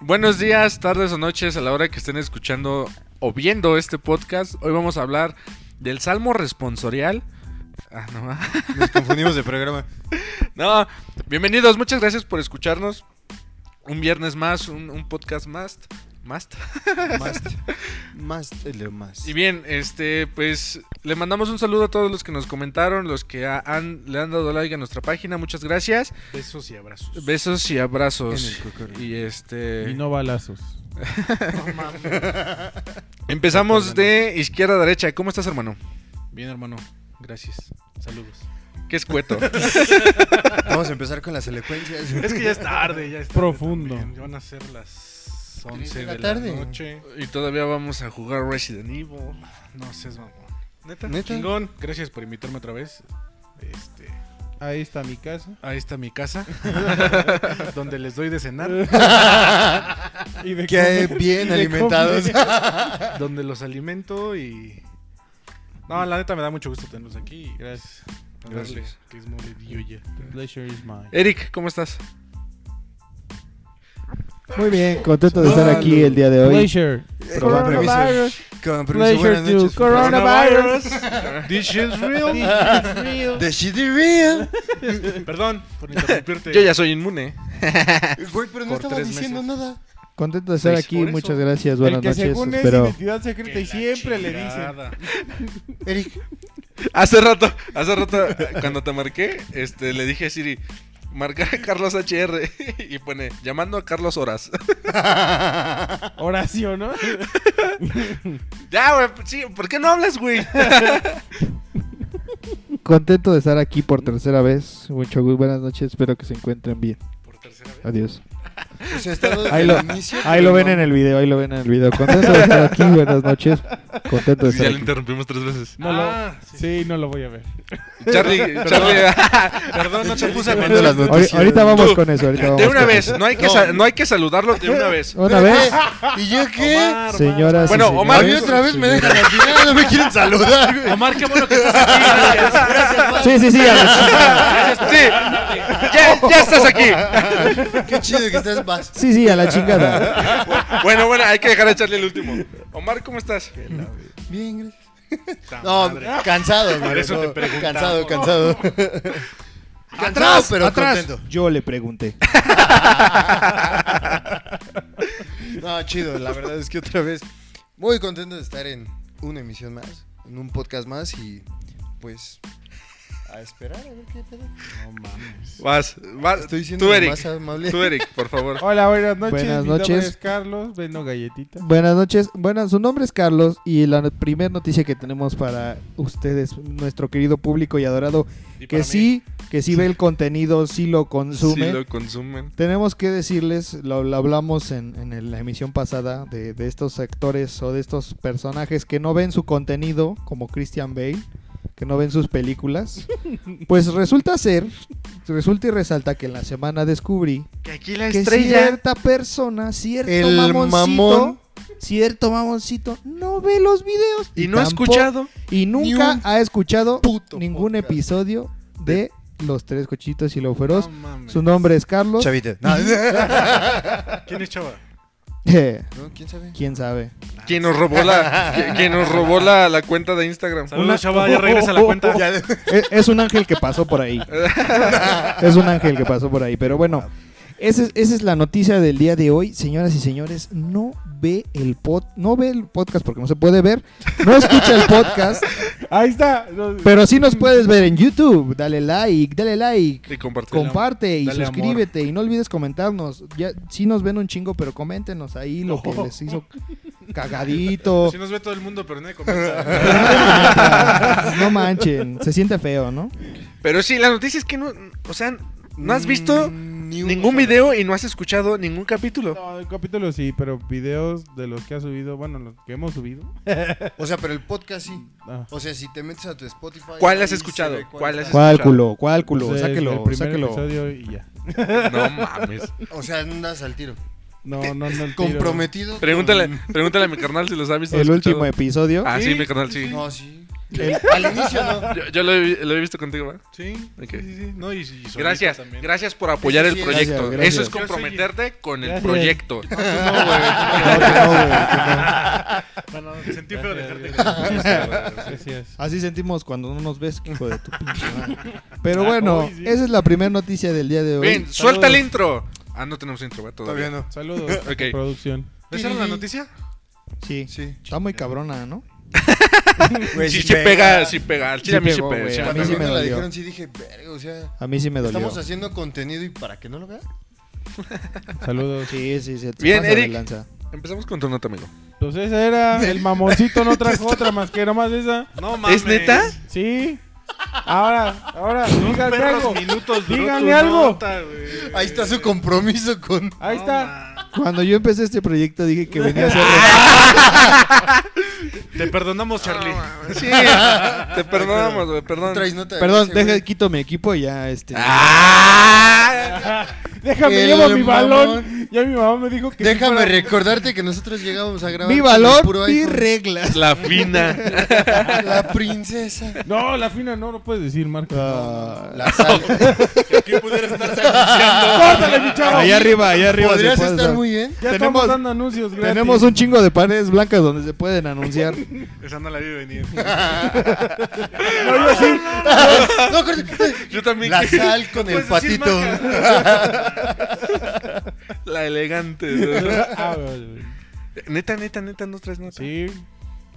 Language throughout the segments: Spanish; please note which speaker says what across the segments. Speaker 1: Buenos días, tardes o noches a la hora que estén escuchando o viendo este podcast. Hoy vamos a hablar del Salmo responsorial. Ah, no. ah.
Speaker 2: Nos confundimos de programa.
Speaker 1: No, bienvenidos, muchas gracias por escucharnos. Un viernes más, un, un podcast más. Más.
Speaker 2: Más. Más. el Más.
Speaker 1: Y bien, este, pues le mandamos un saludo a todos los que nos comentaron, los que ha- han, le han dado like a nuestra página, muchas gracias.
Speaker 2: Besos y abrazos.
Speaker 1: Besos y abrazos.
Speaker 2: En el cocorro.
Speaker 1: Y este.
Speaker 3: Y no balazos.
Speaker 1: Empezamos de izquierda a derecha. ¿Cómo estás, hermano?
Speaker 4: Bien, hermano. Gracias. Saludos.
Speaker 1: Qué escueto.
Speaker 2: Vamos a empezar con las elocuencias.
Speaker 4: Es que ya es tarde, ya es tarde
Speaker 3: Profundo.
Speaker 4: también. Ya van a ser las 11
Speaker 2: de
Speaker 4: de
Speaker 2: la
Speaker 4: la,
Speaker 2: tarde.
Speaker 4: noche.
Speaker 1: y todavía vamos a jugar Resident Evil.
Speaker 4: No seas mamón. Neta,
Speaker 2: ¿Neta?
Speaker 4: chingón. Gracias por invitarme otra vez. Este,
Speaker 3: Ahí está mi casa.
Speaker 4: ahí está mi casa, donde les doy de cenar,
Speaker 3: Y de
Speaker 2: Que
Speaker 3: comer, y
Speaker 2: bien
Speaker 3: de
Speaker 2: alimentados.
Speaker 3: comer.
Speaker 4: donde los alimento y No, la neta me da mucho gusto tenerlos aquí. Gracias. Darle,
Speaker 1: Gracias.
Speaker 4: que es mole de olla.
Speaker 3: Pleasure is mine.
Speaker 1: Eric, ¿cómo estás?
Speaker 5: Muy bien, contento de estar aquí el día de hoy.
Speaker 3: Pleasure.
Speaker 2: Con permiso. Con permiso.
Speaker 3: Pleasure
Speaker 2: Buenas
Speaker 3: to
Speaker 2: noches.
Speaker 3: Corona. Coronavirus.
Speaker 4: This is real.
Speaker 2: The shit is real.
Speaker 4: Perdón por interrumpirte.
Speaker 1: Yo ya soy inmune.
Speaker 2: Güey, pero no
Speaker 1: Por
Speaker 2: estaba
Speaker 1: tres
Speaker 2: diciendo nada.
Speaker 5: Contento de estar
Speaker 1: Pues,
Speaker 5: aquí,
Speaker 1: por eso.
Speaker 5: muchas gracias,
Speaker 3: El
Speaker 5: buenas
Speaker 3: que
Speaker 5: noches.
Speaker 3: según es
Speaker 5: Espero.
Speaker 3: identidad secreta y siempre le dicen.
Speaker 2: Eric,
Speaker 1: Hace rato, hace rato, cuando te marqué, este, le dije a Siri, marcar a Carlos HR. Y pone, llamando a Carlos Horas.
Speaker 3: Horacio, ¿no?
Speaker 1: ya, güey, pues sí, ¿por qué no hablas, güey?
Speaker 5: Contento de estar aquí por tercera vez. Mucho gusto, buenas noches, espero que se encuentren bien.
Speaker 1: Por tercera vez.
Speaker 5: Adiós.
Speaker 2: o sea, está desde
Speaker 5: Ahí lo-
Speaker 2: el inicio.
Speaker 5: Ahí lo ven en el video, ahí lo ven en el video. Contento de estar aquí, buenas noches. Contento de estar
Speaker 1: Ya lo
Speaker 5: aquí.
Speaker 1: interrumpimos tres veces.
Speaker 3: No
Speaker 4: Ah,
Speaker 3: lo,
Speaker 4: sí.
Speaker 3: sí. no lo voy a ver.
Speaker 1: Charlie, Charlie,
Speaker 4: Perdón, no te puse a
Speaker 2: Viendo las
Speaker 5: Ahori-
Speaker 2: noticias.
Speaker 5: Ahorita
Speaker 1: Tú,
Speaker 5: vamos con eso, ahorita vamos.
Speaker 1: de una
Speaker 5: con
Speaker 1: vez,
Speaker 5: eso.
Speaker 1: no hay que, sa- no hay que saludarlo de una vez.
Speaker 5: Una vez,
Speaker 2: ¿Y yo qué?
Speaker 4: Omar,
Speaker 5: señoras. y
Speaker 1: Bueno, Omar,
Speaker 2: A mí
Speaker 5: señores,
Speaker 2: otra vez me
Speaker 5: señoras.
Speaker 2: dejan al final. No me quieren saludar, güey.
Speaker 4: Omar, qué bueno que estás aquí. Gracias.
Speaker 5: Sí, sí, sí. a la-
Speaker 1: Sí, ya, ya estás aquí.
Speaker 2: Qué chido que estás más.
Speaker 5: Sí, sí, a la chingada.
Speaker 1: Bueno, bueno, hay que dejar a Charlie el último. Omar, ¿cómo estás?
Speaker 2: Bien, gracias. No, cansado, güey.
Speaker 4: eso
Speaker 2: no,
Speaker 4: te preguntamos.
Speaker 2: Cansado, cansado. cansado, pero contento.
Speaker 5: Yo le pregunté.
Speaker 2: No, chido, la verdad es que otra vez muy contento de estar en una emisión más, en un podcast más y pues a esperar a ver qué pedo.
Speaker 4: No mames.
Speaker 1: Vas, vas.
Speaker 2: Estoy siendo
Speaker 1: tú,
Speaker 2: el
Speaker 1: Eric.
Speaker 2: más amable.
Speaker 1: Tú, Eric, por favor.
Speaker 3: Hola, buenas noches.
Speaker 5: Buenas
Speaker 3: Mi nombre
Speaker 5: noches.
Speaker 3: es Carlos, vendo galletitas.
Speaker 5: Buenas noches. Bueno, su nombre es Carlos y la primera noticia que tenemos para ustedes, nuestro querido público y adorado, que sí, que sí ve el contenido, sí lo consume.
Speaker 1: Si lo consumen.
Speaker 5: Tenemos que decirles, lo, lo hablamos en, en el- la emisión pasada, de, de estos actores o de estos personajes que no ven su contenido, como Christian Bale, que no ven sus películas. Pues resulta ser, resulta y resalta que en la semana descubrí
Speaker 1: Que aquí la
Speaker 5: que cierta persona, cierto
Speaker 2: El
Speaker 5: mamoncito,
Speaker 2: mamón.
Speaker 5: cierto mamoncito, no ve los videos
Speaker 1: Y no ha
Speaker 5: tampoco-
Speaker 1: escuchado.
Speaker 2: ni
Speaker 5: y nunca
Speaker 2: un
Speaker 5: ha escuchado
Speaker 2: puto
Speaker 5: ningún
Speaker 2: podcast.
Speaker 5: episodio de Los Tres Cochitos y lo
Speaker 4: No
Speaker 5: Feroz.
Speaker 4: mames.
Speaker 5: Su nombre es Carlos.
Speaker 2: Chavita. No,
Speaker 4: ¿Quién es Chava?
Speaker 5: Eh,
Speaker 2: no, ¿quién sabe?
Speaker 5: ¿Quién sabe?
Speaker 1: Quien nos robó la, que- quien nos robó la, la cuenta de Instagram.
Speaker 4: Saludos, Chava. Ya regresa la cuenta.
Speaker 2: Ya,
Speaker 5: Es, E, es un ángel que pasó por ahí. Es un ángel que pasó por ahí. Pero bueno, esa es, esa es la noticia del día de hoy, señoras y señores. No ve el pod, no ve el podcast porque no se puede ver. No escucha el podcast.
Speaker 3: Ahí está. No-
Speaker 5: Pero sí nos puedes ver en YouTube. Dale like, dale like.
Speaker 1: Y compartirla.
Speaker 5: Comparte y
Speaker 4: Dale amor.
Speaker 5: suscríbete y no olvides comentarnos. Ya sí nos ven un chingo, pero coméntenos ahí lo que les hizo cagadito.
Speaker 4: Sí nos ve todo el mundo, pero nadie comenta.
Speaker 5: No manchen, se siente feo, ¿no?
Speaker 1: Pero sí, la noticia es que no, o sea, no has visto
Speaker 2: Mm, Ni uno
Speaker 1: ningún
Speaker 2: solo.
Speaker 1: video y no has escuchado ningún capítulo.
Speaker 3: No, el capítulo sí, pero videos de los que ha subido, bueno, los que hemos subido.
Speaker 2: O sea, pero el podcast sí.
Speaker 3: Ah.
Speaker 2: O sea, si te metes a tu Spotify.
Speaker 1: ¿Cuál
Speaker 2: ahí
Speaker 1: has
Speaker 2: se
Speaker 1: escuchado?
Speaker 2: ve
Speaker 1: ¿Cuál
Speaker 2: está.
Speaker 1: has-
Speaker 5: ¿Cuál culo? ¿Cuál culo?
Speaker 3: Entonces, El
Speaker 5: Sáquelo,
Speaker 3: primer
Speaker 5: sáquelo.
Speaker 3: episodio y ya.
Speaker 1: No mames.
Speaker 2: O sea, andas al tiro.
Speaker 3: No, no, no. el tiro,
Speaker 2: Comprometido. con-
Speaker 1: Pregúntale, pregúntale a mi carnal si los ha visto. o
Speaker 5: El
Speaker 1: escuchado.
Speaker 5: último episodio.
Speaker 1: Ah, sí, mi carnal, sí.
Speaker 2: No, sí. Al inicio no.
Speaker 1: Yo, yo lo, he, lo he visto contigo, ¿verdad?
Speaker 4: Sí,
Speaker 1: Ok.
Speaker 4: sí, sí, sí. No, y, y solito
Speaker 1: Gracias,
Speaker 4: también.
Speaker 1: gracias por apoyar
Speaker 2: Eso
Speaker 1: el
Speaker 2: sí es-
Speaker 1: proyecto.
Speaker 5: Gracias, gracias.
Speaker 1: Eso es
Speaker 4: Yo soy-
Speaker 1: comprometerte con el
Speaker 3: Gracias.
Speaker 1: proyecto.
Speaker 4: No, güey.
Speaker 5: No, que no, güey, que no.
Speaker 4: Bueno, sentí feo dejarte.
Speaker 3: Gracias.
Speaker 5: Así sentimos cuando no nos ves, hijo de tu pinche madre. Pero bueno,
Speaker 3: Ay, sí.
Speaker 5: esa es la primera noticia del día de hoy.
Speaker 1: Bien, suelta el intro. Ah, no tenemos intro, ¿verdad?
Speaker 2: Todavía
Speaker 1: Todavía.
Speaker 2: no.
Speaker 3: Saludos,
Speaker 1: Ok.
Speaker 3: producción.
Speaker 4: ¿Esa era la noticia?
Speaker 5: Sí.
Speaker 2: Sí.
Speaker 5: Está muy cabrona, ¿no?
Speaker 2: Güey,
Speaker 1: Sí,
Speaker 2: sí
Speaker 1: sí pega, sí pega. al chile
Speaker 5: Sí
Speaker 1: a mí sí
Speaker 5: pegó,
Speaker 1: pega,
Speaker 5: güey,
Speaker 1: sí
Speaker 5: a
Speaker 1: me
Speaker 5: mí
Speaker 2: Cuando
Speaker 5: sí
Speaker 1: pegó.
Speaker 5: me
Speaker 2: me la
Speaker 5: dolió.
Speaker 2: dijeron, sí dije, verga, o sea,
Speaker 5: A mí sí me dolió.
Speaker 2: estamos haciendo contenido y para que no lo vean.
Speaker 3: Saludos.
Speaker 5: Sí, sí, sí. te
Speaker 1: Bien,
Speaker 5: pasa de
Speaker 1: Eric.
Speaker 5: lanza.
Speaker 1: Empezamos con tu nota, amigo.
Speaker 3: Pues esa era. El mamoncito no trajo otra más que nomás esa.
Speaker 4: No mames.
Speaker 1: neta?
Speaker 3: Sí. Ahora, ahora,
Speaker 4: Dos
Speaker 3: díganme
Speaker 4: perros
Speaker 3: algo.
Speaker 4: minutos duró
Speaker 3: Díganme
Speaker 4: tu
Speaker 3: algo.
Speaker 4: nota, güey.
Speaker 2: Ahí está
Speaker 1: Eh.
Speaker 2: su compromiso con.
Speaker 3: Ahí
Speaker 4: No
Speaker 3: está.
Speaker 4: mames.
Speaker 5: Cuando yo empecé este proyecto dije que venía a hacer...
Speaker 4: Te perdonamos, Charlie.
Speaker 1: Sí, te perdonamos, güey, perdón.
Speaker 2: Traes nota de
Speaker 5: Ah, Perdón,
Speaker 2: ese,
Speaker 5: deja,
Speaker 2: güey.
Speaker 5: quito mi equipo y ya, este...
Speaker 1: ¡Ah!
Speaker 3: Déjame,
Speaker 2: El
Speaker 3: llevo mi
Speaker 2: mamón.
Speaker 3: balón. Ya mi mamá me dijo que. sí
Speaker 2: Déjame
Speaker 3: fuera-
Speaker 2: recordarte que nosotros llegábamos a grabar.
Speaker 5: Mi
Speaker 2: con el
Speaker 5: valor,
Speaker 2: puro
Speaker 5: mi
Speaker 2: iPhone.
Speaker 5: reglas.
Speaker 1: La fina.
Speaker 2: La princesa.
Speaker 3: No, la fina no, no puedes decir, marca.
Speaker 5: Ah,
Speaker 2: La sal.
Speaker 4: Aquí pudiera estar anunciando.
Speaker 3: ¡Córtale, mi chavo!
Speaker 5: ahí arriba, ahí arriba. se
Speaker 2: Podrías
Speaker 5: puede
Speaker 2: estar
Speaker 5: dar.
Speaker 2: muy bien.
Speaker 3: Ya
Speaker 5: tenemos-
Speaker 3: estamos dando anuncios gratis.
Speaker 5: Tenemos un chingo de paredes blancas donde se pueden anunciar.
Speaker 4: Esa no la vi venir.
Speaker 2: No, corte.
Speaker 1: Yo también.
Speaker 2: La
Speaker 1: que-
Speaker 2: sal con
Speaker 4: No
Speaker 2: el
Speaker 1: Pues
Speaker 4: puedes decir
Speaker 2: patito.
Speaker 1: La elegante. güey.
Speaker 3: Ah, güey, güey.
Speaker 1: Neta, neta, neta, no traes nota.
Speaker 3: Sí.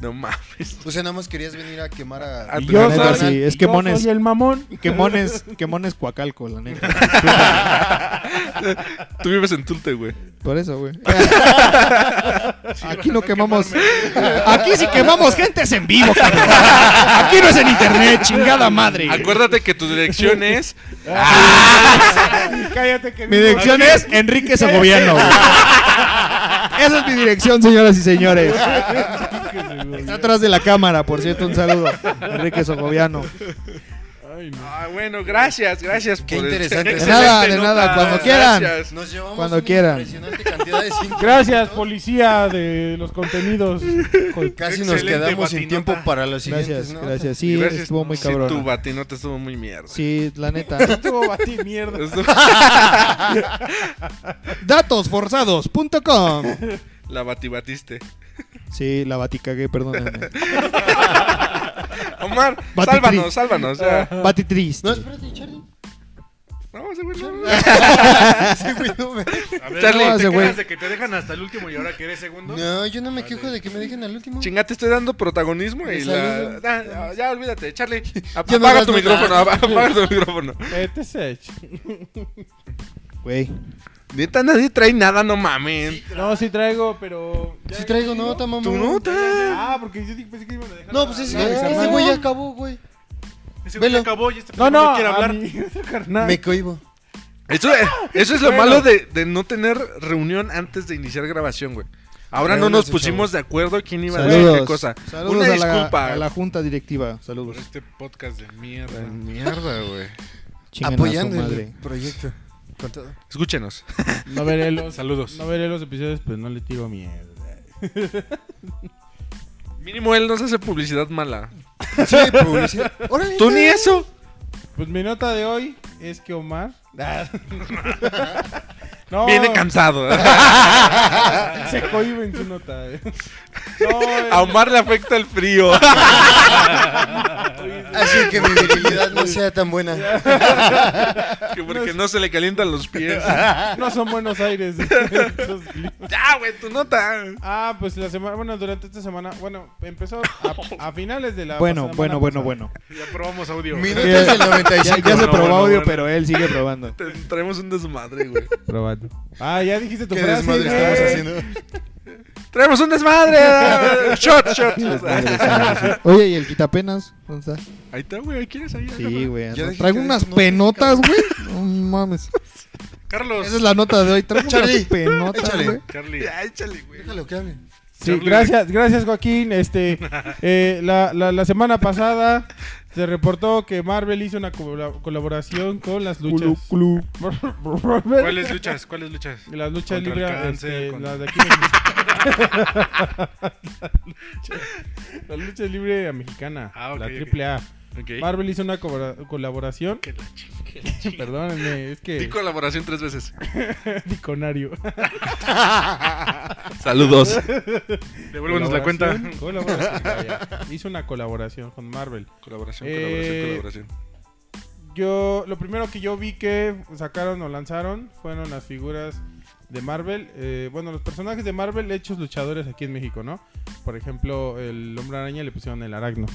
Speaker 1: No mames.
Speaker 2: O sea, nada más querías venir a quemar a.
Speaker 1: A
Speaker 3: Y
Speaker 1: tu
Speaker 3: yo
Speaker 5: neta,
Speaker 3: soy,
Speaker 5: sí, es
Speaker 3: y
Speaker 5: que
Speaker 3: yo
Speaker 5: mones.
Speaker 3: soy el mamón.
Speaker 5: Quemones, quemones cuacalco, la neta.
Speaker 1: Tú vives en Tulte, güey.
Speaker 5: Por eso, güey.
Speaker 4: Sí,
Speaker 5: Aquí
Speaker 4: para
Speaker 5: no
Speaker 4: no
Speaker 5: quemamos.
Speaker 4: quemarme.
Speaker 5: Aquí si quemamos gente es en vivo, cabrón. Aquí no es en internet, chingada madre.
Speaker 1: Acuérdate que tu dirección es.
Speaker 3: Cállate que
Speaker 5: Mi
Speaker 3: vivo
Speaker 5: dirección
Speaker 3: aquí.
Speaker 5: es Enrique Segoviano. güey. Esa es mi dirección, señoras y señores. Está atrás de la cámara, por cierto, un saludo. Enrique Segoviano.
Speaker 3: Ay, no.
Speaker 1: Ah, bueno, gracias, gracias.
Speaker 2: Qué
Speaker 1: por el-
Speaker 2: interesante.
Speaker 5: De
Speaker 1: Excelente
Speaker 5: nada, de
Speaker 1: nota.
Speaker 5: nada, cuando quieran.
Speaker 1: Gracias.
Speaker 2: Nos llevamos
Speaker 5: Cuando
Speaker 2: una
Speaker 5: quieran.
Speaker 2: impresionante cantidad de cinco
Speaker 3: Gracias,
Speaker 2: minutos.
Speaker 3: policía de los contenidos.
Speaker 2: Casi nos
Speaker 4: Excelente
Speaker 2: quedamos sin
Speaker 4: guatinota.
Speaker 2: tiempo para los siguientes.
Speaker 5: Gracias,
Speaker 2: ¿no?
Speaker 5: gracias. Sí,
Speaker 1: Gracias.
Speaker 5: estuvo muy
Speaker 1: Sí, tu
Speaker 5: cabrón.
Speaker 1: batinote estuvo muy mierda.
Speaker 5: Sí, la neta.
Speaker 3: Estuvo a ti, mierda.
Speaker 1: Estuvo-
Speaker 5: Datosforzados.com
Speaker 1: La batibatiste.
Speaker 5: Sí, la baticagué, perdónenme.
Speaker 1: Omar,
Speaker 5: Batitri.
Speaker 1: sálvanos, sálvanos.
Speaker 5: Ah.
Speaker 1: ya.
Speaker 5: Batitriste.
Speaker 2: No, espérate, Charlie.
Speaker 1: No, ese güey no.
Speaker 2: Ese güey no me-
Speaker 4: A ver,
Speaker 1: Charlie,
Speaker 4: no,
Speaker 5: ese
Speaker 4: te
Speaker 5: güey.
Speaker 4: quejas de que te dejan hasta el último y ahora que eres segundo.
Speaker 2: No, yo no me quejo de que me dejen al último.
Speaker 1: Chinga, te estoy dando protagonismo y
Speaker 2: Me
Speaker 1: la.
Speaker 2: saludo.
Speaker 1: Ah, ya, ya, olvídate, Charlie. ap-
Speaker 2: Ya no
Speaker 1: apaga
Speaker 2: das
Speaker 1: tu
Speaker 2: nota.
Speaker 1: micrófono, ap- apaga tu micrófono.
Speaker 3: Este es Edge.
Speaker 5: Güey.
Speaker 1: Neta, nadie trae nada, no mamen.
Speaker 3: No, sí traigo, pero. ya-
Speaker 2: Si traigo nota, mamá.
Speaker 1: tu nota.
Speaker 3: Ah, porque yo dije- pensé que iban a dejar.
Speaker 2: No,
Speaker 3: a-
Speaker 2: pues
Speaker 3: a-
Speaker 2: ese
Speaker 3: a-
Speaker 2: ese
Speaker 3: a-
Speaker 2: güey ya acabó, güey.
Speaker 4: Ese güey ya
Speaker 2: Velo.
Speaker 4: acabó y este
Speaker 3: No,
Speaker 4: pendejo
Speaker 3: no,
Speaker 4: quiere hablar.
Speaker 3: a mi otro carnal.
Speaker 2: Me cohibo.
Speaker 1: Eso, eh, eso es lo
Speaker 3: Bueno.
Speaker 1: malo de, de no tener reunión antes de iniciar grabación, güey. Ahora no nos
Speaker 2: Reúnanse,
Speaker 1: pusimos de acuerdo quién iba a decir
Speaker 5: Saludos.
Speaker 1: qué cosa.
Speaker 5: Saludos
Speaker 1: Una
Speaker 5: a, la,
Speaker 1: disculpa.
Speaker 5: a la junta directiva. Saludos.
Speaker 4: Por este podcast de mierda.
Speaker 1: Mierda, güey.
Speaker 5: Chinguen a su
Speaker 2: Apoyando el
Speaker 5: madre.
Speaker 2: proyecto. Con todo.
Speaker 1: Escúchenos.
Speaker 3: No veré los,
Speaker 4: Saludos.
Speaker 3: no veré los episodios, pues no le tiro mierda.
Speaker 1: Mínimo él nos hace publicidad mala.
Speaker 2: Sí, publicidad. Órale.
Speaker 1: Tú ni eso.
Speaker 3: Pues mi nota de hoy es que Omar. no,
Speaker 1: Viene cansado.
Speaker 3: Se cohibe en su nota. eh. No, eh,
Speaker 1: A Omar le afecta el frío.
Speaker 2: Así que mi virilidad no sea tan buena.
Speaker 1: que porque no se le calientan los pies.
Speaker 3: no son Buenos Aires. Esos climas.
Speaker 1: ya, güey, tu nota.
Speaker 3: ah, pues la semana. Bueno, durante esta semana. Bueno, empezó a, a finales de la.
Speaker 5: Bueno,
Speaker 3: semana
Speaker 5: bueno, bueno,
Speaker 3: pasada.
Speaker 5: bueno.
Speaker 4: Ya probamos audio.
Speaker 2: Minutos del
Speaker 5: Ya,
Speaker 2: 95.
Speaker 5: ya se
Speaker 4: No,
Speaker 5: probó
Speaker 4: bueno,
Speaker 5: audio,
Speaker 4: bueno.
Speaker 5: pero él sigue probando.
Speaker 1: Te- Traemos un desmadre, güey.
Speaker 3: Probando. Ah, ya dijiste tu
Speaker 2: Qué
Speaker 3: frase.
Speaker 2: desmadre
Speaker 3: güey.
Speaker 5: Eh.
Speaker 2: estamos haciendo.
Speaker 1: Traemos un desmadre. shot, shot.
Speaker 5: Oye, ¿y el quitapenas? ¿Dónde está?
Speaker 1: ahí está, güey. ¿Quieres ahí?
Speaker 5: Sí, güey.
Speaker 2: Ya dejé
Speaker 5: Traigo
Speaker 2: que
Speaker 5: unas
Speaker 2: no te
Speaker 5: penotas, güey. No mames.
Speaker 4: Carlos.
Speaker 5: Esa es la nota de hoy. Traigo
Speaker 2: Charlie,
Speaker 5: unas penotas,
Speaker 2: échale.
Speaker 5: güey.
Speaker 4: Charlie.
Speaker 1: Ya, échale, güey.
Speaker 2: Déjalo que hable.
Speaker 3: Sí, gracias, gracias Joaquín. Este, eh, la, la- la semana pasada se reportó que Marvel hizo una cola- colaboración con las luchas.
Speaker 4: ¿Cuáles luchas? ¿Cuáles luchas?
Speaker 3: Las luchas
Speaker 4: Contra el
Speaker 3: libres,
Speaker 4: cáncer,
Speaker 3: este,
Speaker 4: contra-
Speaker 3: las de aquí. en- La lucha libre mexicana.
Speaker 4: Ah, ok,
Speaker 3: la
Speaker 4: ok.
Speaker 3: triple A.
Speaker 1: Ok.
Speaker 3: Marvel hizo una cobra- colaboración.
Speaker 4: Que la chi-
Speaker 3: Perdónenme, es
Speaker 1: Di
Speaker 3: que.
Speaker 1: colaboración tres veces.
Speaker 3: Diconario.
Speaker 1: Saludos.
Speaker 4: Devuélvenos la cuenta.
Speaker 3: Colaboración, colaboración, vaya. Hizo una colaboración con Marvel.
Speaker 1: Colaboración,
Speaker 3: Eh,
Speaker 1: colaboración, colaboración.
Speaker 3: Yo, lo primero que yo vi que sacaron o lanzaron fueron las figuras de Marvel. eh, bueno, los personajes de Marvel hechos luchadores aquí en México, ¿no? Por ejemplo, el Hombre Araña le pusieron el Aracno.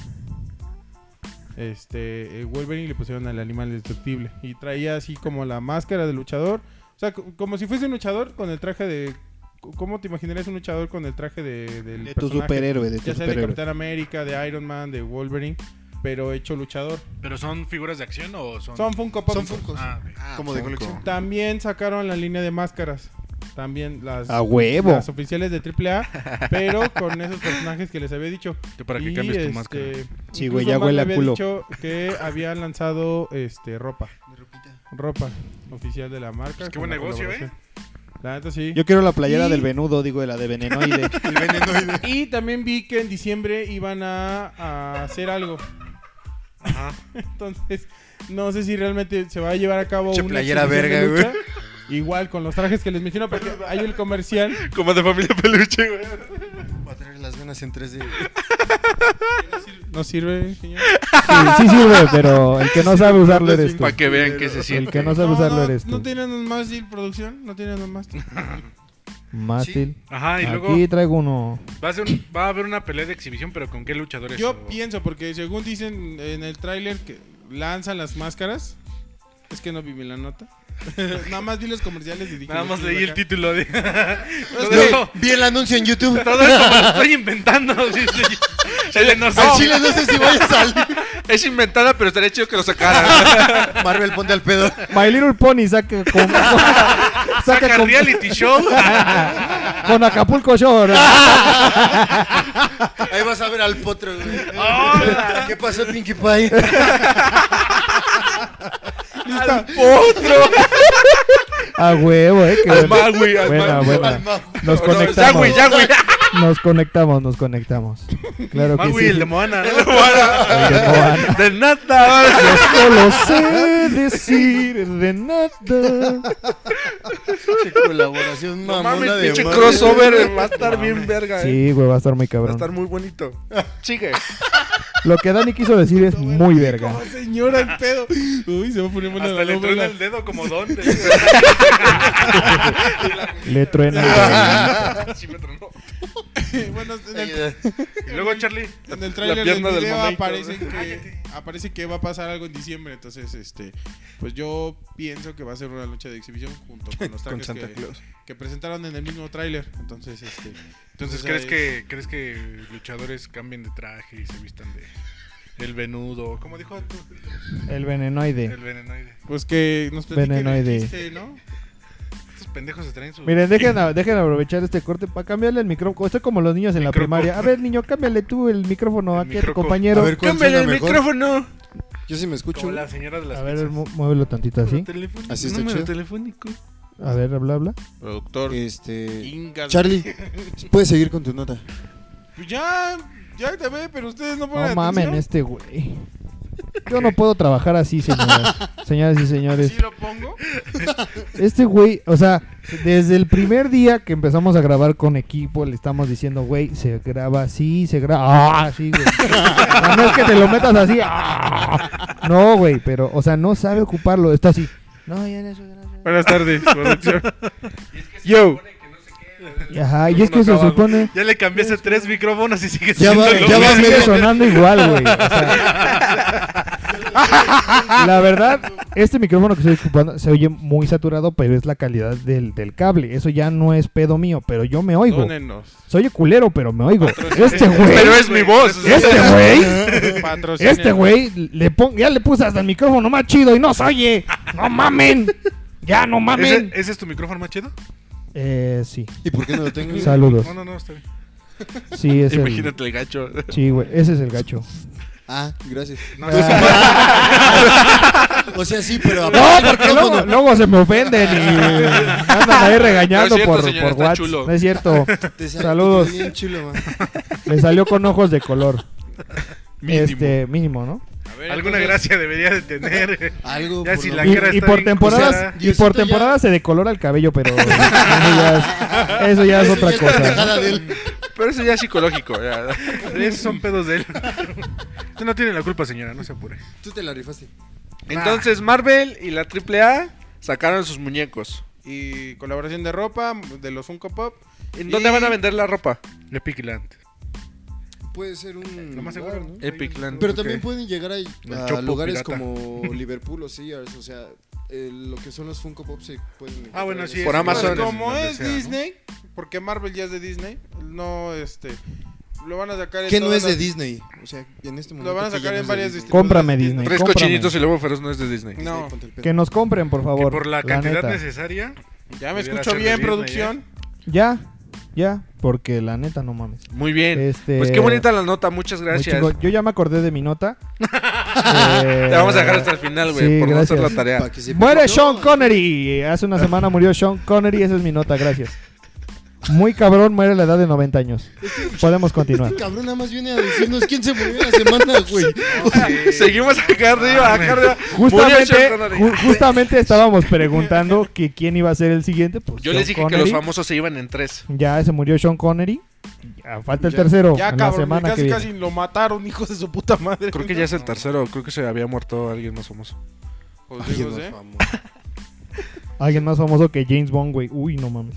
Speaker 3: Este, eh, Wolverine le pusieron el Animal Indestructible. Y traía así como la máscara de luchador. O sea, co- como si fuese un luchador con el traje de. ¿Cómo te imaginarías un luchador con el traje de, del
Speaker 5: De tu
Speaker 3: personaje?
Speaker 5: superhéroe, de
Speaker 3: Ya
Speaker 5: tu
Speaker 3: sea de
Speaker 5: superhéroe.
Speaker 3: Capitán América, de Iron Man, de Wolverine, pero hecho luchador.
Speaker 4: ¿Pero son figuras de acción o son...?
Speaker 3: Son Funko Pop.
Speaker 2: Son Funkos.
Speaker 4: Ah, ok.
Speaker 2: como de colección.
Speaker 3: También sacaron la línea de máscaras. También las,
Speaker 5: A huevo.
Speaker 3: las oficiales de AAA, pero con esos personajes que les había dicho.
Speaker 1: Yo para que
Speaker 3: Y,
Speaker 1: cambies tu
Speaker 3: este,
Speaker 1: máscara.
Speaker 5: Sí, güey,
Speaker 3: incluso
Speaker 5: ya
Speaker 3: Marvel
Speaker 5: huele a
Speaker 3: había
Speaker 5: culo.
Speaker 3: dicho que habían lanzado este ropa, ropa oficial de la marca.
Speaker 4: Pues qué
Speaker 3: con
Speaker 4: buen
Speaker 3: la
Speaker 4: negocio,
Speaker 3: colaboración. La neta sí.
Speaker 5: Yo quiero la playera
Speaker 3: Y-
Speaker 5: del venudo, digo, de la de venenoide.
Speaker 2: El venenoide.
Speaker 3: Y también vi que en diciembre iban a, a hacer algo.
Speaker 4: Ajá.
Speaker 3: Entonces, no sé si realmente se va a llevar a cabo
Speaker 2: Che,
Speaker 3: una
Speaker 2: playera
Speaker 3: exhibición de
Speaker 2: verga, güey.
Speaker 3: lucha. Igual con los trajes que les menciono, porque hay el comercial.
Speaker 1: Como de familia peluche, güey.
Speaker 2: Va a traer las venas en 3D.
Speaker 3: No sirve, señor.
Speaker 5: Sí, sí sirve, pero el que no sabe usarlo eres tú.
Speaker 1: Para que vean que se
Speaker 5: El
Speaker 1: siente.
Speaker 5: que no sabe usarlo eres
Speaker 3: no
Speaker 5: tú.
Speaker 3: tienen un mástil producción, no tienen un mástil.
Speaker 5: Mástil.
Speaker 1: Ah,
Speaker 4: Ajá, y luego
Speaker 5: Ah, Aquí traigo uno.
Speaker 4: va a, ser un- va a haber una pelea de exhibición, pero ¿con qué luchadores?
Speaker 3: Yo
Speaker 4: o-
Speaker 3: pienso, porque según dicen en el tráiler que lanzan las máscaras, es que no vi bien la nota. Nada más vi los comerciales y dije.
Speaker 4: Nada
Speaker 3: "Yo
Speaker 4: más
Speaker 3: quiero
Speaker 4: leí el
Speaker 3: acá".
Speaker 4: título de...
Speaker 3: Es
Speaker 4: todo,
Speaker 3: que-
Speaker 4: eso,
Speaker 2: Vi el anuncio en YouTube.
Speaker 4: todo eso me lo estoy inventando. sí, sí. Chale, no sé.
Speaker 2: Al chile no sé si voy a salir.
Speaker 1: Es inventada, pero estaría chido que lo sacaran.
Speaker 2: Marvel, ponte al pedo.
Speaker 5: My Little Pony saca con. saca
Speaker 4: Saca
Speaker 5: con,
Speaker 4: reality show.
Speaker 5: con Acapulco Shore.
Speaker 1: Ah,
Speaker 2: Ahí vas a ver al potro, güey.
Speaker 4: Hola.
Speaker 2: ¿Qué pasó, Pinkie Pie?
Speaker 5: A huevo, eh. que
Speaker 1: Al
Speaker 5: bueno.
Speaker 1: mal, güey. Al
Speaker 5: Buena,
Speaker 1: mal.
Speaker 5: buena.
Speaker 2: Al mago.
Speaker 5: Nos
Speaker 1: No, ya,
Speaker 5: conectamos.
Speaker 1: güey, ya, güey.
Speaker 5: Nos conectamos, nos conectamos. Claro que
Speaker 4: Magui,
Speaker 5: sí.
Speaker 4: Ah, el de Moana. ¿no?
Speaker 5: El de Moana.
Speaker 1: De nada.
Speaker 5: Yo solo sé decir de nada.
Speaker 2: Pinche colaboración
Speaker 1: No
Speaker 2: mamona
Speaker 1: mames,
Speaker 2: de
Speaker 1: pinche
Speaker 2: Marvel.
Speaker 1: crossover. Va a estar bien verga, eh.
Speaker 5: Sí, güey, va a estar muy
Speaker 1: Va a
Speaker 5: cabrón.
Speaker 1: estar muy bonito. Sigue.
Speaker 5: Lo que Dani quiso decir es muy verga.
Speaker 3: Como señora, el pedo. Uy, se va a poner buena
Speaker 4: Hasta
Speaker 3: la
Speaker 4: le entró en
Speaker 3: novela.
Speaker 4: el dedo como don.
Speaker 5: Le truena.
Speaker 1: Sí me tronó.
Speaker 3: Bueno, en el,
Speaker 2: Ay,
Speaker 4: Y luego, Charlie.
Speaker 3: en el tráiler del
Speaker 1: pierna del
Speaker 3: video
Speaker 1: momento,
Speaker 3: aparece
Speaker 1: ¿no?
Speaker 3: que, aparece que va a pasar algo en diciembre. Entonces, este, pues yo pienso que va a ser una lucha de exhibición junto con los
Speaker 2: Con
Speaker 3: trajes
Speaker 2: Santa
Speaker 3: que,
Speaker 2: Claus.
Speaker 3: que presentaron en el mismo tráiler. Entonces, este,
Speaker 4: Entonces,
Speaker 3: o sea,
Speaker 4: ¿crees que, ¿crees que luchadores cambien de traje y se vistan de. El venudo, como dijo tú,
Speaker 5: El venenoide.
Speaker 4: el venenoide.
Speaker 3: Pues que nos platiquen
Speaker 5: Venenoide.
Speaker 3: el chiste, ¿no?
Speaker 4: Estos pendejos se traen su.
Speaker 5: Miren, dejen, a- dejen aprovechar este corte para cambiarle el micrófono. Estoy como los niños en la
Speaker 4: Microco.
Speaker 5: primaria. A ver, niño, cámbiale tú el micrófono
Speaker 4: El
Speaker 5: aquí a tu
Speaker 4: microco.
Speaker 5: compañero.
Speaker 2: A ver, ¿cuál suena mejor?
Speaker 1: micrófono.
Speaker 2: Yo sí me escucho.
Speaker 4: como
Speaker 2: güey.
Speaker 4: la señora de las
Speaker 5: A ver,
Speaker 4: pizzas.
Speaker 5: mu- muévelo tantito así.
Speaker 4: Telefónico,
Speaker 2: Así está
Speaker 4: número
Speaker 2: chido.
Speaker 4: telefónico.
Speaker 5: A ver, habla, habla.
Speaker 3: Productor.
Speaker 5: Eh,
Speaker 2: Este.
Speaker 4: Inga-
Speaker 2: Charlie, puedes seguir con tu nota.
Speaker 3: Pues ya, ya acabé, pero ustedes no ponen
Speaker 5: No mamen,
Speaker 3: atención.
Speaker 5: este güey. Yo no puedo trabajar así, señoras. señoras y señores.
Speaker 3: Sí lo pongo.
Speaker 5: Este güey, o sea, desde el primer día que empezamos a grabar con equipo, le estamos diciendo, güey, se graba así, se graba ah, así, güey. O sea, no es que te lo metas así. ah. No, güey, pero, o sea, no sabe ocuparlo. Está así. No, ya en eso, ya en eso.
Speaker 3: Buenas tardes, producción. Yo.
Speaker 5: Y Ajá, y es que se
Speaker 4: acaba, güey.
Speaker 5: supone
Speaker 4: Ya le cambiaste tres micrófonos y sigue
Speaker 2: Ya
Speaker 4: siendo
Speaker 2: va-
Speaker 4: lo
Speaker 2: ya va
Speaker 5: que
Speaker 2: a
Speaker 4: mismo.
Speaker 5: sigue
Speaker 2: medio-
Speaker 5: sonando igual, güey. o sea. la verdad, este micrófono que estoy ocupando se oye muy saturado, pero es la calidad del, del cable. Eso ya no es pedo mío, pero yo me oigo.
Speaker 3: Dónenos.
Speaker 5: Soy culero, pero me oigo. Este
Speaker 1: Pero
Speaker 5: güey.
Speaker 1: es mi voz.
Speaker 5: Este güey.
Speaker 3: Patrocinen.
Speaker 5: Este güey. Le pon- ya le puse hasta el micrófono más chido y no se oye. No mamen. Ya no
Speaker 4: ¿Ese,
Speaker 5: mamen.
Speaker 1: eh.
Speaker 4: ¿Ese es tu micrófono más chido?
Speaker 5: Eh, sí.
Speaker 2: ¿Y por qué no lo tengo?
Speaker 5: Saludos.
Speaker 4: No, no, no, está bien.
Speaker 5: Sí, es el.
Speaker 1: Imagínate el gacho.
Speaker 5: Sí, güey. Ese es el gacho.
Speaker 2: Ah, gracias.
Speaker 4: No,
Speaker 5: Ah.
Speaker 2: O sea, sí, pero
Speaker 5: No, porque luego, luego se me ofenden y andan ahí
Speaker 1: No
Speaker 5: regañando
Speaker 1: es cierto,
Speaker 5: por,
Speaker 1: señora,
Speaker 5: por
Speaker 1: está
Speaker 5: WhatsApp.
Speaker 1: chulo.
Speaker 5: No es cierto.
Speaker 2: Te sal-
Speaker 5: Saludos.
Speaker 2: te quedó bien chulo, man.
Speaker 5: Me salió con ojos de color.
Speaker 1: Mínimo.
Speaker 5: Este, mínimo, ¿no?
Speaker 1: A ver,
Speaker 4: Alguna
Speaker 1: entonces,
Speaker 4: gracia debería de tener.
Speaker 2: Algo.
Speaker 4: Ya
Speaker 2: por
Speaker 4: si
Speaker 2: lo
Speaker 4: la
Speaker 2: menos.
Speaker 5: Y,
Speaker 4: cara
Speaker 5: y
Speaker 4: está
Speaker 5: por
Speaker 4: bien
Speaker 5: temporadas,
Speaker 4: cruzada.
Speaker 5: y
Speaker 2: Diosito
Speaker 5: por
Speaker 2: ya-
Speaker 5: temporadas se decolora el cabello, pero eso ya es, eso ya es
Speaker 2: Eso
Speaker 5: otra
Speaker 2: ya está
Speaker 5: cosa.
Speaker 2: dejada de él.
Speaker 1: Pero eso ya es psicológico. ya.
Speaker 4: De esos son pedos de él. Usted no tiene la culpa, señora, no se apure.
Speaker 2: Tú te la rifaste.
Speaker 1: Entonces, Marvel y la AAA sacaron sus muñecos.
Speaker 3: Y colaboración de ropa, de los Funko Pop.
Speaker 1: ¿En
Speaker 3: Y-
Speaker 1: dónde van a vender la ropa?
Speaker 4: Epic Land.
Speaker 2: Puede ser un.
Speaker 4: Lo más seguro.
Speaker 2: lugar, ¿no?
Speaker 1: Epic Land.
Speaker 2: Pero
Speaker 1: ok.
Speaker 2: también pueden llegar ahí a
Speaker 4: chopo
Speaker 2: lugares
Speaker 4: pirata.
Speaker 2: como Liverpool o Sears. O sea, eh, lo que son los Funko Pop se pueden. encontrar
Speaker 4: Ah, bueno,
Speaker 2: en
Speaker 4: sí,
Speaker 2: esos
Speaker 1: Por
Speaker 2: lugares.
Speaker 1: Amazon.
Speaker 3: Pues como
Speaker 4: donde
Speaker 3: es
Speaker 4: sea, ¿no?
Speaker 3: Disney, porque Marvel ya es de Disney, no este lo van a sacar en
Speaker 2: ¿Qué no
Speaker 3: todas
Speaker 2: es de
Speaker 3: las-
Speaker 2: Disney? O sea, en este momento.
Speaker 3: Lo van a
Speaker 2: ¿qué ya
Speaker 3: sacar
Speaker 2: no
Speaker 3: en
Speaker 2: es de
Speaker 3: varias
Speaker 2: Disney?
Speaker 5: Cómprame Disney.
Speaker 1: Tres
Speaker 5: cómprame.
Speaker 1: cochinitos y luego feroz no es de Disney.
Speaker 2: Disney,
Speaker 3: No.
Speaker 2: ponte el pedo.
Speaker 5: Que nos compren, por
Speaker 4: Que
Speaker 5: favor.
Speaker 4: por la cantidad
Speaker 5: neta.
Speaker 4: necesaria.
Speaker 3: Ya
Speaker 4: Pudiera
Speaker 3: me escucho
Speaker 4: ser de
Speaker 3: bien
Speaker 4: Disney,
Speaker 3: producción.
Speaker 5: Ya, ya, porque la neta no mames.
Speaker 1: Muy bien.
Speaker 5: Este-
Speaker 1: Pues qué bonita la nota, muchas
Speaker 5: Muy
Speaker 1: gracias. Ah,
Speaker 5: chingón. Yo ya me acordé de mi nota.
Speaker 1: Te vamos a dejar hasta el final, güey,
Speaker 5: Sí,
Speaker 1: por no hacer la
Speaker 5: gracias.
Speaker 1: tarea.
Speaker 2: Pa' que se-
Speaker 5: Muere
Speaker 2: No,
Speaker 5: Sean Connery. Hace una semana murió Sean Connery. Esa es mi nota, gracias. Muy cabrón, muere a la edad de 90 años. Podemos continuar.
Speaker 2: Este cabrón nada más viene a decirnos quién se murió la semana, güey.
Speaker 1: Seguimos acá arriba,
Speaker 5: Ah,
Speaker 1: acá arriba. Murió
Speaker 5: Justamente,
Speaker 1: Sean Connery.
Speaker 5: ju- justamente estábamos preguntando que quién iba a ser el siguiente. Pues
Speaker 1: Yo
Speaker 5: Sean
Speaker 1: les dije que
Speaker 5: Connery.
Speaker 1: los famosos se iban en tres.
Speaker 5: Ya se murió Sean Connery. Ya falta el
Speaker 2: Ya-
Speaker 5: tercero
Speaker 3: Ya
Speaker 5: en la
Speaker 3: cabrón,
Speaker 5: semana que
Speaker 3: casi
Speaker 5: viene.
Speaker 3: casi lo mataron, hijos de su puta madre.
Speaker 1: Creo que ya es el tercero, creo que se había muerto alguien más famoso.
Speaker 3: José
Speaker 2: Ay,
Speaker 3: José.
Speaker 2: no, famoso.
Speaker 5: Alguien más famoso que James Bond, güey. Uy, no mames.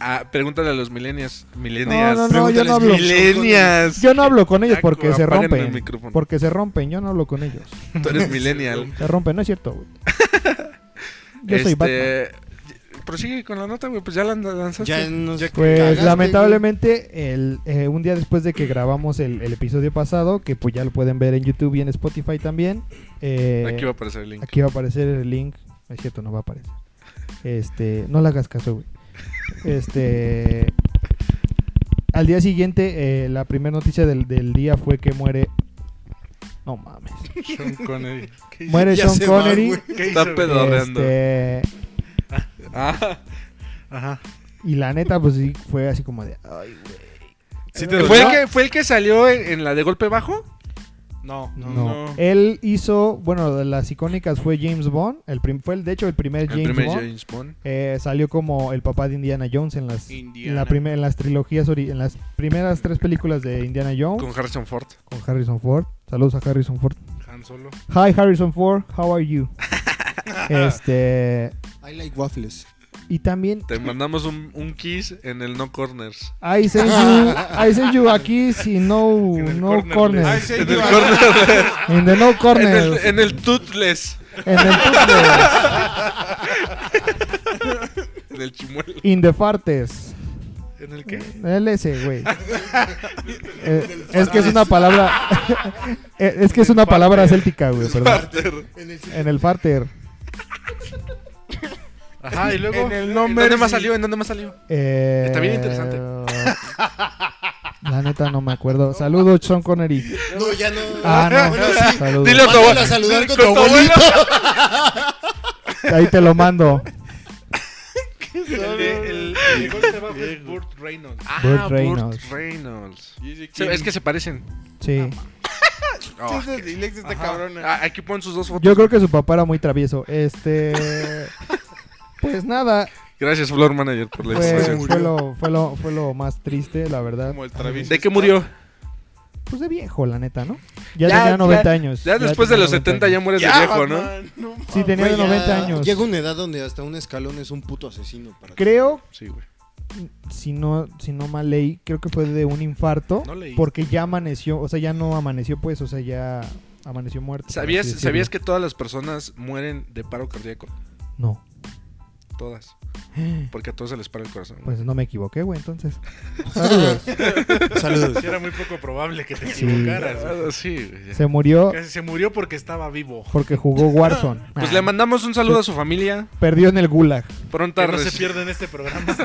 Speaker 1: Ah, pregúntale a los millennials. Millennials.
Speaker 5: No, no, no, yo
Speaker 2: Pregúntales
Speaker 5: no hablo.
Speaker 2: mil-
Speaker 1: Millennials.
Speaker 5: Yo no hablo con ellos
Speaker 1: Ya,
Speaker 5: porque se
Speaker 1: apáguenme el
Speaker 5: rompen.
Speaker 1: micrófono.
Speaker 5: Porque se rompen, yo no hablo con ellos.
Speaker 1: Tú eres millennial.
Speaker 5: Se rompen, no es cierto, güey. Yo
Speaker 1: Este,
Speaker 5: soy Batman.
Speaker 1: Prosigue con la nota, güey, pues ya la lanzaste.
Speaker 2: Ya nos
Speaker 5: Pues
Speaker 2: cagaste,
Speaker 5: lamentablemente, el, eh, un día después de que grabamos el, el episodio pasado, que pues ya lo pueden ver en YouTube y en Spotify también. eh,
Speaker 1: Aquí va a aparecer el link.
Speaker 5: Aquí va a aparecer el link. No Es cierto, no va a aparecer. Este, no le hagas caso, güey. Este. Al día siguiente, eh, la primera noticia del, del día fue que muere. No mames.
Speaker 4: Sean Connery. ¿Qué hizo?
Speaker 5: Muere
Speaker 2: Ya
Speaker 5: Sean
Speaker 2: se va,
Speaker 5: Connery.
Speaker 2: güey.
Speaker 4: ¿Qué
Speaker 1: Está
Speaker 4: hizo,
Speaker 1: pedo.
Speaker 4: güey?
Speaker 1: pedorreando.
Speaker 5: este,
Speaker 1: Ah,
Speaker 4: Ajá.
Speaker 5: y la neta, pues sí, fue así como de. Ay, güey.
Speaker 4: ¿Sí te
Speaker 1: ¿Fue, el
Speaker 4: dolió?
Speaker 1: que, ¿Fue el que salió en, en la de golpe bajo?
Speaker 4: No.
Speaker 5: No.
Speaker 3: No.
Speaker 5: Él hizo. Bueno, de las icónicas fue James Bond. El prim- fue, el, de hecho, el primer James
Speaker 1: el primer
Speaker 5: Bond.
Speaker 1: James Bond.
Speaker 5: Eh, salió como el papá de Indiana Jones en las, en
Speaker 3: Indiana.
Speaker 5: la primer- en las trilogías, ori- en las primeras tres películas de Indiana Jones
Speaker 1: Con Harrison Ford.
Speaker 5: con Harrison Ford. Saludos a Harrison Ford.
Speaker 4: Han Solo.
Speaker 5: Hi Harrison Ford, how are you? este
Speaker 2: güey. I like waffles.
Speaker 5: y también
Speaker 1: Te mandamos un, un kiss en el No Corners.
Speaker 5: I send you, I send you aquí sin no
Speaker 4: En el
Speaker 5: no
Speaker 4: corner.
Speaker 3: Ay,
Speaker 5: corner,
Speaker 3: sí,
Speaker 1: En el
Speaker 3: yo-
Speaker 1: corner.
Speaker 5: in the no
Speaker 1: En el,
Speaker 5: corner,
Speaker 1: en el Toothless.
Speaker 5: en el toothless,
Speaker 1: En el chimuelo.
Speaker 5: in the fartes.
Speaker 4: ¿En el qué?
Speaker 5: El ese, güey. Eh, es que es una palabra eh, es que es una palabra céltica, güey, perdón.
Speaker 2: En el-
Speaker 5: En el farter.
Speaker 4: Ajá, y luego.
Speaker 3: En el
Speaker 1: ¿En
Speaker 3: nombre
Speaker 1: dónde más salió? ¿En dónde más salió?
Speaker 5: Eh,
Speaker 1: Está bien interesante.
Speaker 5: La neta no me acuerdo. Saludos, Sean Connery.
Speaker 2: No, ya no.
Speaker 5: Ah, no.
Speaker 2: Bueno, sí.
Speaker 5: Saludos.
Speaker 1: Dile a tu
Speaker 2: Mándala
Speaker 1: abuelo.
Speaker 2: a saludar con
Speaker 1: Con
Speaker 2: tu
Speaker 1: tu abuelo.
Speaker 5: Ahí te lo mando.
Speaker 4: El de- el- el de golpe bajo es Burt Reynolds.
Speaker 1: Ah,
Speaker 5: Burt
Speaker 1: Burt
Speaker 5: Reynolds.
Speaker 1: Reynolds.
Speaker 3: Jesse
Speaker 1: Se-
Speaker 3: King.
Speaker 1: es que se parecen.
Speaker 5: Sí.
Speaker 1: Oh,
Speaker 3: Ese es Dilex, este
Speaker 1: ajá.
Speaker 3: cabrón.
Speaker 1: Ah, aquí ponen sus dos fotos.
Speaker 5: Yo creo que su papá era muy travieso. Este. Pues nada, pues
Speaker 1: Gracias, Floor Manager, por la
Speaker 4: Pues,
Speaker 5: fue,
Speaker 1: información.
Speaker 5: fue lo, fue, lo, fue lo más triste, la verdad.
Speaker 3: Como el Travis.
Speaker 1: ¿De qué murió?
Speaker 5: Pues de viejo, la neta, ¿no? Ya,
Speaker 1: Ya-
Speaker 5: tenía 90 años.
Speaker 1: Ya después de
Speaker 5: tenía
Speaker 1: los 70 ya mueres de
Speaker 3: Ya,
Speaker 1: Ah, viejo, ¿no?
Speaker 3: Batman, no
Speaker 5: Sí, tenía
Speaker 2: Güey,
Speaker 5: de
Speaker 2: ya
Speaker 5: 90 años.
Speaker 2: Llega una edad donde hasta un escalón es un puto asesino. Para ti.
Speaker 5: Creo,
Speaker 1: Sí, güey.
Speaker 4: Ah,
Speaker 5: si no, si no mal leí, creo que fue de un infarto.
Speaker 4: No leí.
Speaker 5: Porque ya amaneció, o sea, ya no amaneció, pues, o sea, ya amaneció muerto. por
Speaker 1: ¿Sabías,
Speaker 5: así
Speaker 1: ¿Sabías
Speaker 5: decirlo.
Speaker 1: que todas las personas mueren de paro cardíaco?
Speaker 5: No.
Speaker 1: Todas. Porque a todos se les para el corazón.
Speaker 5: Pues no me equivoqué, güey, entonces. Saludos.
Speaker 2: Saludos.
Speaker 4: Sí, era muy poco probable que te
Speaker 5: Sí.
Speaker 4: equivocaras. güey.
Speaker 1: Ah, sí, güey, ya.
Speaker 5: Se murió
Speaker 4: Casi se murió porque estaba vivo.
Speaker 5: porque jugó Warzone.
Speaker 1: Pues
Speaker 5: Ah,
Speaker 1: le mandamos un saludo a su familia.
Speaker 5: Perdió en el gulag.
Speaker 1: Pronta,
Speaker 4: Que no se
Speaker 1: res-
Speaker 4: pierde en este programa.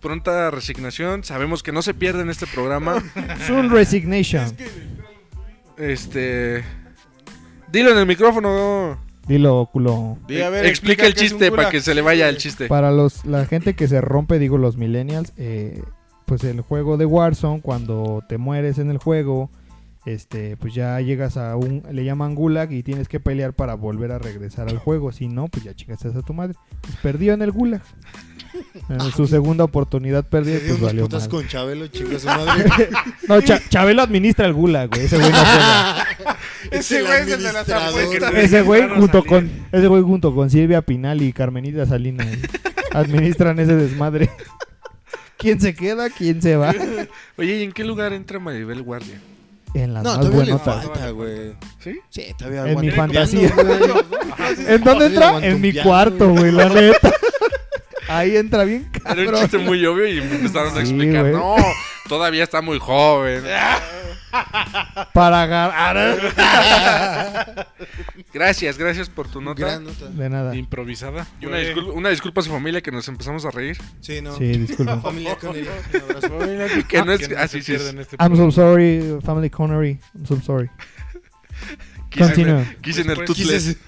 Speaker 1: pronta resignación. Sabemos que no se pierde en este programa.
Speaker 5: Soon resignation.
Speaker 1: Este. Dilo en el micrófono.
Speaker 5: Dilo, culo.
Speaker 3: Di, a ver,
Speaker 1: explica, el
Speaker 3: qué es un
Speaker 1: chiste para
Speaker 3: gulag.
Speaker 1: que se le vaya el chiste.
Speaker 5: Para los, la gente que se rompe, digo los millennials, eh, pues el juego de Warzone, cuando te mueres en el juego, este, pues ya llegas a un, le llaman gulag y tienes que pelear para volver a regresar al juego. Si no, pues ya chingaste a tu madre. Pues perdió en el gulag. En su segunda oportunidad perdió,
Speaker 2: Se
Speaker 5: y
Speaker 2: dio
Speaker 5: pues
Speaker 2: unos
Speaker 5: valió
Speaker 2: putas
Speaker 5: madre.
Speaker 2: con Chabelo, chinga su madre.
Speaker 5: No, pues Cha- Chabelo administra el gulag, güey. Ese güey no Eh, juega.
Speaker 2: Ese güey es el de las apuestas.
Speaker 5: Ese güey
Speaker 4: Claro,
Speaker 5: junto
Speaker 4: Salinas.
Speaker 5: con, ese güey junto con Silvia Pinal y Carmenita Salinas administran ese desmadre. ¿Quién se queda? ¿Quién se va?
Speaker 1: Oye, ¿y en qué lugar entra Maribel Guardia?
Speaker 5: En las
Speaker 2: No,
Speaker 5: más
Speaker 2: todavía le
Speaker 5: buenotas.
Speaker 2: falta, güey.
Speaker 1: ¿Sí?
Speaker 2: Sí, todavía
Speaker 5: En mi
Speaker 2: aguanta.
Speaker 5: fantasía.
Speaker 3: Ajá.
Speaker 5: ¿En dónde
Speaker 2: Todavía
Speaker 5: entra?
Speaker 2: aguanta
Speaker 5: En
Speaker 2: un
Speaker 5: mi
Speaker 2: piano,
Speaker 5: cuarto, güey, la neta. Ahí entra bien
Speaker 1: Era un
Speaker 5: cabrón.
Speaker 1: chiste muy obvio y me empezaron a
Speaker 5: Sí,
Speaker 1: explicar.
Speaker 5: güey.
Speaker 1: No, todavía está muy joven.
Speaker 5: Para agarrar.
Speaker 1: Gracias, gracias por tu nota.
Speaker 2: Gran nota.
Speaker 5: De nada.
Speaker 4: Improvisada.
Speaker 1: Una,
Speaker 4: Lloré.
Speaker 1: discul- una disculpa a su familia que nos empezamos a reír.
Speaker 2: Sí, no.
Speaker 5: Sí, disculpa.
Speaker 2: Familia Connery, un abrazo.
Speaker 1: Que no es-
Speaker 4: se
Speaker 1: ah, sí, sí
Speaker 4: pierda
Speaker 1: es.
Speaker 4: en este
Speaker 5: I'm so
Speaker 4: programa.
Speaker 5: sorry, family Connery. I'm so sorry.
Speaker 1: Quise,
Speaker 5: Continúa.
Speaker 1: quise en el
Speaker 4: ¿eh? Después
Speaker 1: tutle.
Speaker 2: Quises-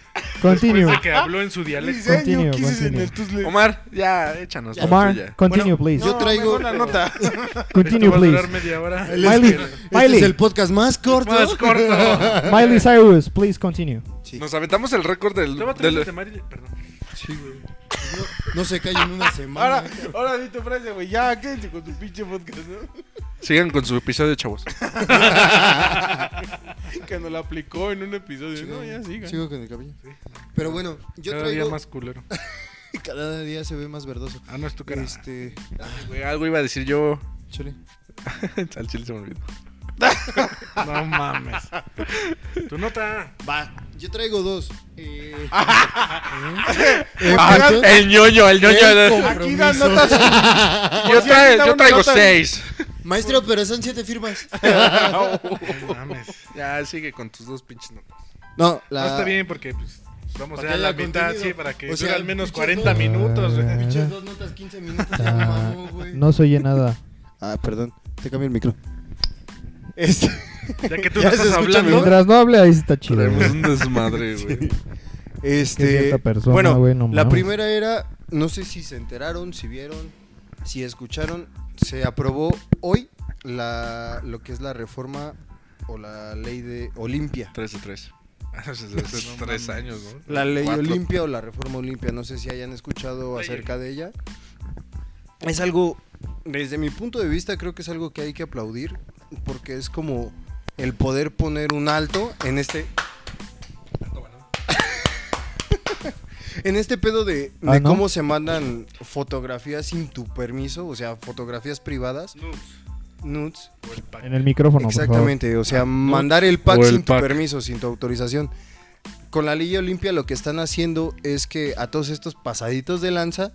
Speaker 5: Continue.
Speaker 4: Después de que habló en su dialecto.
Speaker 5: Continue,
Speaker 3: Quises en
Speaker 5: continue.
Speaker 3: el Tuzle.
Speaker 1: Omar, ya, échanos. la
Speaker 5: Omar,
Speaker 1: tuya.
Speaker 5: continue,
Speaker 2: Bueno,
Speaker 5: please.
Speaker 2: Yo traigo.
Speaker 3: mejor la nota.
Speaker 5: Continue,
Speaker 4: Esto va a durar
Speaker 5: please.
Speaker 4: media hora.
Speaker 2: El-
Speaker 5: Miley,
Speaker 2: Este es
Speaker 5: Miley,
Speaker 2: el podcast más corto.
Speaker 1: Más corto.
Speaker 5: Miley Cyrus, please continue.
Speaker 2: Sí.
Speaker 1: Nos aventamos el récord del.
Speaker 4: Te va a este tener
Speaker 1: del-
Speaker 4: que temar y- Perdón.
Speaker 2: Sí, güey. No, no se cae en una semana.
Speaker 3: Ahora, ahora di tu frase, güey. Ya, quédense con tu pinche podcast, ¿no?
Speaker 1: Sigan con su episodio, chavos.
Speaker 3: Que nos la aplicó en un episodio.
Speaker 2: Sigo-
Speaker 3: no, ya siga.
Speaker 2: Sigo con el cabello. Pero bueno, yo
Speaker 4: Cada
Speaker 2: traigo.
Speaker 4: día más culero.
Speaker 2: Cada día se ve más verdoso.
Speaker 4: Ah, no es tu cara.
Speaker 2: Este.
Speaker 1: Güey, algo iba a decir yo.
Speaker 2: Chole.
Speaker 1: Al chile se me olvidó.
Speaker 4: No mames. Tu nota.
Speaker 2: Va. Yo traigo dos. Eh,
Speaker 1: Ah,
Speaker 2: perdón.
Speaker 1: el ñoño, el ñoño.
Speaker 2: El
Speaker 1: de-
Speaker 3: Aquí dan
Speaker 2: compromiso.
Speaker 3: notas.
Speaker 1: Yo,
Speaker 3: Por
Speaker 1: trae-
Speaker 3: cierto,
Speaker 1: yo
Speaker 3: una
Speaker 1: traigo
Speaker 3: nota-
Speaker 1: seis.
Speaker 2: Maestro, pero son siete firmas.
Speaker 4: No mames.
Speaker 1: Ya, sigue con tus dos pinches notas.
Speaker 2: No, la.
Speaker 4: No está bien porque pues, vamos
Speaker 2: Para
Speaker 4: a
Speaker 2: que
Speaker 4: la
Speaker 2: haya
Speaker 4: mitad,
Speaker 2: contenido.
Speaker 4: sí, para que
Speaker 2: O
Speaker 4: dure
Speaker 2: sea,
Speaker 4: al menos
Speaker 2: pinches
Speaker 4: 40
Speaker 2: dos.
Speaker 4: minutos.
Speaker 5: Ah.
Speaker 2: Pinches dos notas, 15 minutos. Ya me
Speaker 5: Ah,
Speaker 2: mamó, güey.
Speaker 5: no se oye nada.
Speaker 2: Ah, perdón. Te cambio el micro. Este.
Speaker 4: Ya que tú
Speaker 2: Ya se
Speaker 4: no estás
Speaker 2: escucha
Speaker 4: hablando.
Speaker 2: mejor.
Speaker 5: Mientras no hable, ahí está chido.
Speaker 1: Traemos
Speaker 5: güey.
Speaker 1: un desmadre, güey.
Speaker 5: Que
Speaker 2: Este,
Speaker 5: cierta persona,
Speaker 2: bueno,
Speaker 5: güey, no
Speaker 2: la
Speaker 5: mames.
Speaker 2: primera era, no sé si se enteraron, si vieron, si escucharon, se aprobó hoy la, lo que es la reforma o la ley de Olimpia.
Speaker 1: Tres de tres. Hace tres
Speaker 4: mames.
Speaker 1: años, ¿no?
Speaker 2: La ley
Speaker 1: Cuatro.
Speaker 2: Olimpia o la reforma Olimpia, no sé si hayan escuchado acerca de ella. Es algo, desde mi punto de vista, creo que es algo que hay que aplaudir, porque es como el poder poner un alto en este... en este pedo de,
Speaker 5: Ah,
Speaker 2: de
Speaker 5: ¿no?
Speaker 2: cómo se mandan fotografías sin tu permiso, o sea, fotografías privadas, nudes.
Speaker 4: O el pack.
Speaker 5: En el micrófono, por favor. Ah,
Speaker 2: Exactamente, o sea, mandar el pack
Speaker 1: O el
Speaker 2: sin tu
Speaker 1: pack.
Speaker 2: permiso, sin tu autorización. Con la ley Olimpia lo que están haciendo es que a todos estos pasaditos de lanza,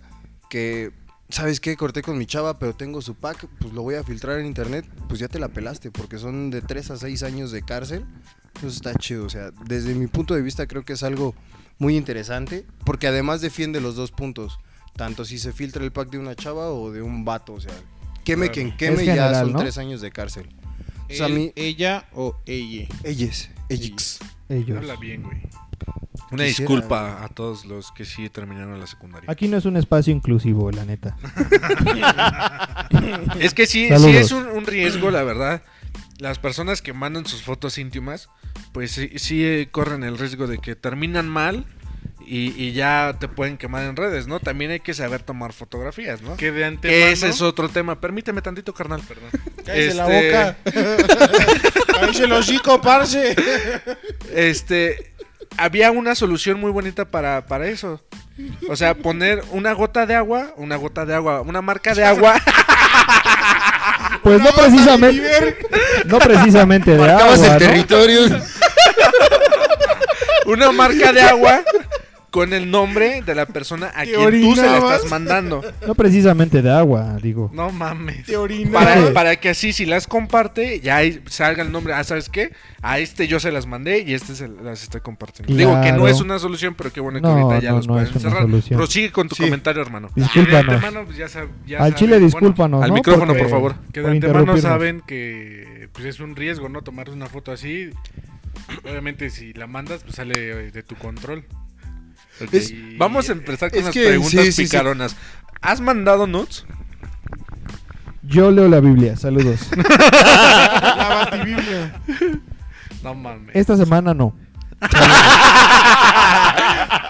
Speaker 2: que, ¿sabes qué? Corté con mi chava, pero tengo su pack, pues lo voy a filtrar en internet, pues ya te la pelaste, porque son de 3 a 6 años de cárcel. Entonces está chido, o sea, desde mi punto de vista creo que es algo muy interesante, porque además defiende los dos puntos, tanto si se filtra el pack de una chava o de un vato, o sea, queme
Speaker 4: Claro.
Speaker 2: quien queme,
Speaker 5: Es
Speaker 2: ya
Speaker 5: general,
Speaker 2: son
Speaker 5: ¿no?
Speaker 2: 3 años de cárcel. O sea, a
Speaker 3: Él,
Speaker 2: mí-
Speaker 3: Ella o ella.
Speaker 2: Ellas, ellas.
Speaker 5: Ellos.
Speaker 4: Habla bien, güey.
Speaker 1: Una
Speaker 2: Quisiera-
Speaker 1: disculpa a todos los que sí terminaron la secundaria.
Speaker 5: Aquí no es un espacio inclusivo, la neta.
Speaker 1: Es que sí, sí
Speaker 5: Saludos.
Speaker 1: es un, un riesgo, la verdad. Las personas que mandan sus fotos íntimas, pues sí, sí, eh, corren el riesgo de que terminan mal y, y ya te pueden quemar en redes, ¿no? También hay que saber tomar fotografías, ¿no? Que
Speaker 4: Que de ante
Speaker 1: ese es otro tema. Permíteme tantito, carnal, perdón.
Speaker 3: Cállese la
Speaker 1: Este-
Speaker 3: boca. Cállese el hocico, parce.
Speaker 1: Este, había una solución muy bonita para, para eso. O sea, poner una gota de agua, una gota de agua, una marca de agua.
Speaker 5: Pues no precisamente. No precisamente de agua,
Speaker 2: Marcabas el
Speaker 5: ¿no?
Speaker 2: territorio.
Speaker 1: una marca de agua con el nombre de la persona a
Speaker 3: ¿Te
Speaker 1: quien tú se la
Speaker 3: orinabas?
Speaker 1: estás mandando.
Speaker 5: No precisamente de agua, digo.
Speaker 4: No mames.
Speaker 3: Te
Speaker 1: Para,
Speaker 3: orinabas.
Speaker 1: para que así, si las comparte, ya ahí salga el nombre. Ah, ¿sabes qué? A este yo se las mandé y este se las está compartiendo. Digo que no
Speaker 5: Claro.
Speaker 1: es una solución, pero qué bueno que
Speaker 5: No,
Speaker 1: ahorita ya
Speaker 5: no,
Speaker 1: los
Speaker 5: no
Speaker 1: pueden
Speaker 5: es una
Speaker 1: cerrar.
Speaker 5: solución.
Speaker 1: Prosigue con tu comentario, hermano.
Speaker 4: Que de
Speaker 5: Discúlpanos.
Speaker 4: antemano, pues, ya sab- ya
Speaker 5: Al
Speaker 4: saben-
Speaker 5: chile,
Speaker 4: bueno,
Speaker 5: discúlpanos.
Speaker 1: al
Speaker 5: ¿no?
Speaker 1: micrófono,
Speaker 5: Porque-
Speaker 1: por favor.
Speaker 4: que de
Speaker 5: por
Speaker 4: antemano
Speaker 5: interrumpirnos.
Speaker 4: saben que pues, es un riesgo, ¿no? Tomarse una foto así. Obviamente, si la mandas, pues sale eh, de tu control.
Speaker 1: Es-
Speaker 4: Y-
Speaker 1: Vamos a empezar con
Speaker 2: es
Speaker 1: las
Speaker 2: que-
Speaker 1: preguntas
Speaker 2: sí, sí, sí.
Speaker 1: picaronas. ¿Has mandado nudes?
Speaker 5: Yo leo la Biblia, saludos.
Speaker 3: La Batibiblia.
Speaker 4: No mames.
Speaker 5: Esta semana no.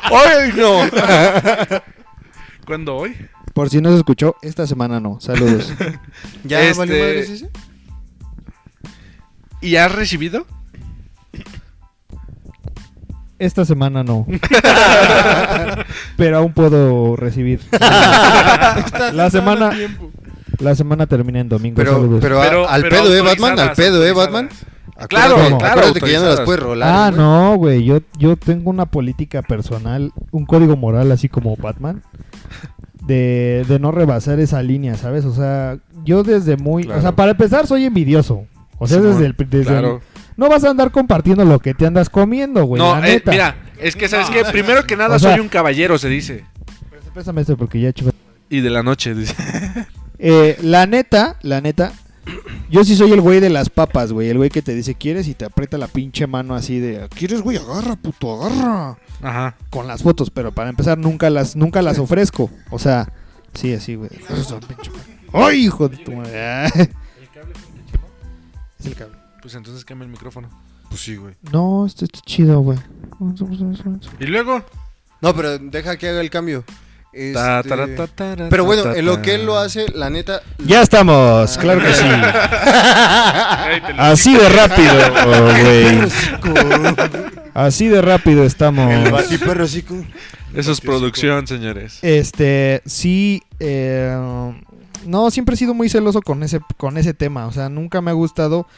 Speaker 1: ¡Ay, no!
Speaker 4: ¿Cuándo hoy?
Speaker 5: Por si no se escuchó, esta semana no, saludos.
Speaker 2: ¿Ya
Speaker 1: Este-
Speaker 2: valió madres ese?
Speaker 1: ¿Y has recibido?
Speaker 5: Esta semana no. Pero aún puedo recibir. La semana, la semana termina en domingo,
Speaker 2: Pero,
Speaker 5: saludos.
Speaker 2: pero, a- al
Speaker 4: pero
Speaker 2: pedo, ¿eh, Batman? Al
Speaker 4: autorizadas,
Speaker 2: pedo, ¿eh, Batman?
Speaker 4: autorizadas.
Speaker 2: Acuérdate,
Speaker 1: Claro,
Speaker 5: claro,
Speaker 2: acuérdate que ya no las
Speaker 1: autorizadas.
Speaker 2: puedes rolar.
Speaker 5: Ah,
Speaker 2: güey.
Speaker 5: no, güey. Yo, yo tengo una política personal, un código moral así como Batman, de, de no rebasar esa línea, ¿sabes? O sea, yo desde muy. O sea,
Speaker 1: Claro.
Speaker 5: para empezar, soy envidioso. O sea,
Speaker 1: Simón,
Speaker 5: desde el. desde el-
Speaker 1: claro.
Speaker 5: no vas a andar compartiendo lo que te andas comiendo, güey.
Speaker 1: no,
Speaker 5: pues, la
Speaker 1: eh,
Speaker 5: neta.
Speaker 1: mira, es que sabes que primero que nada
Speaker 5: O sea-
Speaker 1: soy un caballero, se dice.
Speaker 5: Pues, Pésame esto porque ya chupé.
Speaker 1: Y de la noche, dice.
Speaker 5: Eh, la neta, la neta. Yo sí soy el güey de las papas, güey. El güey que te dice quieres y te aprieta la pinche mano así de ¿Quieres, güey? Agarra, puto, agarra.
Speaker 1: Ajá.
Speaker 5: Con las fotos, pero para empezar nunca las, nunca las ofrezco. O sea, sí, así, güey. Eso, pinche madre. ¡Ay, hijo de tu madre! Es el cable.
Speaker 1: Pues entonces cambia el micrófono.
Speaker 2: Pues sí, güey.
Speaker 5: No, esto está chido, güey.
Speaker 4: Y luego,
Speaker 2: No, pero deja que haga el cambio. Este,
Speaker 1: Ta, ta, ta, ta, ta,
Speaker 2: Pero bueno,
Speaker 1: ta,
Speaker 2: en lo
Speaker 1: ta.
Speaker 2: que él lo hace, la neta.
Speaker 5: Ya estamos, claro que sí.
Speaker 4: ahí te lo-
Speaker 5: Así de rápido, güey. Así de rápido estamos.
Speaker 2: batiperro así como-
Speaker 1: Eso es producción, señores.
Speaker 5: Este, sí, eh, no, siempre he sido muy celoso con ese, con ese tema, o sea, nunca me ha gustado.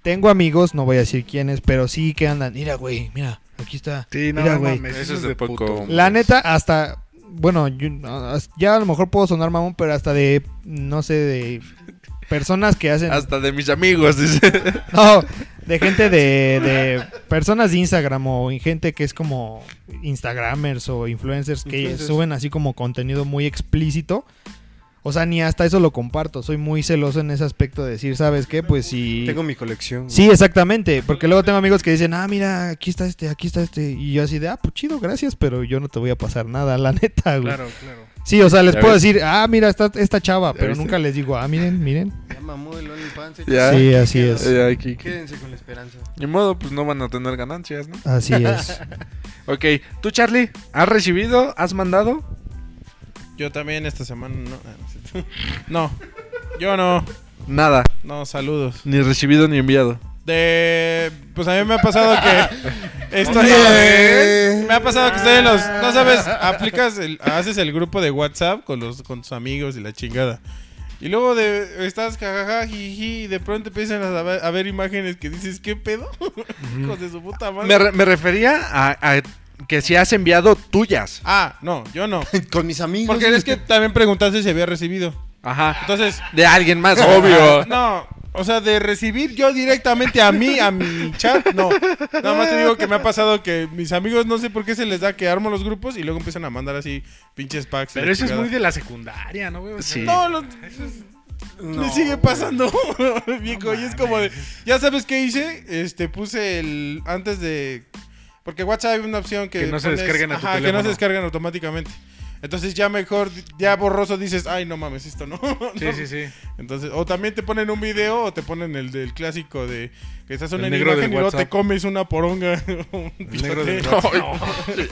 Speaker 5: Tengo amigos, no voy a decir quiénes, pero sí que andan, mira, güey, mira, aquí está.
Speaker 4: Sí, no,
Speaker 5: mira,
Speaker 4: no
Speaker 5: güey.
Speaker 4: mames,
Speaker 1: Eso es de poco.
Speaker 4: puto.
Speaker 5: La neta, hasta, bueno, yo- as- ya a lo mejor puedo sonar mamón, pero hasta de, no sé, de personas que hacen...
Speaker 1: Hasta de mis amigos, dice.
Speaker 5: No, de gente de, de personas de Instagram o en gente que es como Instagramers o influencers que
Speaker 3: Influencers.
Speaker 5: suben así como contenido muy explícito. O sea, ni hasta eso lo comparto. Soy muy celoso en ese aspecto de decir, ¿sabes qué? Pues sí.
Speaker 2: Tengo mi colección. güey.
Speaker 5: Sí, exactamente. Porque luego tengo amigos que dicen, ah, mira, aquí está este, aquí está este. Y yo así de, ah, pues chido, gracias, pero yo no te voy a pasar nada, la neta, güey.
Speaker 4: Claro, claro.
Speaker 5: Sí, o sea, les
Speaker 1: ¿Ya
Speaker 5: puedo
Speaker 1: ves?
Speaker 5: decir, ah, mira, está esta chava,
Speaker 1: ¿Ya
Speaker 5: pero
Speaker 1: viste?
Speaker 5: nunca les digo, ah, miren, miren.
Speaker 2: Ya mamó el OnlyFans.
Speaker 1: Ya.
Speaker 5: Sí, así es.
Speaker 1: Eh, aquí.
Speaker 2: Quédense con la esperanza.
Speaker 1: Ni modo, pues no van a tener ganancias, ¿no?
Speaker 5: Así es.
Speaker 1: Ok, tú, Charlie, ¿has recibido? ¿Has mandado?
Speaker 3: Yo también esta semana no. ah, no es cierto. No, yo no.
Speaker 1: Nada.
Speaker 3: No, saludos.
Speaker 1: Ni recibido ni enviado.
Speaker 3: De. Pues a mí me ha pasado que. Estoy. Me ha pasado que estoy en los. No sabes, aplicas. el- haces el grupo de WhatsApp con, los, con tus amigos y la chingada. Y luego de, estás jajaja, jiji, y de pronto empiezan a ver, a ver imágenes que dices, ¿qué pedo? Hijos de su puta madre.
Speaker 1: Me, re- me refería a, a que si has enviado tuyas.
Speaker 3: Ah, no, yo no.
Speaker 2: Con mis amigos.
Speaker 3: Porque es que también preguntaste si había recibido.
Speaker 1: Ajá.
Speaker 3: Entonces,
Speaker 1: De alguien más, obvio.
Speaker 3: No, o sea, de recibir yo directamente a mí, a mi chat, no. Nada más te digo que me ha pasado que mis amigos no sé por qué se les da que armo los grupos y luego empiezan a mandar así pinches packs. y
Speaker 4: Pero
Speaker 3: la
Speaker 4: eso es
Speaker 3: chingada.
Speaker 4: muy de la secundaria, ¿no, güey? O sea,
Speaker 1: Sí.
Speaker 3: No, lo-
Speaker 2: No,
Speaker 3: me sigue pasando, viejo. y es como de... Ya sabes qué hice, este, puse el... Antes de... Porque WhatsApp hay una opción que...
Speaker 4: Que no se descarguen a tu
Speaker 3: Ajá, que no
Speaker 4: teléfono.
Speaker 3: se descargan automáticamente. Entonces ya mejor, ya borroso dices, ay, no mames, esto no.
Speaker 4: Sí,
Speaker 3: No,
Speaker 4: sí, sí.
Speaker 3: entonces, o también te ponen un video o te ponen el del clásico de que estás en
Speaker 4: El
Speaker 3: una
Speaker 4: negro
Speaker 3: imagen
Speaker 4: del
Speaker 3: y luego te
Speaker 4: WhatsApp.
Speaker 3: comes una poronga. un
Speaker 4: negro del
Speaker 3: tiroteo.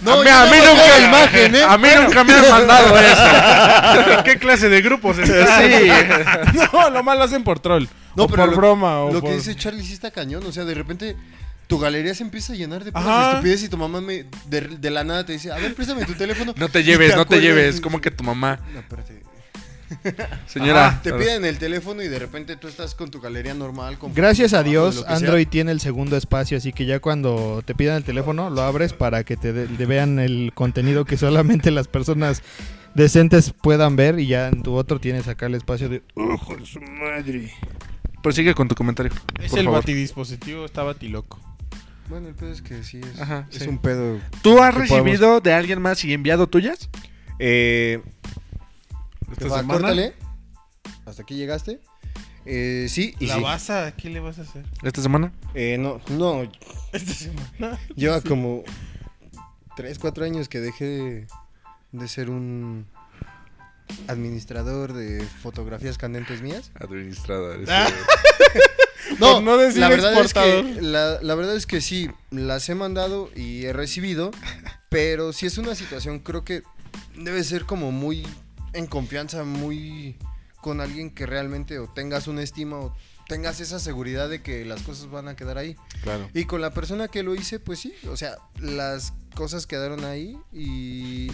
Speaker 2: No,
Speaker 1: a mí,
Speaker 2: yo
Speaker 1: a
Speaker 2: no
Speaker 1: mí
Speaker 2: mandé
Speaker 1: nunca,
Speaker 2: la imagen, ¿eh?
Speaker 1: a mí nunca me han mandado eso.
Speaker 4: ¿En qué clase de grupos estás?
Speaker 1: Sí.
Speaker 3: No, lo mal lo hacen por troll.
Speaker 2: No,
Speaker 3: o
Speaker 2: pero
Speaker 3: por
Speaker 2: lo-
Speaker 3: broma. O
Speaker 2: Lo
Speaker 3: por...
Speaker 2: que dice Charlie sí está cañón. O sea, de repente tu galería se empieza a llenar de puras
Speaker 3: Ajá.
Speaker 2: estupidez y tu mamá me, de, de la nada te dice: A ver, préstame tu teléfono.
Speaker 1: No te
Speaker 2: Y
Speaker 1: lleves, no te
Speaker 2: acuerdas
Speaker 1: lleves.
Speaker 2: de-
Speaker 1: Como que tu mamá.
Speaker 2: No, espérate.
Speaker 1: Señora.
Speaker 2: Ajá, te piden el teléfono y de repente tú estás con tu galería normal. con
Speaker 5: Gracias a
Speaker 2: fotos de trabajo, de
Speaker 5: Dios,
Speaker 2: lo que sea.
Speaker 5: Android tiene el segundo espacio, así que ya cuando te pidan el teléfono, lo abres para que te, de- te vean el contenido que solamente las personas decentes puedan ver y ya en tu otro tienes acá el espacio de...
Speaker 1: Prosigue con tu comentario.
Speaker 3: es
Speaker 1: por
Speaker 3: el
Speaker 1: favor.
Speaker 3: batidispositivo, está batiloco.
Speaker 2: Bueno, el pedo es que sí es.
Speaker 1: Ajá,
Speaker 2: es
Speaker 1: sí.
Speaker 2: un pedo.
Speaker 1: ¿Tú has
Speaker 2: que
Speaker 1: recibido de alguien más y enviado tuyas?
Speaker 2: Eh,
Speaker 4: ¿Esta
Speaker 2: va,
Speaker 4: semana?
Speaker 2: córtale. Hasta aquí llegaste. Eh, sí, y
Speaker 3: ¿La
Speaker 2: sí.
Speaker 3: vas a? ¿Qué le vas a hacer?
Speaker 1: ¿Esta semana?
Speaker 2: Eh, no, no,
Speaker 3: Esta semana.
Speaker 2: lleva como 3, 4 años que dejé de ser un administrador de fotografías candentes mías.
Speaker 1: Administrador.
Speaker 3: Ah. Por no decir
Speaker 2: la verdad es
Speaker 3: exportador.
Speaker 2: que la, la verdad es que sí, las he mandado y he recibido, pero si es una situación creo que debe ser como muy en confianza, muy con alguien que realmente o tengas una estima o tengas esa seguridad de que las cosas van a quedar ahí.
Speaker 4: Claro.
Speaker 2: Y con la persona que lo hice, pues sí, o sea, las cosas quedaron ahí y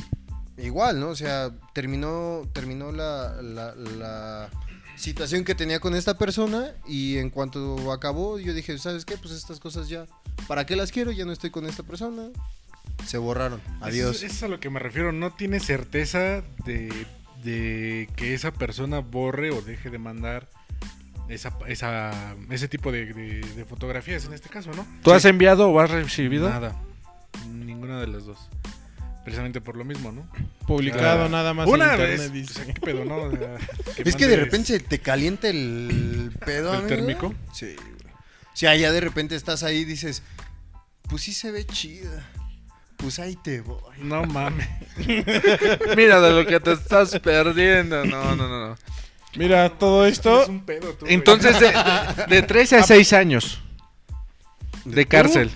Speaker 2: igual, ¿no? O sea, terminó, terminó la, la- la situación que tenía con esta persona y en cuanto acabó, yo dije, ¿sabes qué? Pues estas cosas ya, ¿para qué las quiero? Ya no estoy con esta persona. Se borraron. Adiós.
Speaker 4: Eso, eso es a lo que me refiero. No tiene certeza de, de que esa persona borre o deje de mandar esa, esa- ese tipo de, de- de fotografías en este caso, ¿no?
Speaker 1: ¿Tú has enviado o has recibido?
Speaker 4: Nada. Ninguna de las dos. Precisamente por lo mismo, ¿no?
Speaker 3: Publicado
Speaker 4: Ah.
Speaker 3: nada más
Speaker 4: Una
Speaker 3: en internet,
Speaker 4: vez.
Speaker 3: dice.
Speaker 4: o sea, ¿Qué pedo, no? O sea,
Speaker 2: es que de
Speaker 4: mandes-
Speaker 2: repente te calienta el pedo.
Speaker 4: ¿El
Speaker 2: amigo.
Speaker 4: térmico?
Speaker 2: Sí, güey. O sea, ya de repente estás ahí y dices, pues sí se ve chida. Pues ahí te voy.
Speaker 4: No mames.
Speaker 1: Mira de lo que te estás perdiendo. No, no, no. no.
Speaker 3: Mira, todo
Speaker 4: Es
Speaker 3: esto.
Speaker 4: un pedo, tú, güey.
Speaker 1: Entonces, de, de 3 a 6 años de cárcel.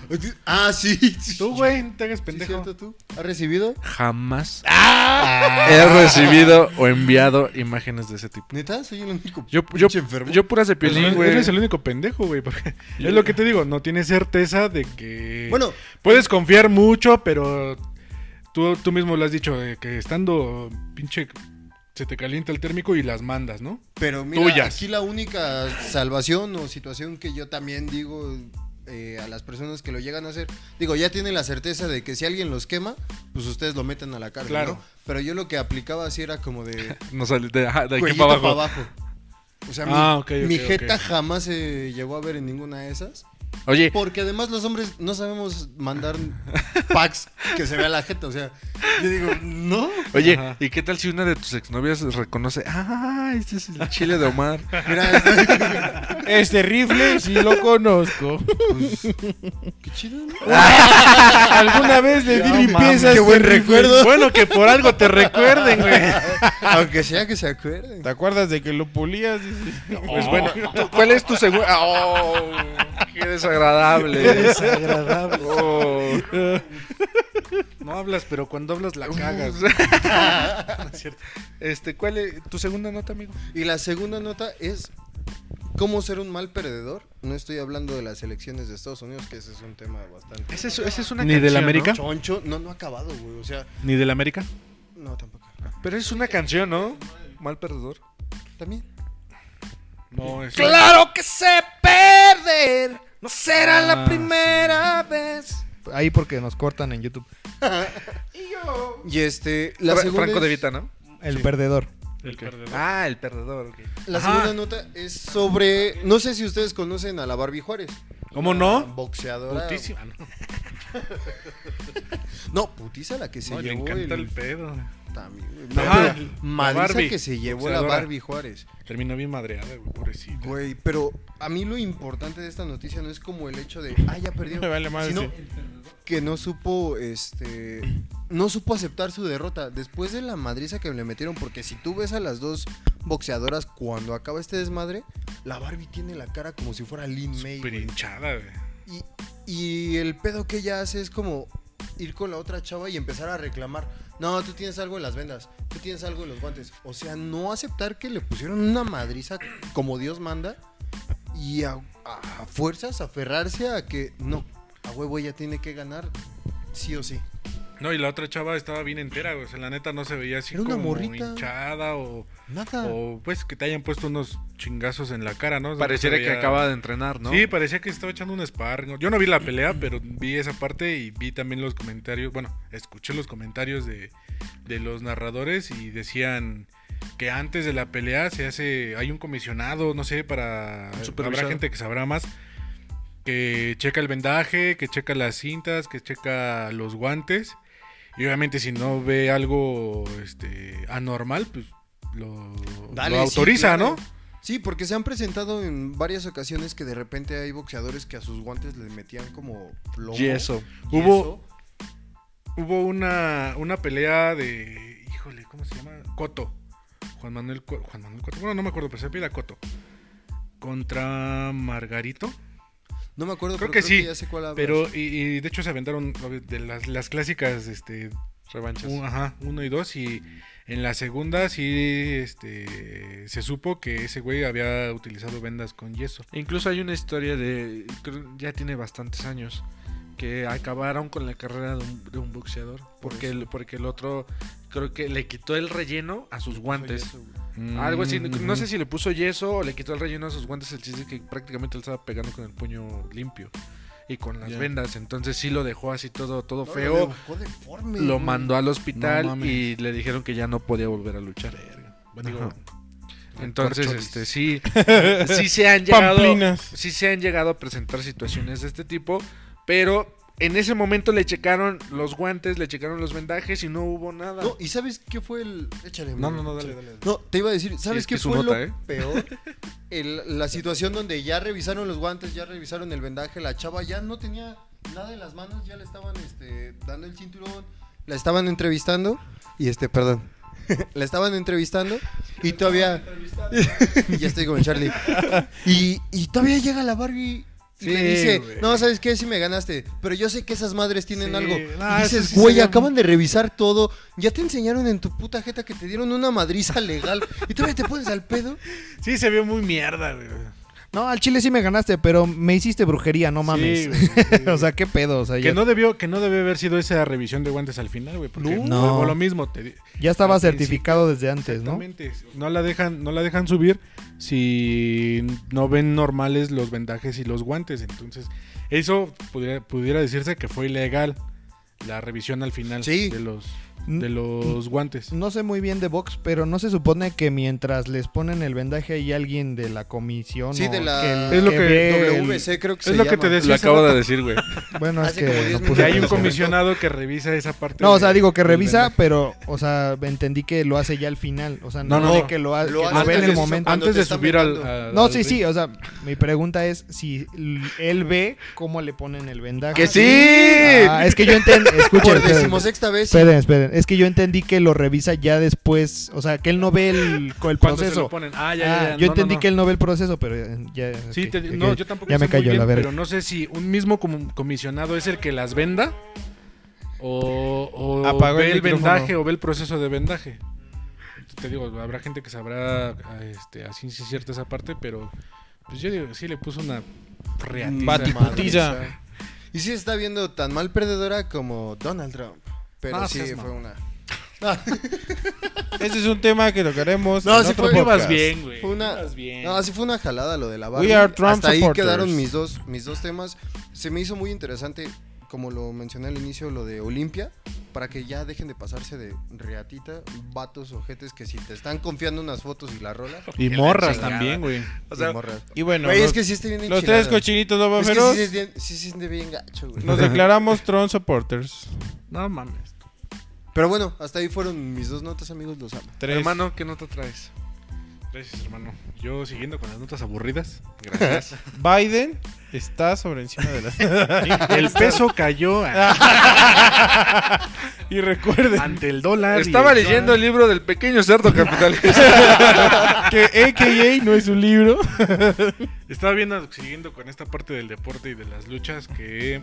Speaker 2: Ah, sí. sí.
Speaker 4: Tú, güey, no te hagas
Speaker 2: Sí,
Speaker 4: pendejo.
Speaker 2: cierto, tú. ¿Has recibido?
Speaker 1: Jamás he recibido o enviado imágenes de ese tipo.
Speaker 2: Neta, soy el único.
Speaker 1: Yo, yo,
Speaker 2: pinche enfermo.
Speaker 1: yo puras de
Speaker 4: Pues
Speaker 1: piolín,
Speaker 4: no,
Speaker 1: güey.
Speaker 4: eres el único pendejo, güey. porque Es lo que te digo, no tienes certeza de que.
Speaker 2: bueno,
Speaker 4: Puedes confiar mucho, pero tú, tú mismo lo has dicho, de que estando pinche se te calienta el térmico y las mandas, ¿no?
Speaker 2: pero mira,
Speaker 4: tuyas.
Speaker 2: aquí la única salvación o situación que yo también digo eh, a las personas que lo llegan a hacer, digo, ya tienen la certeza de que si alguien los quema, pues ustedes lo meten a la cárcel.
Speaker 4: Claro.
Speaker 2: ¿no? Pero yo lo que aplicaba así era como de
Speaker 1: No salí de, ajá, de aquí
Speaker 2: cuellito
Speaker 1: para
Speaker 2: para
Speaker 1: abajo.
Speaker 2: abajo. O sea, mi-
Speaker 4: Ah, ok, ok,
Speaker 2: mi
Speaker 4: ok.
Speaker 2: jeta jamás se llegó a ver en ninguna de esas.
Speaker 1: Oye,
Speaker 2: Porque además los hombres no sabemos mandar packs que se vea la jeta. O sea, yo digo, no.
Speaker 1: oye,
Speaker 4: Ajá.
Speaker 1: ¿y qué tal si una de tus exnovias reconoce? Ah, este es el chile de Omar.
Speaker 2: Mira,
Speaker 3: Este rifle sí lo conozco.
Speaker 2: qué chido. ¿no?
Speaker 3: Alguna vez le di
Speaker 2: No
Speaker 3: limpieza a
Speaker 2: mames, qué
Speaker 3: este
Speaker 2: buen
Speaker 3: rifle.
Speaker 2: recuerdo.
Speaker 4: Bueno, que por algo te recuerden, güey.
Speaker 2: Aunque sea que se acuerden.
Speaker 3: ¿Te acuerdas de que lo pulías? Dice.
Speaker 1: Pues bueno, ¿tú- ¿cuál es tu segunda? ¡Oh! ¡Qué desagradable!
Speaker 4: Desagradable.
Speaker 1: Oh.
Speaker 4: No hablas, pero cuando hablas la cagas. No es cierto.
Speaker 1: Este, ¿cuál es tu segunda nota, amigo?
Speaker 2: Y la segunda nota es cómo ser un mal perdedor. No estoy hablando de las elecciones de Estados Unidos, que ese es un tema bastante
Speaker 1: Esa es, esa es una
Speaker 4: Ni del
Speaker 1: canción, ¿no?
Speaker 4: América.
Speaker 2: choncho. No, no ha acabado, güey. O sea,
Speaker 4: ¿Ni del América?
Speaker 2: no, tampoco.
Speaker 1: Pero es una canción, ¿no? Mal perdedor.
Speaker 2: También.
Speaker 4: No, es.
Speaker 1: Claro que sé perder. No será
Speaker 4: la
Speaker 1: primera vez.
Speaker 5: Ahí porque nos cortan en YouTube.
Speaker 2: Y este, la segunda.
Speaker 1: Franco
Speaker 2: es-
Speaker 1: de Vita, ¿no?
Speaker 5: El perdedor.
Speaker 4: El perdedor.
Speaker 1: Ah, el perdedor. ok.
Speaker 2: La
Speaker 4: Ajá.
Speaker 2: segunda nota es sobre. No sé si ustedes conocen a la Barbie Juárez.
Speaker 4: ¿Cómo
Speaker 2: Una
Speaker 4: no?
Speaker 2: Boxeadora.
Speaker 4: Putísima, no.
Speaker 2: No, putiza la que se
Speaker 4: No, le
Speaker 2: llevó
Speaker 4: encanta
Speaker 2: el,
Speaker 4: el pedo.
Speaker 2: también, güey.
Speaker 4: Ajá,
Speaker 2: No, pero
Speaker 4: la
Speaker 2: Madriza
Speaker 4: Barbie,
Speaker 2: que se llevó la
Speaker 4: boxeadora.
Speaker 2: Barbie Juárez.
Speaker 4: Terminó bien madreada, güey, pobrecita.
Speaker 2: Güey, pero a mí lo importante de esta noticia no es como el hecho de, ah, ya perdió,
Speaker 3: Me vale madre,
Speaker 2: sino
Speaker 3: sí.
Speaker 2: que no supo, este, no supo aceptar su derrota después de la madriza que le metieron, porque si tú ves a las dos boxeadoras cuando acaba este desmadre, la Barbie tiene la cara como si fuera Lin May.
Speaker 4: Súper
Speaker 2: güey.
Speaker 4: hinchada, güey.
Speaker 2: Y, y el pedo que ella hace es como ir con la otra chava y empezar a reclamar. No, tú tienes algo en las vendas, tú tienes algo en los guantes. O sea, no aceptar que le pusieron una madriza como Dios manda y a, a fuerzas aferrarse a que no, a huevo ella tiene que ganar sí o sí.
Speaker 4: No, y la otra chava estaba bien entera, güey. O sea, la neta no se veía así
Speaker 2: Era una
Speaker 4: como
Speaker 2: morrita. Ah.
Speaker 4: hinchada o,
Speaker 2: Nada.
Speaker 4: o, pues que te hayan puesto unos chingazos en la cara, ¿no? O sea, no
Speaker 1: Pareciera
Speaker 4: se
Speaker 1: que
Speaker 4: veía-
Speaker 1: acaba de entrenar, ¿no?
Speaker 4: Sí, parecía que estaba echando un sparring. Yo no vi la pelea, pero vi esa parte y vi también los comentarios. Bueno, escuché los comentarios de, de los narradores y decían que antes de la pelea se hace. Hay un comisionado, no sé, para.
Speaker 1: Un supervisor.
Speaker 4: Habrá gente que sabrá más. Que checa el vendaje, que checa las cintas, que checa los guantes. Y obviamente, si no ve algo este, anormal, pues lo,
Speaker 2: Dale,
Speaker 4: lo
Speaker 2: sí,
Speaker 4: autoriza,
Speaker 2: claro.
Speaker 4: ¿no?
Speaker 2: Sí, porque se han presentado en varias ocasiones que de repente hay boxeadores que a sus guantes les metían como plomo.
Speaker 1: Yeso.
Speaker 4: Hubo, hubo una, una pelea de. Híjole, ¿cómo se llama? Coto. Juan Manuel, Co- Juan Manuel Coto. Bueno, no me acuerdo, pero se pide Coto. Contra Margarito.
Speaker 2: No me acuerdo,
Speaker 4: Creo
Speaker 2: pero
Speaker 4: que sí,
Speaker 2: ya sé cuál hablas.
Speaker 4: Pero, y, y de hecho se aventaron de las, las clásicas, este.
Speaker 1: Revanchas.
Speaker 4: un- ajá, uno y dos. Y en la segunda sí, este. Se supo que ese güey había utilizado vendas con yeso.
Speaker 1: Incluso hay una historia de, creo- ya tiene bastantes años, que acabaron con la carrera de un, de un boxeador, porque el, porque el otro creo que le quitó el relleno a sus guantes. Algo así,
Speaker 4: Mm,
Speaker 1: no sé si le puso yeso o le quitó el relleno a sus guantes, el chiste es que prácticamente él estaba pegando con el puño limpio y con las
Speaker 4: Ya.
Speaker 1: vendas, entonces sí lo dejó así todo, todo
Speaker 2: No,
Speaker 1: feo,
Speaker 2: Lo dejó deforme.
Speaker 1: lo mandó al
Speaker 4: No
Speaker 1: hospital
Speaker 4: mames.
Speaker 1: y le dijeron que ya no podía volver a luchar.
Speaker 4: Digo,
Speaker 1: Ajá. Entonces,
Speaker 4: Recorcholis.
Speaker 1: este, sí, sí se han llegado,
Speaker 3: Pamplinas.
Speaker 1: sí se han llegado a presentar situaciones de este tipo, pero en ese momento le checaron los guantes, le checaron los vendajes y no hubo nada.
Speaker 2: No, ¿y sabes qué fue el...? Échale.
Speaker 1: No,
Speaker 2: amigo.
Speaker 1: no, no, dale, dale, dale.
Speaker 2: No, te iba a decir, ¿sabes
Speaker 1: es
Speaker 2: qué
Speaker 1: que su
Speaker 2: fue
Speaker 1: nota,
Speaker 2: lo
Speaker 1: ¿eh?
Speaker 2: peor? El- la situación donde ya revisaron los guantes, ya revisaron el vendaje, la chava ya no tenía nada en las manos, ya le estaban este, dando el cinturón, la estaban entrevistando y este, perdón, la estaban entrevistando y todavía ya estoy con Charlie y, y todavía llega la Barbie y
Speaker 4: Sí,
Speaker 2: le dice,
Speaker 4: güey.
Speaker 2: no, ¿sabes qué? Si me ganaste, pero yo sé que esas madres tienen
Speaker 4: Sí,
Speaker 2: algo.
Speaker 4: no,
Speaker 2: y
Speaker 4: eso
Speaker 2: dices,
Speaker 4: sí
Speaker 2: güey,
Speaker 4: sería
Speaker 2: acaban de revisar todo, ya te enseñaron en tu puta jeta que te dieron una madriza legal y todavía te pones al pedo.
Speaker 4: Sí, se vio muy mierda, güey.
Speaker 5: No, al chile sí me ganaste, pero me hiciste brujería, no mames.
Speaker 4: Sí, güey, sí.
Speaker 5: o sea, qué pedo. O sea,
Speaker 4: Que
Speaker 5: ya,
Speaker 4: no debió, que no debió haber sido esa revisión de guantes al final, güey. Porque
Speaker 5: No.
Speaker 4: no.
Speaker 5: No.
Speaker 4: lo mismo. Te, di-
Speaker 5: ya estaba
Speaker 4: al principio,
Speaker 5: certificado desde antes, ¿no?
Speaker 4: Exactamente. No la dejan, no la dejan subir si no ven normales los vendajes y los guantes. Entonces, eso pudiera, pudiera decirse que fue ilegal. La revisión al final
Speaker 2: Sí.
Speaker 4: de los
Speaker 5: Mm.
Speaker 4: de los guantes.
Speaker 5: No sé muy bien de box, pero no se supone que mientras les ponen el vendaje hay alguien de la comisión.
Speaker 2: Sí,
Speaker 5: o
Speaker 2: de la-
Speaker 5: que el-
Speaker 4: Es lo que
Speaker 5: ve el-
Speaker 2: WC creo que
Speaker 4: Eh, es lo que te decía.
Speaker 1: Lo
Speaker 4: hace
Speaker 1: acabo
Speaker 4: rato,
Speaker 1: de decir, güey.
Speaker 5: Bueno, es
Speaker 2: Hace
Speaker 5: que
Speaker 2: como diez
Speaker 5: no
Speaker 2: minutos.
Speaker 5: puse
Speaker 4: que hay un
Speaker 5: atención.
Speaker 4: comisionado que revisa esa parte.
Speaker 5: No, o sea,
Speaker 4: de-
Speaker 5: digo que
Speaker 4: del
Speaker 5: revisa,
Speaker 4: vendaje.
Speaker 5: pero, o sea, entendí que lo hace ya al final. O sea, no,
Speaker 4: No, no.
Speaker 5: de que lo, ha- que lo
Speaker 2: hace
Speaker 5: ve en
Speaker 2: antes
Speaker 5: el
Speaker 4: antes,
Speaker 2: de-
Speaker 5: momento.
Speaker 2: cuando
Speaker 4: antes
Speaker 2: te
Speaker 4: de
Speaker 2: están
Speaker 4: subir al,
Speaker 2: vetando.
Speaker 4: al-
Speaker 5: No,
Speaker 4: al
Speaker 5: sí,
Speaker 4: ring.
Speaker 5: sí, o sea, mi pregunta es si l- él ve cómo le ponen el vendaje.
Speaker 1: ¡Que sí!
Speaker 5: Ah, es que yo entendí, escuchen,
Speaker 2: Por
Speaker 5: esperen,
Speaker 2: decimosexta vez.
Speaker 5: esperen, esperen, es que yo entendí que lo revisa ya después, o sea, que él no ve el, el
Speaker 4: Cuando se
Speaker 5: proceso.
Speaker 4: lo ponen. Ah, ya, ya,
Speaker 5: Ah,
Speaker 4: ya. No,
Speaker 5: yo
Speaker 4: no,
Speaker 5: entendí
Speaker 4: no.
Speaker 5: que él no ve el proceso, pero ya... ya,
Speaker 4: Sí,
Speaker 5: ok,
Speaker 4: te-
Speaker 5: ok.
Speaker 4: no, yo tampoco
Speaker 5: Ya
Speaker 4: sé
Speaker 5: me
Speaker 4: muy
Speaker 5: cayó
Speaker 4: bien,
Speaker 5: la verga.
Speaker 4: Pero no sé si un mismo com- comisionado es el que las venda o, o
Speaker 3: Apagó
Speaker 4: ve
Speaker 3: el
Speaker 4: el,
Speaker 3: micrófono.
Speaker 4: vendaje o ve el proceso de vendaje. Te digo, habrá gente que sabrá a este, a ciencia cierta esa parte, pero pues yo digo, sí le puso una reatiza.
Speaker 3: Baticutiza.
Speaker 4: madre, o
Speaker 2: Y sí está viendo tan mal perdedora como Donald Trump. Pero
Speaker 4: Ah,
Speaker 2: sí,
Speaker 4: seas
Speaker 2: fue una.
Speaker 3: Este es un tema que tocaremos. en otro
Speaker 2: fue-
Speaker 3: podcast.
Speaker 4: bien, güey,
Speaker 2: Fue una,
Speaker 4: ibas bien.
Speaker 2: No, sí fue una jalada lo de la Barbie.
Speaker 3: We are Trump
Speaker 2: Hasta ahí
Speaker 3: supporters.
Speaker 2: quedaron mis dos, mis dos temas. Se me hizo muy interesante, como lo mencioné al inicio, lo de Olimpia. Para que ya dejen de pasarse de reatita, vatos, ojetes, que si te están confiando unas fotos y la rola.
Speaker 4: sea. Y morras también, güey.
Speaker 1: O sea,
Speaker 2: y morras.
Speaker 3: Y bueno,
Speaker 2: Güey,
Speaker 3: los,
Speaker 2: es que sí está bien
Speaker 3: los
Speaker 2: enchilada.
Speaker 3: tres cochinitos
Speaker 2: Es que
Speaker 3: dobaferos
Speaker 2: sí, se siente- sí se siente bien gacho, güey.
Speaker 3: nos declaramos Tron supporters.
Speaker 4: No mames.
Speaker 2: Pero bueno, hasta ahí fueron mis dos notas, amigos, los amo.
Speaker 3: Tres.
Speaker 1: hermano, ¿qué nota traes?
Speaker 4: Gracias, hermano. Yo siguiendo con las notas aburridas. Gracias.
Speaker 3: Biden está sobre encima de la...
Speaker 4: el peso cayó a-
Speaker 3: y
Speaker 2: Ah,
Speaker 3: recuerden
Speaker 4: ante el dólar. y
Speaker 1: Estaba
Speaker 4: el
Speaker 1: leyendo el libro del pequeño cerdo capitalista.
Speaker 3: que AKA no es un libro.
Speaker 4: Estaba viendo, siguiendo con esta parte del deporte y de las luchas que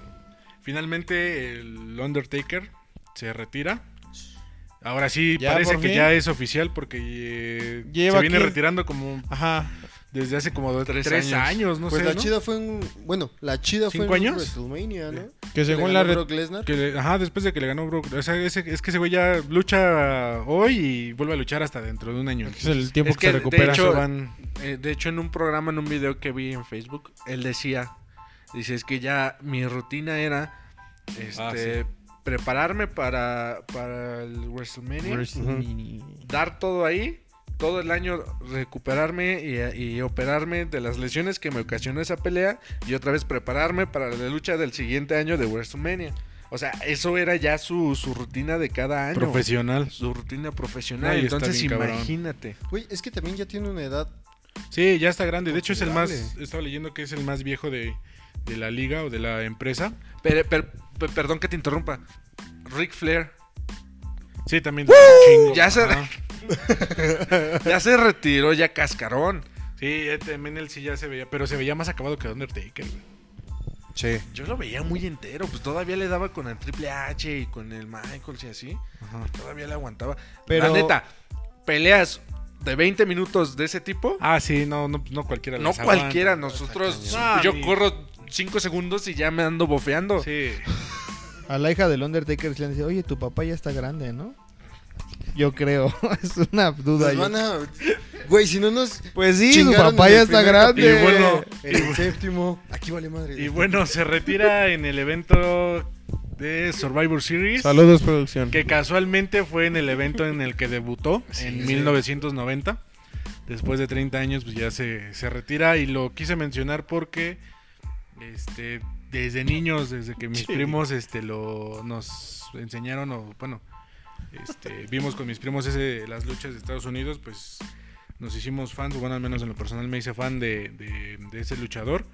Speaker 4: finalmente el Undertaker se retira. Ahora sí,
Speaker 3: Ya,
Speaker 4: parece
Speaker 3: por
Speaker 4: que
Speaker 3: fin.
Speaker 4: ya es oficial porque eh,
Speaker 3: Lleva
Speaker 4: se viene
Speaker 3: aquí-
Speaker 4: retirando como
Speaker 3: Ajá.
Speaker 4: desde hace como dos-
Speaker 1: Tres
Speaker 4: tres,
Speaker 1: años.
Speaker 4: años. no
Speaker 2: Pues
Speaker 4: sé.
Speaker 2: la
Speaker 4: ¿no?
Speaker 2: chida fue en. Bueno, la chida fue en
Speaker 4: ¿Cinco años?
Speaker 2: WrestleMania, ¿no?
Speaker 3: Que
Speaker 2: Le
Speaker 3: según
Speaker 2: ganó
Speaker 3: la... re-
Speaker 2: Brock Lesnar.
Speaker 4: Que le- ajá, después de que le ganó Brock. o sea, ese- es que ese güey ya lucha hoy y vuelve a luchar hasta dentro de un año.
Speaker 3: Es el tiempo
Speaker 1: Es
Speaker 3: que,
Speaker 1: que,
Speaker 3: se
Speaker 1: de
Speaker 3: recupera.
Speaker 1: hecho,
Speaker 4: Van-
Speaker 1: Eh, de hecho, en un programa, en un video que vi en Facebook, él decía, dice, es que ya mi rutina era este, prepararme para, para el WrestleMania, dar todo ahí, todo el año recuperarme y, y operarme de las lesiones que me ocasionó esa pelea y otra vez prepararme para la lucha del siguiente año de WrestleMania. O sea, eso era ya su, su rutina de cada año.
Speaker 4: profesional.
Speaker 1: su rutina profesional.
Speaker 4: Ay, está
Speaker 1: Entonces,
Speaker 4: bien cabrón.
Speaker 1: imagínate.
Speaker 2: Güey, es que también ya tiene una edad.
Speaker 4: Sí, ya está grande. De hecho, es el más.
Speaker 2: Considerable.
Speaker 4: Estaba leyendo que es el más viejo de, de la liga o de la empresa.
Speaker 1: Pero, pero- pe- perdón que te interrumpa. Ric Flair.
Speaker 4: Sí, también. un chingo.
Speaker 1: Ya se-
Speaker 4: Ajá.
Speaker 1: Ya se retiró, ya cascarón.
Speaker 4: Sí, eh, también él sí ya se veía. Pero se veía más acabado que Undertaker, güey.
Speaker 2: Sí.
Speaker 1: Yo lo veía muy entero, pues todavía le daba con el Triple H y con el Michaels y así. y Todavía le aguantaba.
Speaker 5: Pero-
Speaker 1: La neta, peleas de 20 minutos de ese tipo,
Speaker 4: Ah, sí, no, no, no cualquiera.
Speaker 1: no
Speaker 4: las aguanta.
Speaker 1: cualquiera. Nosotros, pues,
Speaker 4: cañón.
Speaker 1: yo
Speaker 4: Ah, y-
Speaker 1: corro 5 segundos y ya me ando bofeando.
Speaker 4: Sí.
Speaker 5: A la hija del Undertaker se le han dicho, oye, tu papá ya está grande, ¿no? Yo creo, es una duda.
Speaker 2: Nos Pues
Speaker 5: yo.
Speaker 2: van a- Güey, si no nos.
Speaker 5: Pues sí, su
Speaker 2: chingaron
Speaker 5: papá
Speaker 2: en el
Speaker 5: ya está
Speaker 2: primer
Speaker 5: grande.
Speaker 4: Y bueno,
Speaker 2: En el séptimo. Aquí vale madre.
Speaker 4: y bueno, se retira en el evento de Survivor Series.
Speaker 3: Saludos, producción.
Speaker 4: Que casualmente fue en el evento en el que debutó en 1990. Después de 30 años, pues ya se, se retira. Y lo quise mencionar porque este, desde niños, desde que mis primos este, lo, nos enseñaron, o bueno, este, vimos con mis primos ese, las luchas de Estados Unidos, pues nos hicimos fans, o bueno, al menos en lo personal me hice fan de, de- de ese luchador.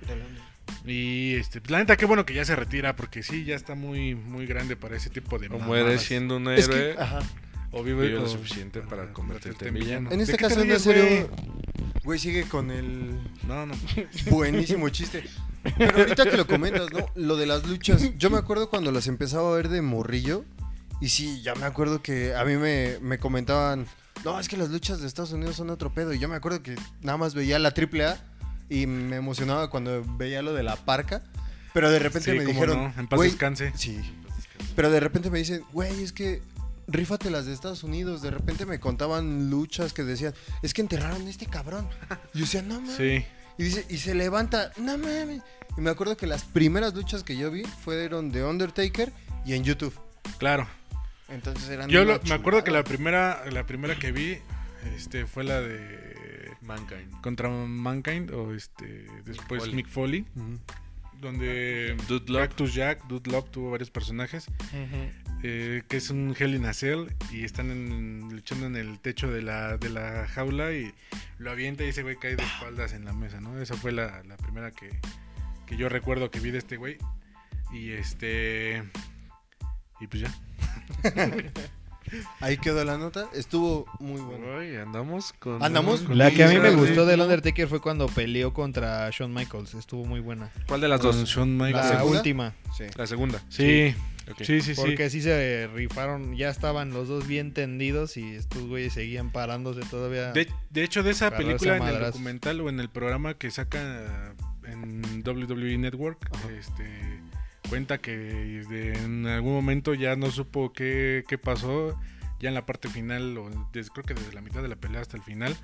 Speaker 4: Y este, pues, la neta, qué bueno que ya se retira, porque sí, ya está muy, muy grande para ese tipo de
Speaker 6: O
Speaker 4: mamadas.
Speaker 6: mueres siendo un héroe.
Speaker 2: Es
Speaker 4: eh.
Speaker 2: que.
Speaker 4: ah.
Speaker 2: Ajá.
Speaker 4: O vive,
Speaker 6: Vive lo
Speaker 4: o-
Speaker 6: suficiente para convertirte en villano.
Speaker 2: En
Speaker 4: ¿De
Speaker 2: este
Speaker 4: qué te
Speaker 2: caso, no
Speaker 4: ríes,
Speaker 2: serio. Güey, sigue con el.
Speaker 4: No, no.
Speaker 2: Buenísimo chiste. Pero ahorita que lo comentas, ¿no? Lo de las luchas. Yo me acuerdo cuando las empezaba a ver de morrillo. Y sí, ya me acuerdo que a mí me, me comentaban, no, es que las luchas de Estados Unidos son otro pedo. Y yo me acuerdo que nada más veía la AAA y me emocionaba cuando veía lo de la parca. Pero de repente
Speaker 4: Sí,
Speaker 2: me
Speaker 4: cómo
Speaker 2: dijeron,
Speaker 4: no, en paz
Speaker 2: "Güey,
Speaker 4: descanse".
Speaker 2: Sí. Pero de repente me dicen, güey, es que rífate las de Estados Unidos. De repente me contaban luchas que decían, es que enterraron a este cabrón. Y yo decía, no mames.
Speaker 4: Sí.
Speaker 2: Y, dice, y se levanta, no mames. Y me acuerdo que las primeras luchas que yo vi fueron de Undertaker y en YouTube.
Speaker 4: Claro.
Speaker 2: Entonces eran.
Speaker 4: Yo
Speaker 2: una
Speaker 4: lo- me acuerdo que la
Speaker 2: chulada.
Speaker 4: primera, la primera que vi este, fue la de
Speaker 6: Mankind.
Speaker 4: contra Mankind o este después
Speaker 6: Foley.
Speaker 4: Mick Foley, donde
Speaker 6: Dude Love.
Speaker 4: Cactus Jack, Dude Love tuvo varios personajes eh, que es un Hell in a Cell y están en- luchando en el techo de la, de la jaula y lo avienta y ese güey cae de espaldas en la mesa, ¿no? Esa fue la, la primera que, que yo recuerdo que vi de este güey y este y pues ya.
Speaker 2: Ahí quedó la nota. Estuvo muy bueno.
Speaker 6: Uy, andamos con.
Speaker 2: Andamos-
Speaker 5: La que a mí me
Speaker 2: Sí.
Speaker 5: gustó del Undertaker fue cuando peleó contra Shawn Michaels, estuvo muy buena.
Speaker 1: ¿Cuál de las
Speaker 4: Con
Speaker 1: dos?
Speaker 4: Shawn Michaels.
Speaker 5: La
Speaker 2: segunda?
Speaker 5: última,
Speaker 2: Sí.
Speaker 1: La segunda.
Speaker 4: Sí,
Speaker 6: Ok.
Speaker 4: sí, sí, sí.
Speaker 5: porque sí se rifaron, ya estaban los dos bien tendidos y estos güeyes seguían parándose todavía.
Speaker 4: De, de hecho, de esa
Speaker 5: Agarrarse a
Speaker 4: película en el
Speaker 5: madrazos.
Speaker 4: documental o en el programa que saca en WWE Network, este, cuenta que de- en algún momento ya no supo qué, qué pasó, ya en la parte final, o des- creo que desde la mitad de la pelea hasta el final,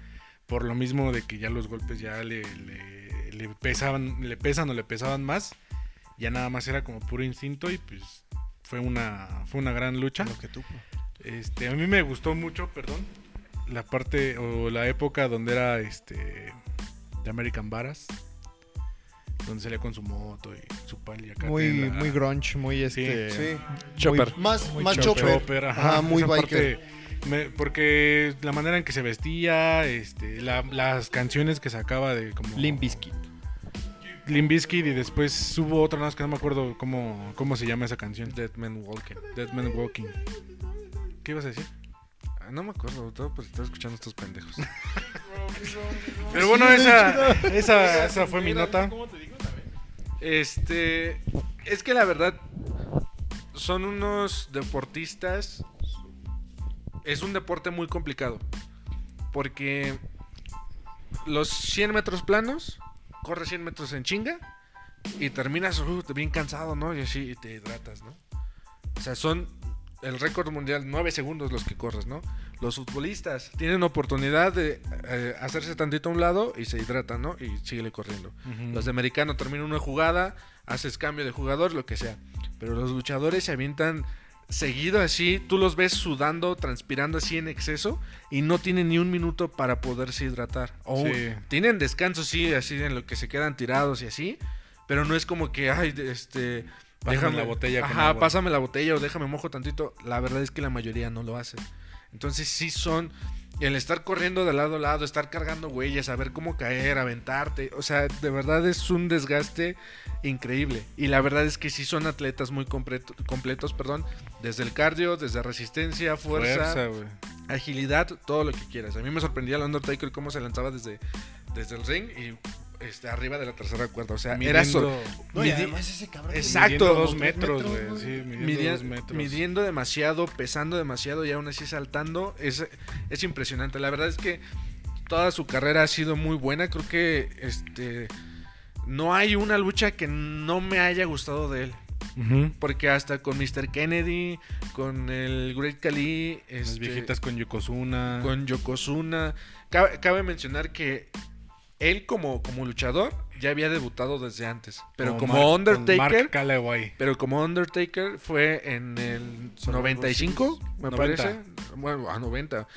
Speaker 4: por lo mismo de que ya los golpes ya le, le- le pesaban, le pesan o le pesaban más, ya nada más era como puro instinto y pues fue una, fue una gran lucha.
Speaker 2: Lo que tú.
Speaker 4: Este, a mí me gustó mucho, perdón, la parte o la época donde era este de American Varas, donde salía con su moto y su pal y acá.
Speaker 5: muy
Speaker 4: tela.
Speaker 5: muy grunge, muy
Speaker 4: Sí,
Speaker 5: este
Speaker 2: Sí.
Speaker 5: Chopper.
Speaker 2: Más,
Speaker 5: Muy
Speaker 2: más
Speaker 5: chopper.
Speaker 2: chopper.
Speaker 4: Chopper,
Speaker 2: Ajá, muy
Speaker 4: esa
Speaker 2: biker.
Speaker 4: parte me- porque la manera en que se vestía, este, la- las canciones que sacaba de como
Speaker 5: Limp Bizkit.
Speaker 4: Limp Bizkit y después hubo otra más que no me acuerdo cómo, cómo se llama esa canción.
Speaker 6: Dead Man Walking.
Speaker 4: Dead Man Walking. ¿Qué ibas a decir?
Speaker 1: Ah, no me acuerdo, todo pues estaba escuchando estos pendejos.
Speaker 4: Pero bueno, esa, esa, esa fue mi nota.
Speaker 1: Este, es que la verdad son unos deportistas. Es un deporte muy complicado porque los 100 metros planos corres 100 metros en chinga y terminas uh, bien cansado, ¿no? Y así te hidratas, ¿no? O sea, son el récord mundial 9 segundos los que corres, ¿no? Los futbolistas tienen oportunidad de eh, hacerse tantito a un lado y se hidratan, ¿no? Y siguen corriendo. Los de americano terminan una jugada, haces cambio de jugador, lo que sea. Pero los luchadores se avientan seguido así, tú los ves sudando, transpirando así en exceso y no tienen ni un minuto para poderse hidratar. O
Speaker 4: Sí.
Speaker 1: tienen descanso, sí, así en lo que se quedan tirados y así, pero no es como que, ay, de- este...
Speaker 4: Pásame la botella con
Speaker 1: Ajá,
Speaker 4: agua.
Speaker 1: pásame la botella o déjame mojo tantito. La verdad es que la mayoría no lo hace. Entonces sí son el estar corriendo de lado a lado, estar cargando huellas, saber cómo caer, aventarte. O sea, de verdad es un desgaste increíble. Y la verdad es que sí son atletas muy completo- completos, perdón, desde el cardio, desde resistencia, fuerza,
Speaker 4: Fuerza, güey.
Speaker 1: agilidad, todo lo que quieras. A mí me sorprendía el Undertaker cómo se lanzaba desde, desde el ring y este, arriba de la tercera cuerda. O sea, era
Speaker 4: Midiendo-
Speaker 1: sor-
Speaker 2: No, y
Speaker 1: midi-
Speaker 2: además ese cabrón. que
Speaker 1: Exacto.
Speaker 4: midiendo dos
Speaker 2: tres
Speaker 4: metros,
Speaker 2: metros,
Speaker 4: güey.
Speaker 2: güey.
Speaker 4: Sí, midiendo
Speaker 1: midia-
Speaker 4: dos metros.
Speaker 1: midiendo demasiado, pesando demasiado y aún así saltando, es, es impresionante. La verdad es que toda su carrera ha sido muy buena. Creo que este no hay una lucha que no me haya gustado de él.
Speaker 4: Ujú.
Speaker 1: Porque hasta con Mr. Kennedy, con el Great Khali,
Speaker 4: Las
Speaker 1: este,
Speaker 4: viejitas con Yokozuna.
Speaker 1: con Yokozuna. Cabe, cabe mencionar que él como, como luchador ya había debutado desde antes. Pero como,
Speaker 4: Mark- con
Speaker 1: Undertaker,
Speaker 4: Mark Calloway.
Speaker 1: pero como Undertaker fue en el
Speaker 2: Survivor
Speaker 1: 95, me
Speaker 4: 90.
Speaker 1: parece. Bueno, a 90.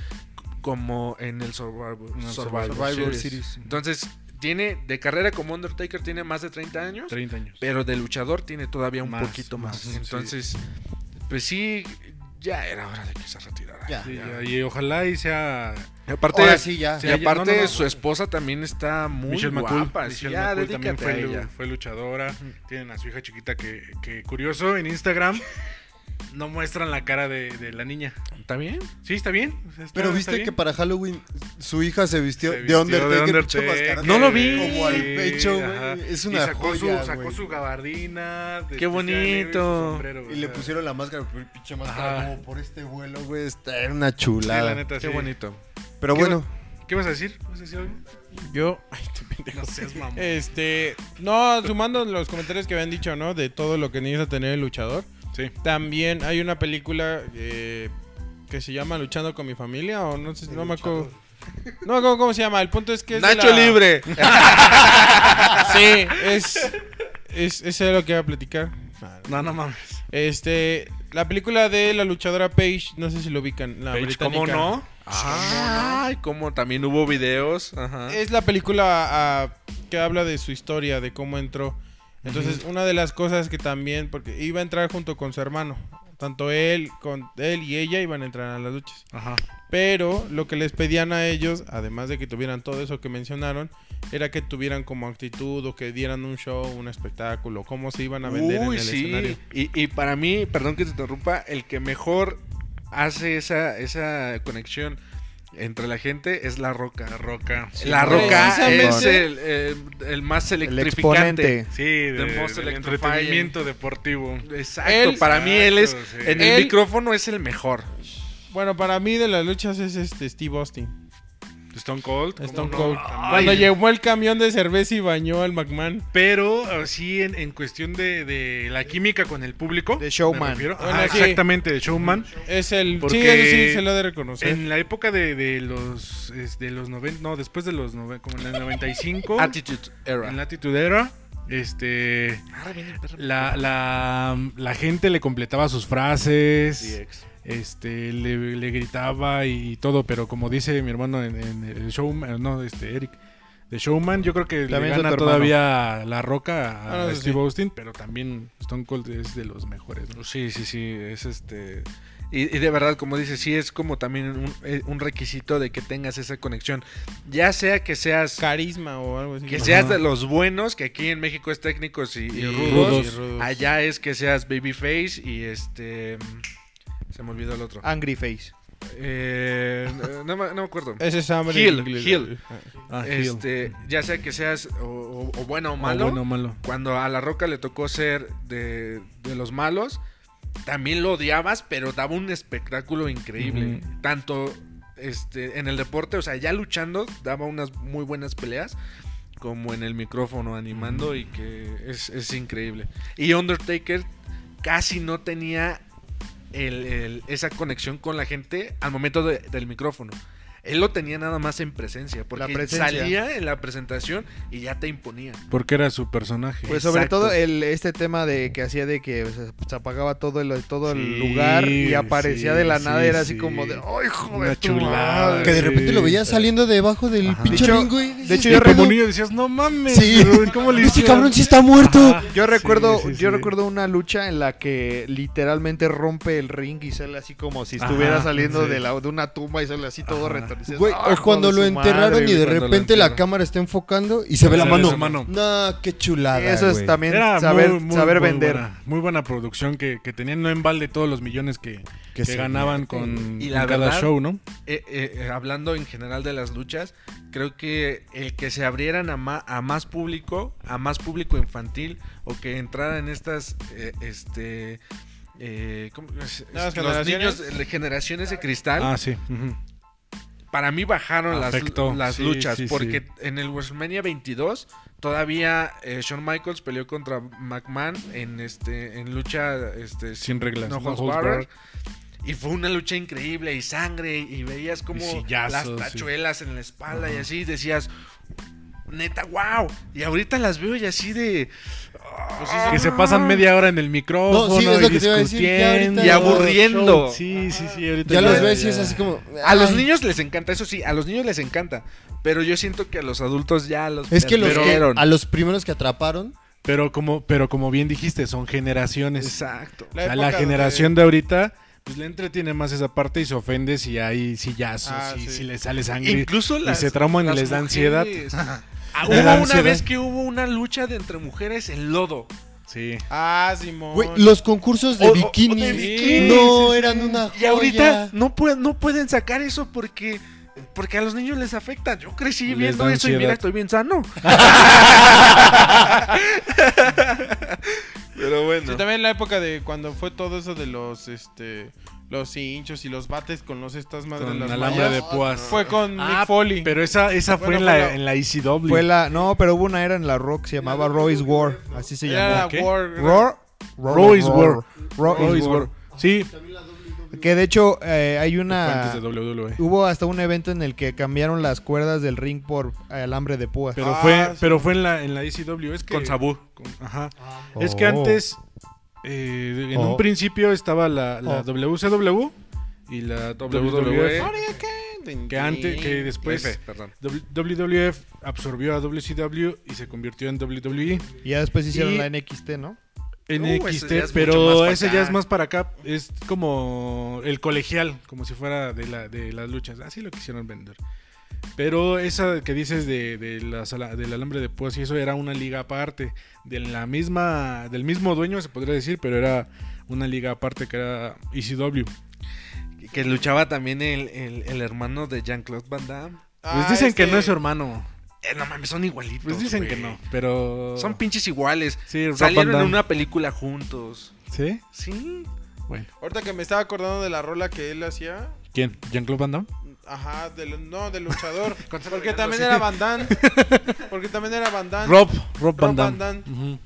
Speaker 1: Como en el Survivor,
Speaker 4: el
Speaker 1: Survivor
Speaker 2: Survivor
Speaker 1: Series.
Speaker 2: Series.
Speaker 1: Entonces, tiene de carrera como Undertaker tiene más de 30 años,
Speaker 4: 30 años.
Speaker 1: pero de luchador tiene todavía un
Speaker 4: Más,
Speaker 1: poquito más.
Speaker 4: más,
Speaker 1: Entonces, pues sí, ya era hora de que se retirara.
Speaker 2: Ya.
Speaker 4: Sí, ya, y ojalá y sea
Speaker 1: Y aparte,
Speaker 2: Ahora sí, ya.
Speaker 1: y
Speaker 2: Ya, ya,
Speaker 1: aparte
Speaker 2: no, no, no.
Speaker 1: su esposa también está muy
Speaker 4: Michelle McCool.
Speaker 1: guapa. sí,
Speaker 4: Michelle
Speaker 1: ya,
Speaker 4: McCool también
Speaker 1: dedícate
Speaker 4: fue,
Speaker 1: a
Speaker 4: lu-
Speaker 1: ella.
Speaker 4: fue luchadora. Tienen a su hija chiquita que, que, curioso, en Instagram no muestran la cara de, de la niña.
Speaker 1: ¿Está bien?
Speaker 4: Sí, está bien. o sea, está-
Speaker 2: Pero
Speaker 4: está
Speaker 2: viste
Speaker 4: bien.
Speaker 2: que para Halloween su hija se vistió,
Speaker 4: Se
Speaker 2: de
Speaker 4: vistió
Speaker 2: Undertaker.
Speaker 4: de
Speaker 2: pinche
Speaker 4: Undertaker,
Speaker 2: mascarota.
Speaker 1: No lo vi.
Speaker 2: Como al
Speaker 4: sí,
Speaker 2: pecho, güey.
Speaker 4: ajá.
Speaker 2: Es
Speaker 4: Y
Speaker 2: una
Speaker 4: sacó
Speaker 2: joya,
Speaker 4: su, sacó
Speaker 2: güey.
Speaker 4: su gabardina. de-
Speaker 1: Qué
Speaker 4: vestida de negro y su
Speaker 1: bonito.
Speaker 4: sombrero, güey,
Speaker 2: Y le
Speaker 4: o sea,
Speaker 2: pusieron la máscara, pero pinche máscara
Speaker 4: Ajá.
Speaker 2: como por este vuelo, güey. Esta era una
Speaker 4: sí, la
Speaker 2: chulada.
Speaker 4: neta,
Speaker 1: Qué
Speaker 4: sí.
Speaker 1: bonito.
Speaker 2: pero bueno,
Speaker 4: ¿Qué vas a decir? ¿Vas a decir algo?
Speaker 3: Yo. Ay, tú pendejo.
Speaker 4: No seas mamón.
Speaker 3: Este. No, sumando los comentarios que habían dicho, ¿no? De todo lo que necesita tener el luchador.
Speaker 4: Sí.
Speaker 3: También hay una película eh, que se llama Luchando con mi familia. O no sé, no me acuerdo. No me acuerdo cómo se llama. El punto es que. es de
Speaker 1: Nacho
Speaker 3: la-
Speaker 1: Libre.
Speaker 2: Ah,
Speaker 3: Sí, es. Es, es de lo que iba a platicar.
Speaker 4: No, no mames.
Speaker 3: Este. La película de la luchadora Paige. No sé si lo ubican. La
Speaker 4: Paige,
Speaker 3: británica.
Speaker 4: ¿Cómo no?
Speaker 1: Ay, como también hubo videos. Ajá.
Speaker 3: Es la película ah, que habla de su historia, de cómo entró. Entonces, una de las cosas que también, porque iba a entrar junto con su hermano. Tanto él, con él y ella iban a entrar a las luchas.
Speaker 4: Ajá.
Speaker 3: Pero lo que les pedían a ellos, además de que tuvieran todo eso que mencionaron, era que tuvieran como actitud o que dieran un show, un espectáculo, cómo se iban a vender en
Speaker 1: Uy,
Speaker 3: el
Speaker 1: sí.
Speaker 3: escenario.
Speaker 1: Y, y para mí, perdón que te interrumpa, el que mejor hace esa, esa conexión entre la gente es La Roca.
Speaker 4: La roca.
Speaker 1: la Roca
Speaker 3: Precisamente.
Speaker 1: es el, el- el más
Speaker 5: El
Speaker 1: electrificante.
Speaker 5: exponente.
Speaker 4: Sí, de,
Speaker 1: The Most
Speaker 4: del
Speaker 1: Electrifying.
Speaker 4: entretenimiento deportivo.
Speaker 1: Exacto,
Speaker 3: Él-
Speaker 1: para mí él es,
Speaker 4: Exacto, sí.
Speaker 1: en el
Speaker 3: Él-
Speaker 1: micrófono es el mejor.
Speaker 3: Bueno, para mí de las luchas es este Steve Austin.
Speaker 4: Stone Cold. ¿cómo
Speaker 3: Stone
Speaker 4: no?
Speaker 3: Cold.
Speaker 4: También.
Speaker 3: Cuando llegó el camión de cerveza y bañó al McMahon.
Speaker 4: Pero eh, sí, en, en cuestión de, de la química con el público.
Speaker 5: De
Speaker 4: me
Speaker 5: showman.
Speaker 4: refiero.
Speaker 3: Bueno,
Speaker 4: Ajá,
Speaker 3: sí.
Speaker 4: Exactamente, de showman.
Speaker 3: Es el.
Speaker 4: Porque
Speaker 3: Sí, eso sí, se lo ha de reconocer.
Speaker 4: En la época de, de los es, de los 90, no, después de los 90, como en el 95,
Speaker 1: Attitude Era.
Speaker 4: en la Era, este, la, la, la gente le completaba sus frases,
Speaker 3: eh.
Speaker 4: este, le, le gritaba y todo, pero como dice mi hermano en, en el showman, no, este, Eric, de showman, yo creo que le
Speaker 5: También es
Speaker 4: gana
Speaker 5: otro hermano.
Speaker 4: todavía la roca a
Speaker 3: Ah, no, eso
Speaker 4: Steve
Speaker 3: sí.
Speaker 4: Austin, pero también Stone Cold es de los mejores, ¿no?
Speaker 1: Sí, sí, sí, es este... Y, y de verdad, como dices, sí es como también un, eh, un requisito de que tengas esa conexión. Ya sea que seas
Speaker 3: carisma o algo así.
Speaker 1: Que
Speaker 3: Ajá.
Speaker 1: seas de los buenos, que aquí en México es técnicos y, y rudos.
Speaker 3: rudos. Y rudos.
Speaker 1: Allá es que seas babyface y este... mm, Se me olvidó el otro.
Speaker 5: Angry Face.
Speaker 1: Eh, no, no me- no me acuerdo.
Speaker 3: Ese es Summer
Speaker 1: Heel,
Speaker 3: English.
Speaker 1: heel.
Speaker 4: Ah,
Speaker 1: Este, ya sea que seas o, o- o bueno o malo.
Speaker 4: bueno, malo.
Speaker 1: Cuando a La Roca le tocó ser de, de los malos, también lo odiabas, pero daba un espectáculo increíble. Tanto este, en el deporte, o sea, ya luchando, daba unas muy buenas peleas, como en el micrófono animando y que es, es increíble. Y Undertaker casi no tenía el- el- esa conexión con la gente al momento de- del micrófono. Él lo tenía nada más en presencia, porque
Speaker 5: presencia.
Speaker 1: salía en la presentación y ya te imponía.
Speaker 4: Porque era su personaje.
Speaker 5: Pues sobre
Speaker 1: Exacto.
Speaker 5: todo el, este tema de que hacía de que o sea, se apagaba todo el, todo el
Speaker 4: Sí,
Speaker 5: lugar y aparecía de la
Speaker 4: sí,
Speaker 5: nada, era así
Speaker 4: sí.
Speaker 5: como de, ¡ay,
Speaker 4: Una
Speaker 5: joder!
Speaker 4: chulada,
Speaker 2: Que de repente lo veías saliendo debajo del pinche
Speaker 5: De
Speaker 1: eh,
Speaker 5: hecho-
Speaker 2: ringo y-
Speaker 5: de hecho,
Speaker 4: Y
Speaker 5: yo,
Speaker 4: como
Speaker 5: recu-
Speaker 4: niño decías, no mames.
Speaker 2: Sí.
Speaker 4: dude, ¿Cómo le
Speaker 2: Este
Speaker 4: hicieron?"
Speaker 2: cabrón sí está muerto.
Speaker 4: Ajá.
Speaker 5: yo recuerdo,
Speaker 4: Sí, sí,
Speaker 5: yo
Speaker 4: sí.
Speaker 5: recuerdo una lucha en la que literalmente rompe el ring y sale así como si estuviera
Speaker 4: Ajá,
Speaker 5: saliendo
Speaker 4: sí.
Speaker 5: de, la, de una tumba y sale así todo
Speaker 4: Ajá.
Speaker 5: retorcido.
Speaker 2: Güey,
Speaker 5: ¡Ah,
Speaker 2: o cuando
Speaker 5: hijo
Speaker 2: lo
Speaker 5: de su
Speaker 2: enterraron
Speaker 5: madre,
Speaker 2: y de
Speaker 5: güey!
Speaker 1: cuando lo
Speaker 2: repente la
Speaker 1: entierran.
Speaker 2: cámara está enfocando y se ve la
Speaker 4: Sale
Speaker 2: mano.
Speaker 4: su mano.
Speaker 2: No, qué chulada.
Speaker 5: Eso es
Speaker 2: güey.
Speaker 5: también
Speaker 4: Era
Speaker 5: saber,
Speaker 4: muy, muy,
Speaker 5: saber
Speaker 4: muy
Speaker 5: vender.
Speaker 4: Buena, muy buena producción que, que tenían, no en balde todos los millones que,
Speaker 2: Que
Speaker 4: que
Speaker 2: se-
Speaker 4: ganaban con,
Speaker 1: Y la
Speaker 4: con cada
Speaker 1: verdad-
Speaker 4: show, ¿no?
Speaker 1: Eh, eh, eh, hablando en general de las luchas, creo que el que se abrieran a, ma- a más público, a más público infantil, o que entraran estas, eh, este, eh, ¿cómo es?
Speaker 3: Nuevas
Speaker 1: los niños,
Speaker 3: generaciones.
Speaker 1: eh, generaciones de cristal,
Speaker 4: Ah, sí. ujú.
Speaker 1: para mí bajaron las,
Speaker 4: Afectó,
Speaker 1: las
Speaker 4: sí,
Speaker 1: luchas,
Speaker 4: sí, sí.
Speaker 1: porque en el WrestleMania 22 todavía eh, Shawn Michaels peleó contra McMahon en este en lucha este,
Speaker 4: Sin reglas.
Speaker 1: no
Speaker 4: no
Speaker 1: holds
Speaker 4: holds
Speaker 1: barred.
Speaker 4: barred.
Speaker 1: Y fue una lucha increíble y sangre y veías como
Speaker 4: sillazos,
Speaker 1: las
Speaker 4: sí.
Speaker 1: tachuelas en la espalda y así decías, neta, wow. Y ahorita las veo y así de...
Speaker 4: Que se pasan media hora en el micrófono
Speaker 2: No, sí, es lo que
Speaker 4: y
Speaker 2: te iba a decir, ya
Speaker 4: discutiendo.
Speaker 2: ahorita
Speaker 1: Ah. Y aburriendo.
Speaker 4: Sí, sí, sí. Ahorita
Speaker 2: Ya los ves
Speaker 4: ves
Speaker 2: y es así como.
Speaker 1: A los
Speaker 2: ay.
Speaker 1: niños les encanta, eso sí, a los niños les encanta. Pero yo siento que a los adultos ya los...
Speaker 2: Es que los que,
Speaker 1: perdieron.
Speaker 2: a los primeros que atraparon.
Speaker 4: Pero como, pero como bien dijiste, son generaciones.
Speaker 1: Exacto.
Speaker 4: O sea,
Speaker 3: época
Speaker 4: la
Speaker 3: donde-
Speaker 4: generación de ahorita, pues le entretiene más esa parte y se ofende si hay sillazos,
Speaker 3: Ah,
Speaker 4: si,
Speaker 3: sí.
Speaker 4: si le sale sangre.
Speaker 1: Incluso las,
Speaker 4: se trauman y
Speaker 1: las
Speaker 4: les da ansiedad.
Speaker 1: mujeres. Ah,
Speaker 4: Le
Speaker 1: Hubo
Speaker 4: da
Speaker 1: una
Speaker 4: ansiedad.
Speaker 1: vez que hubo una lucha de entre mujeres en lodo.
Speaker 4: Sí.
Speaker 3: Ah, Simón.
Speaker 2: Güey, los concursos
Speaker 1: O-
Speaker 2: de
Speaker 1: o- o de
Speaker 2: bikini.
Speaker 1: bikini,
Speaker 2: no,
Speaker 4: sí, sí,
Speaker 2: eran
Speaker 4: sí.
Speaker 2: una joya.
Speaker 1: Y ahorita no, pueden no pueden sacar eso porque, porque a los niños les afecta. Yo crecí
Speaker 4: Les
Speaker 1: viendo
Speaker 4: da
Speaker 1: eso y mira,
Speaker 4: ansiedad.
Speaker 1: estoy bien sano. Pero bueno.
Speaker 3: Sí, también la época de cuando fue todo eso de los este los hinchos y los bates con los estas madres
Speaker 4: Con
Speaker 3: las
Speaker 4: alambre
Speaker 3: mallas.
Speaker 4: de púas.
Speaker 3: Fue con
Speaker 4: Ah,
Speaker 3: Mick Foley.
Speaker 4: Pero esa, esa fue
Speaker 3: Bueno,
Speaker 4: en la,
Speaker 3: fue la-
Speaker 4: en la E ECW.
Speaker 5: Fue la, no, pero hubo una era en la rock, se llamaba Roy's War, así se
Speaker 3: Era la
Speaker 5: llamó.
Speaker 4: ¿qué?
Speaker 3: War-
Speaker 5: Roar,
Speaker 4: Roy's War.
Speaker 5: Roar is
Speaker 4: Roy's
Speaker 5: War.
Speaker 4: War. Sí. Ah.
Speaker 5: Que de hecho eh, hay
Speaker 4: Fue antes
Speaker 5: una...
Speaker 4: de WWE.
Speaker 5: Hubo hasta un evento en el que cambiaron las cuerdas del ring por alambre de púas.
Speaker 4: Pero
Speaker 3: Ah,
Speaker 4: fue,
Speaker 3: sí.
Speaker 4: pero fue en la, en la ECW. Es que,
Speaker 1: Con Sabu.
Speaker 4: con- ajá. Es que
Speaker 5: Oh.
Speaker 4: antes, eh, en
Speaker 5: Oh.
Speaker 4: un principio estaba la, la
Speaker 5: Oh. E.
Speaker 4: WCW y la
Speaker 1: WWE.
Speaker 4: WWE. Que antes, que después
Speaker 1: F, perdón.
Speaker 4: WWF absorbió a WCW y se convirtió en E. WWE.
Speaker 5: Y ya después hicieron
Speaker 4: Y-
Speaker 5: la NXT, ¿no?
Speaker 1: Uh, eso
Speaker 4: NXT,
Speaker 1: ya es mucho más
Speaker 4: pero
Speaker 1: para
Speaker 4: ese
Speaker 1: acá.
Speaker 4: ya es más para acá. Es como el colegial, como si fuera de, la, de las luchas. Así lo quisieron vender. Pero esa que dices de, de la sala- del alambre de púas y eso era una liga aparte. De la misma, del mismo dueño se podría decir, pero era una liga aparte que era E ECW.
Speaker 1: Que luchaba también el, el, el hermano de Jean-Claude Van Damme.
Speaker 3: Ah,
Speaker 4: Pues dicen que
Speaker 3: este-
Speaker 4: no es su hermano.
Speaker 1: Eh, no mames, son igualitos.
Speaker 4: Pues dicen que
Speaker 1: güey.
Speaker 4: no, pero...
Speaker 1: Son pinches iguales.
Speaker 4: Sí, Rob
Speaker 1: Salieron
Speaker 4: Van
Speaker 1: en
Speaker 4: Damme.
Speaker 1: una película juntos.
Speaker 4: ¿Sí?
Speaker 1: Sí.
Speaker 4: Bueno.
Speaker 3: Ahorita que me estaba acordando de la rola que él hacía.
Speaker 4: ¿Quién? ¿Jean-Claude Van Damme?
Speaker 3: Ajá, del, no, del luchador.
Speaker 1: Con-
Speaker 3: Porque también era Van Damme. Porque también era Van Damme.
Speaker 4: Rob, Rob Van
Speaker 3: Van
Speaker 4: Damme.
Speaker 3: Damme.
Speaker 4: Ujú.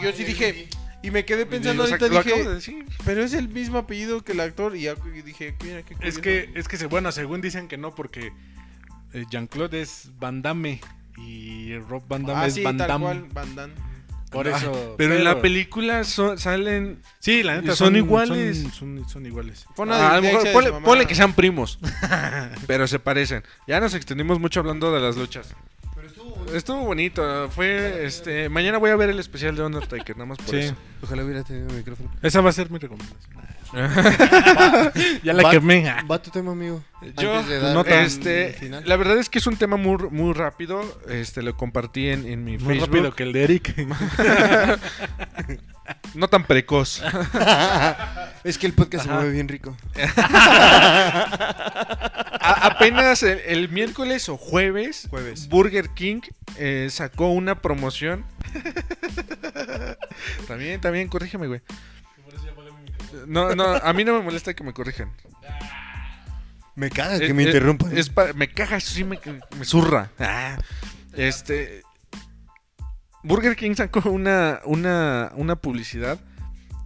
Speaker 3: Y yo sí dije. Y me quedé pensando
Speaker 1: O sea,
Speaker 3: ahorita,
Speaker 1: lo acabo de
Speaker 3: dije.
Speaker 1: decir.
Speaker 3: Pero es el mismo apellido que el actor. Y ya- y dije, mira, qué
Speaker 4: Es
Speaker 3: curioso".
Speaker 4: que, es que, se- bueno, según dicen que no, porque eh, Jean-Claude es Van Damme y Rob Van Damme
Speaker 3: Ah,
Speaker 4: es
Speaker 3: sí,
Speaker 4: Van
Speaker 3: tal
Speaker 4: Damme.
Speaker 3: cual, Van Damme.
Speaker 4: Por
Speaker 1: Ah,
Speaker 4: eso.
Speaker 1: Pero, en la película son- salen.
Speaker 4: Sí, la neta,
Speaker 1: son
Speaker 4: son,
Speaker 1: iguales.
Speaker 4: Son, son- son iguales.
Speaker 3: Fue
Speaker 1: Ah, a lo mejor
Speaker 3: dislexia de
Speaker 1: ponle,
Speaker 3: su mamá.
Speaker 1: ponle que sean primos. pero se parecen. Ya nos extendimos mucho hablando de las luchas. Estuvo bonito, fue este mañana voy a ver el especial de Undertaker, nada más por
Speaker 4: Sí.
Speaker 1: eso.
Speaker 2: Ojalá hubiera tenido el micrófono.
Speaker 4: Esa va a ser mi recomendación. ya la
Speaker 2: Va-
Speaker 4: quemé. ah.
Speaker 2: Va tu tema, amigo.
Speaker 1: Yo, pues,
Speaker 2: Antes de
Speaker 4: tu
Speaker 2: dar
Speaker 4: nota.
Speaker 2: el
Speaker 1: Este,
Speaker 2: pues, final.
Speaker 1: la verdad es que es un tema muy, muy rápido, este lo compartí en, en mi
Speaker 4: Más
Speaker 1: Facebook.
Speaker 4: rápido que el de Eric.
Speaker 1: No tan precoz.
Speaker 2: es que el podcast se
Speaker 1: Ajá.
Speaker 2: mueve bien rico.
Speaker 1: A- apenas el, el miércoles o jueves,
Speaker 2: Jueves.
Speaker 1: Burger King eh, sacó una promoción. también, también, corrígeme, güey. No, no, a mí no me molesta que me corrijan.
Speaker 2: Me caga
Speaker 1: Eh,
Speaker 2: Ah, que me
Speaker 1: eh,
Speaker 2: interrumpan.
Speaker 1: es para- me caga, sí me, me zurra. Ah, este. Burger King sacó una, una, una publicidad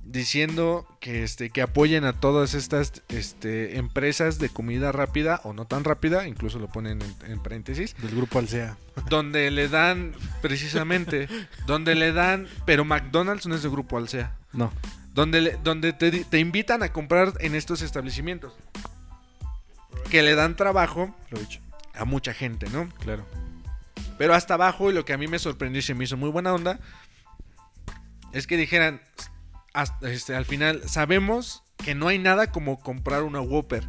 Speaker 1: diciendo que, este, que apoyen a todas estas este, empresas de comida rápida o no tan rápida, incluso lo ponen en- en paréntesis,
Speaker 4: Del grupo Alsea.
Speaker 1: donde le dan, precisamente, donde le dan, pero McDonald's no es de grupo Alsea.
Speaker 4: No.
Speaker 1: Donde, le- donde te, di- te invitan a comprar en estos establecimientos. Que le dan trabajo a mucha gente, ¿no?
Speaker 4: Claro.
Speaker 1: Pero hasta abajo, y lo que a mí me sorprendió y se me hizo muy buena onda, es que dijeran, hasta- este, al final, sabemos que no hay nada como comprar una Whopper,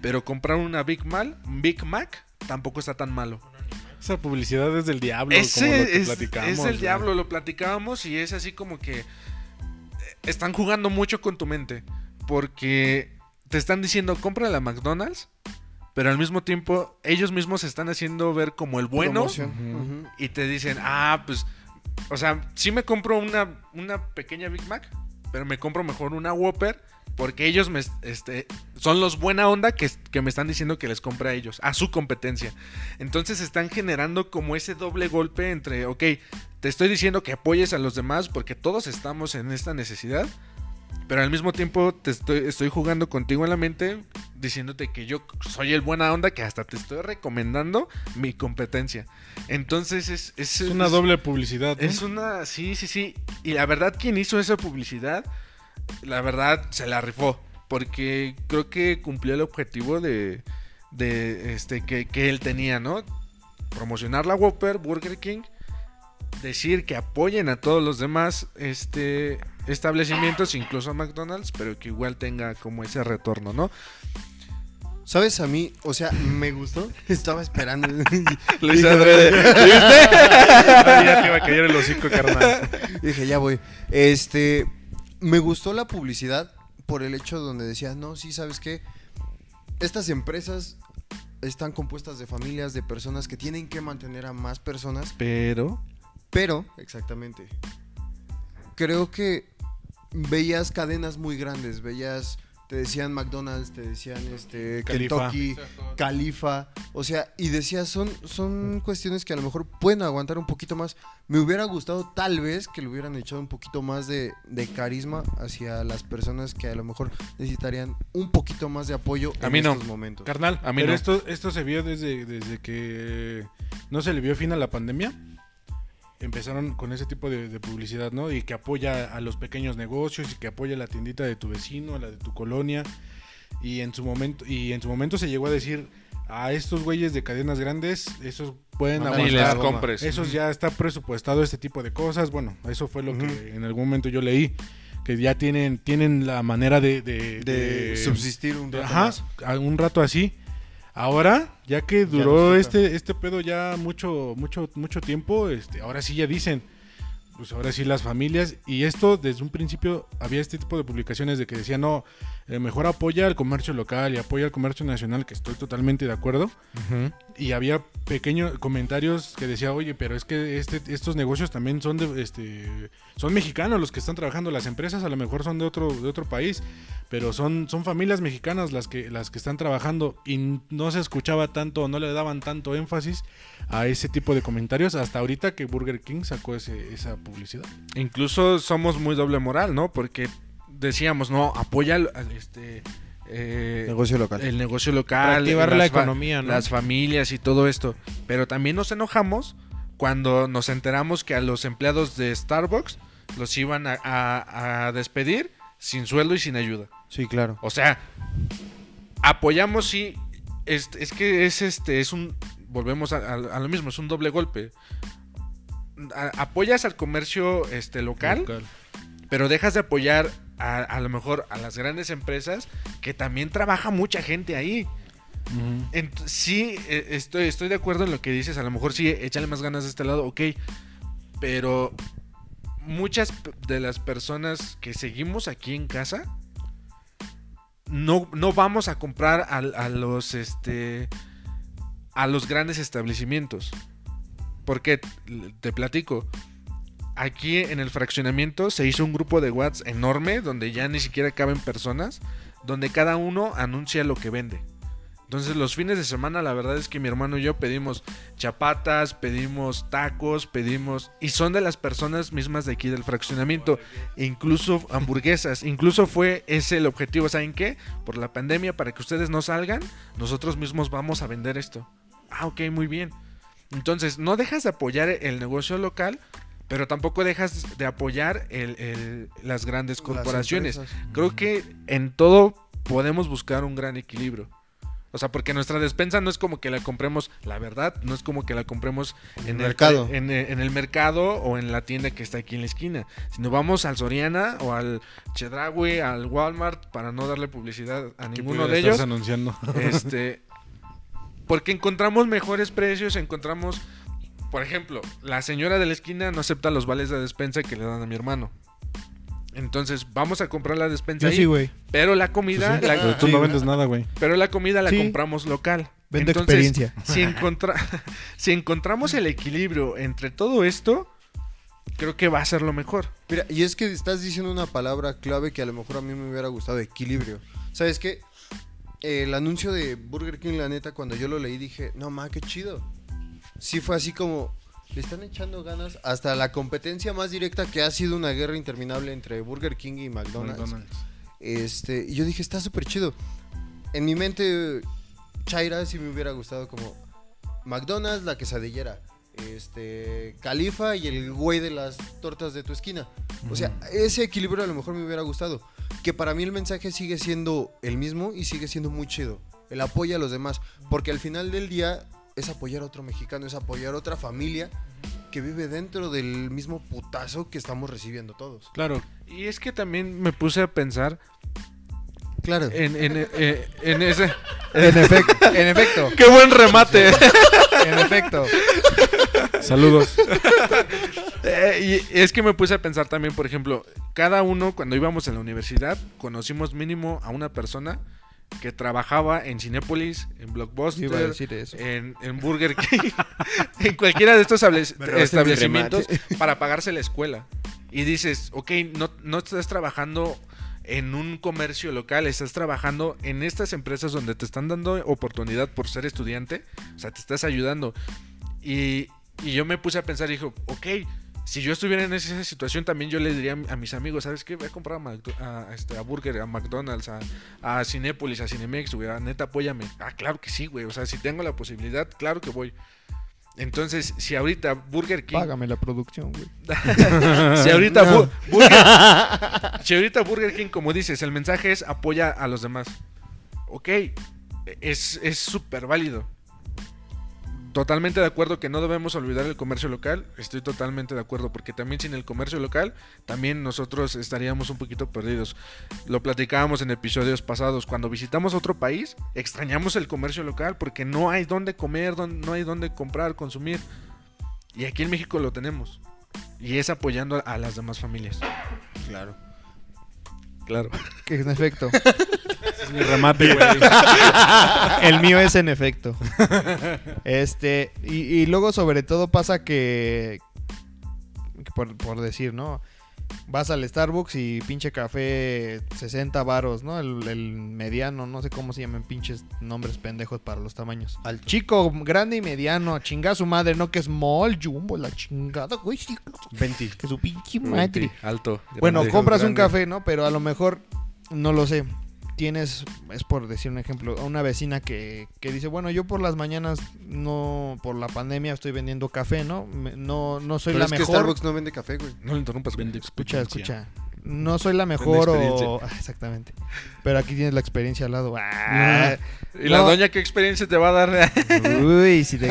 Speaker 1: pero comprar una Big Mac, Big Mac tampoco está tan malo.
Speaker 4: Esa publicidad es del diablo,
Speaker 1: Ese
Speaker 4: como lo que
Speaker 1: es,
Speaker 4: platicamos.
Speaker 1: es el
Speaker 4: güey.
Speaker 1: diablo, lo platicábamos y es así como que eh, están jugando mucho con tu mente. Porque te están diciendo, compra la McDonald's, pero al mismo tiempo ellos mismos se están haciendo ver como el bueno
Speaker 2: Promoción.
Speaker 4: Ujú.
Speaker 1: y te dicen, ah, pues, o sea, sí me compro una, una pequeña Big Mac, pero me compro mejor una Whopper. Porque ellos me, este, son los buena onda que, que me están diciendo que les compre a ellos, a su competencia. Entonces están generando como ese doble golpe entre, ok, te estoy diciendo que apoyes a los demás porque todos estamos en esta necesidad, pero al mismo tiempo te estoy, estoy jugando contigo en la mente diciéndote que yo soy el buena onda que hasta te estoy recomendando mi competencia. Entonces es, es-
Speaker 4: Es una
Speaker 1: es-
Speaker 4: doble publicidad.
Speaker 6: ¿Eh?
Speaker 4: ¿no?
Speaker 1: es una, sí, sí, sí. Y la verdad, quien hizo esa publicidad, la verdad, se la rifó. Porque creo que cumplió el objetivo de, de este, que, que él tenía, ¿no? Promocionar la Whopper, Burger King, decir que apoyen a todos los demás este, establecimientos, incluso a McDonald's, pero que igual tenga como ese retorno, ¿no?
Speaker 2: ¿Sabes a mí? O sea, me gustó. Estaba esperando.
Speaker 1: Lo hice adrede.
Speaker 4: Ah, ya te iba a caer el hocico, carnal.
Speaker 2: Dije, ya voy. Este, me gustó la publicidad por el hecho donde decía, no, sí, ¿sabes qué? Estas empresas están compuestas de familias, de personas que tienen que mantener a más personas,
Speaker 1: Pero,
Speaker 2: pero... Exactamente. Creo que veías cadenas muy grandes, veías, te decían McDonald's, te decían este,
Speaker 4: Califa.
Speaker 2: Kentucky, Califa, o sea, y decía, son, son cuestiones que a lo mejor pueden aguantar un poquito más. Me hubiera gustado tal vez que le hubieran echado un poquito más de, de carisma hacia las personas que a lo mejor necesitarían un poquito más de apoyo
Speaker 1: A
Speaker 2: en
Speaker 1: mí no.
Speaker 2: estos momentos.
Speaker 4: Carnal,
Speaker 1: A mí
Speaker 4: pero
Speaker 1: no.
Speaker 4: esto, esto se vio desde, desde que eh, no se le vio fin a la pandemia. Empezaron con ese tipo de, de publicidad, ¿no? Y que apoya a los pequeños negocios y que apoya a la tiendita de tu vecino, a la de tu colonia. Y en su momento, y en su momento se llegó a decir a estos güeyes de cadenas grandes, esos pueden
Speaker 2: Mándales
Speaker 6: Ni
Speaker 2: la
Speaker 6: les
Speaker 4: aguantar.
Speaker 2: goma.
Speaker 6: compres.
Speaker 4: Eso ya está presupuestado este tipo de cosas. Bueno, eso fue lo que en algún momento yo leí. Que ya tienen, tienen la manera de, de-
Speaker 2: De
Speaker 4: de-
Speaker 2: subsistir un rato
Speaker 4: eh, Ajá,
Speaker 2: más.
Speaker 4: a un rato así. Ahora, ya que duró este, este pedo ya mucho, mucho, mucho tiempo, este, ahora sí ya dicen, pues ahora sí las familias, y esto desde un principio había este tipo de publicaciones de que decían, no, eh, mejor apoya al comercio local y apoya al comercio nacional, que estoy totalmente de acuerdo, y había pequeños comentarios que decía, oye, pero es que este, estos negocios también son de, este, son mexicanos los que están trabajando, las empresas a lo mejor son de otro, de otro país, pero son, son familias mexicanas las que, las que están trabajando y no se escuchaba tanto, no le daban tanto énfasis a ese tipo de comentarios hasta ahorita que Burger King sacó ese- esa publicidad.
Speaker 1: incluso somos muy doble moral, ¿no? Porque decíamos, no, apoya al, al, este... eh,
Speaker 2: Negocio local.
Speaker 1: el negocio local,
Speaker 3: Para activar la
Speaker 1: las fa-
Speaker 3: economía, ¿no?
Speaker 1: las familias y todo esto. Pero también nos enojamos cuando nos enteramos que a los empleados de Starbucks los iban a, a- a despedir sin sueldo y sin ayuda.
Speaker 2: Sí, claro.
Speaker 1: O sea, apoyamos sí. Es, es que es este, es un. Volvemos a, a- a lo mismo, es un doble golpe. A- apoyas al comercio este local pero dejas de apoyar a, a lo mejor a las grandes empresas que también trabaja mucha gente ahí.
Speaker 4: Ujú.
Speaker 1: Ent- sí, eh, estoy, estoy de acuerdo en lo que dices. A lo mejor sí, échale más ganas de este lado, ok. Pero muchas p- de las personas que seguimos aquí en casa no, no vamos a comprar a, a los este a los grandes establecimientos. Porque l- te platico. Aquí en el fraccionamiento se hizo un grupo de WhatsApp enorme donde ya ni siquiera caben personas, donde cada uno anuncia lo que vende. Entonces los fines de semana la verdad es que mi hermano y yo pedimos chapatas, pedimos tacos, pedimos... Y son de las personas mismas de aquí del fraccionamiento. Incluso hamburguesas. Incluso fue ese el objetivo. ¿Saben qué? Por la pandemia, para que ustedes no salgan, nosotros mismos vamos a vender esto. Ah, ok, muy bien. Entonces, no dejas de apoyar el negocio local, pero tampoco dejas de apoyar el- el- las grandes corporaciones. Creo que en todo podemos buscar un gran equilibrio. O sea, porque nuestra despensa no es como que la compremos, la verdad, no es como que la compremos en el
Speaker 2: mercado.
Speaker 1: en, en el mercado o en la tienda que está aquí en la esquina. Sino vamos al Soriana o al Chedraui, al Walmart, para no darle publicidad a
Speaker 4: Que
Speaker 1: ninguno
Speaker 4: pudiera
Speaker 1: de ellos.
Speaker 4: estarse anunciando.
Speaker 1: Este, porque encontramos mejores precios, encontramos, por ejemplo, la señora de la esquina no acepta los vales de despensa que le dan a mi hermano. Entonces vamos a comprar la despensa
Speaker 5: Yo
Speaker 1: ahí,
Speaker 5: sí, güey.
Speaker 1: pero la comida, la-
Speaker 4: Pero tú
Speaker 5: Sí,
Speaker 4: no
Speaker 5: güey.
Speaker 4: vendes nada, güey.
Speaker 1: pero la comida la
Speaker 5: Sí.
Speaker 1: compramos local.
Speaker 5: Vendo
Speaker 1: Entonces,
Speaker 5: experiencia.
Speaker 1: Si, encontra- si encontramos el equilibrio entre todo esto, creo que va a ser lo mejor.
Speaker 2: Mira, y es que estás diciendo una palabra clave que a lo mejor a mí me hubiera gustado, equilibrio. ¿Sabes qué? Eh, el anuncio de Burger King, la neta, cuando yo lo leí dije, no, ma, qué chido. Sí fue así como, le están echando ganas hasta la competencia más directa que ha sido una guerra interminable entre Burger King y McDonald's.
Speaker 4: McDonald's.
Speaker 2: Este, y yo dije, está súper chido. En mi mente, Chaira sí me hubiera gustado como McDonald's, la quesadillera, este, Califa y el güey de las tortas de tu esquina. O sea, ese equilibrio a lo mejor me hubiera gustado. Que para mí el mensaje sigue siendo el mismo y sigue siendo muy chido. El apoyo a los demás. Porque al final del día es apoyar a otro mexicano, es apoyar a otra familia que vive dentro del mismo putazo que estamos recibiendo todos.
Speaker 4: Claro,
Speaker 1: Y es que también me puse a pensar
Speaker 2: Claro.
Speaker 1: en, en- eh, en ese...
Speaker 5: En, efec- en efecto,
Speaker 1: ¡Qué buen remate!
Speaker 5: en efecto.
Speaker 4: saludos.
Speaker 1: Eh, y es que me puse a pensar también, por ejemplo, cada uno cuando íbamos en la universidad conocimos mínimo a una persona que trabajaba en Cinépolis, en
Speaker 5: iba a
Speaker 1: Blockbuster,
Speaker 5: decir eso.
Speaker 1: en, en Burger King, en cualquiera de estos establec-
Speaker 2: robaste
Speaker 1: establecimientos para pagarse la escuela. Y dices, ok, no, no estás trabajando en un comercio local, estás trabajando en estas empresas donde te están dando oportunidad por ser estudiante, o sea, te estás ayudando. Y, y yo me puse a pensar, dijo, ok, si yo estuviera en esa situación también yo le diría a mis amigos, ¿sabes qué? Voy a comprar a, Macdo- a, este, a Burger, a McDonald's, a, a Cinépolis, a Cinemex, güey, a neta, apóyame. Ah, claro que sí, güey, o sea, si tengo la posibilidad, claro que voy. Entonces, si ahorita Burger King
Speaker 5: Págame la producción, güey.
Speaker 1: si ahorita Bu- Burger, si ahorita Burger King, como dices, el mensaje es apoya a los demás. Ok, es es súper válido. Totalmente de acuerdo que no debemos olvidar el comercio local. Estoy totalmente de acuerdo porque también sin el comercio local también nosotros estaríamos un poquito perdidos. Lo platicábamos en episodios pasados. Cuando visitamos otro país extrañamos el comercio local porque no hay dónde comer, don- no hay dónde comprar, consumir. Y aquí en México lo tenemos. Y es apoyando a las demás familias.
Speaker 2: Claro.
Speaker 1: Claro.
Speaker 5: Que En efecto.
Speaker 4: Es mi remate, güey.
Speaker 5: El mío es en efecto. Este, y, y luego sobre todo pasa que, que por, por decir, ¿no? Vas al Starbucks y pinche café 60 varos, ¿no? El, el mediano, no sé cómo se llaman pinches nombres pendejos para los tamaños. Al chico grande y mediano, a chingar a su madre, ¿no? Que es mall, jumbo, la chingada, güey. sí,
Speaker 4: 20.
Speaker 5: Que su pinche madre.
Speaker 6: Alto.
Speaker 5: Bueno,
Speaker 6: grande.
Speaker 5: compras un
Speaker 6: Grande.
Speaker 5: café, ¿no? Pero a lo mejor, no lo sé, tienes, es por decir un ejemplo, a una vecina que, que dice, bueno, yo por las mañanas, no, por la pandemia estoy vendiendo café, ¿no? Me- no, no soy
Speaker 2: Pero
Speaker 5: la
Speaker 2: es que
Speaker 5: mejor.
Speaker 2: Starbucks no vende café, güey.
Speaker 6: No le interrumpas, güey.
Speaker 5: Escucha, escucha. No soy la mejor o...
Speaker 6: experiencia.
Speaker 5: Ah, exactamente. Pero aquí tienes la experiencia al lado. Ah,
Speaker 1: ¿Y la
Speaker 5: No.
Speaker 1: doña qué experiencia te va a dar?
Speaker 5: Uy, si te...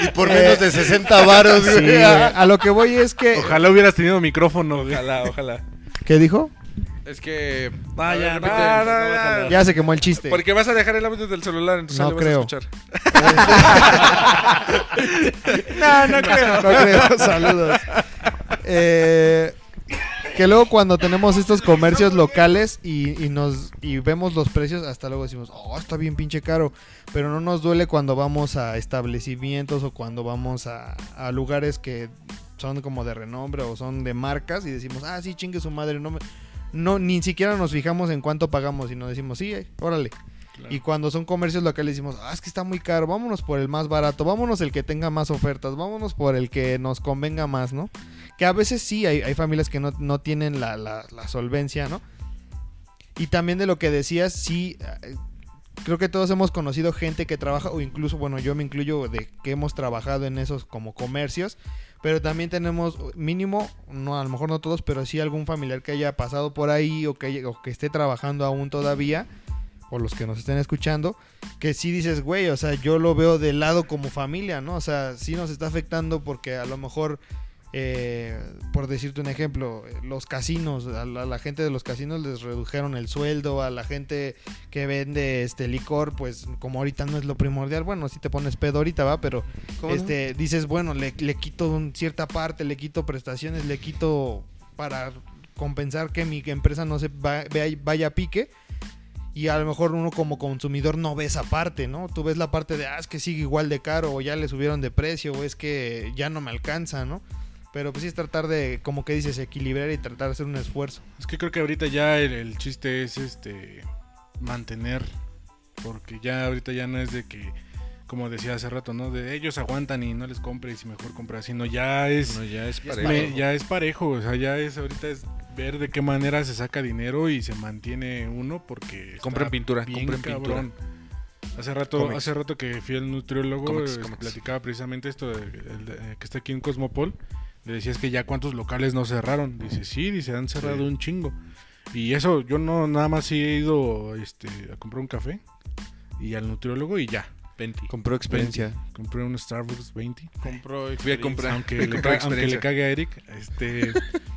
Speaker 2: Y por menos de 60 varos,
Speaker 5: Sí, güey. a lo que voy es que...
Speaker 4: Ojalá hubieras tenido micrófono, güey.
Speaker 6: Ojalá, ojalá.
Speaker 5: ¿Qué dijo?
Speaker 6: Es que.
Speaker 1: Vaya,
Speaker 6: A ver, repite,
Speaker 1: no, no,
Speaker 6: no voy a
Speaker 1: no.
Speaker 6: jalar.
Speaker 5: Ya se quemó el chiste.
Speaker 1: Porque vas a dejar el audio del celular, entonces
Speaker 5: No
Speaker 1: lo
Speaker 5: creo.
Speaker 1: vas a escuchar.
Speaker 5: No, no creo. No creo, saludos. Eh, que luego cuando tenemos estos comercios locales y, y nos y vemos los precios, hasta luego decimos, oh, está bien pinche caro. Pero no nos duele cuando vamos a establecimientos o cuando vamos a, a lugares que son como de renombre o son de marcas y decimos, ah, sí, chingue su madre, no me... no, ni siquiera nos fijamos en cuánto pagamos, sino decimos, sí, eh, órale. Y cuando son comercios locales decimos, ah, es que está muy caro, vámonos por el más barato, vámonos el que tenga más ofertas, vámonos por el que nos convenga más, ¿no? Que a veces sí, hay, hay familias que no, no tienen la, la- la solvencia, ¿no? Y también de lo que decías, sí, eh, creo que todos hemos conocido gente que trabaja, o incluso, bueno, yo me incluyo de que hemos trabajado en esos como comercios, pero también tenemos mínimo, no, a lo mejor no todos, pero sí algún familiar que haya pasado por ahí o que, haya- o que esté trabajando aún todavía, o los que nos estén escuchando, que sí dices, güey, o sea, yo lo veo de lado como familia, ¿no? O sea, sí nos está afectando porque a lo mejor... eh, por decirte un ejemplo, los casinos, a la- a la gente de los casinos les redujeron el sueldo, a la gente que vende este licor, pues como ahorita no es lo primordial, bueno, si te pones pedo ahorita va, pero
Speaker 2: ¿Cómo no?
Speaker 5: este dices, bueno, le, le quito un- cierta parte, le quito prestaciones, le quito para compensar que mi empresa no se va- vea- vaya a pique. Y a lo mejor uno como consumidor no ve esa parte, ¿no? Tú ves la parte de, ah, es que sigue igual de caro, o ya le subieron de precio, o es que ya no me alcanza, ¿no? Pero pues sí es tratar de, como que dices, equilibrar y tratar de hacer un esfuerzo.
Speaker 4: Es que creo que ahorita ya el, el chiste es este mantener. Porque ya ahorita ya no es de que, como decía hace rato, ¿no? De ellos aguantan y no les compres y mejor compras. Sino ya es.
Speaker 1: No, ya es
Speaker 4: me-
Speaker 1: parejo.
Speaker 4: ya es parejo. O sea, ya es ahorita es ver de qué manera se saca dinero y se mantiene uno porque. está
Speaker 1: Compren pintura,
Speaker 4: bien
Speaker 1: compren pintura.
Speaker 4: cabrón. Hace rato,
Speaker 1: Cómics.
Speaker 4: hace rato que fui al nutriólogo,
Speaker 1: Cómics,
Speaker 4: eh,
Speaker 1: cómics.
Speaker 4: platicaba precisamente esto, de- el de- eh, que está aquí en Cosmopol. Le decías que ya cuántos locales no cerraron. Dice, sí, dice, han cerrado un chingo. Y eso, yo no, nada más he ido este, a comprar un café y al nutriólogo y ya. 20.
Speaker 2: Compró experiencia.
Speaker 4: Compré un Starbucks 20.
Speaker 3: Compró
Speaker 1: Fui a comprar.
Speaker 4: Aunque,
Speaker 1: fui a
Speaker 4: le,
Speaker 1: comprar
Speaker 4: ca- aunque le
Speaker 1: experiencia.
Speaker 4: cague a Eric. Este,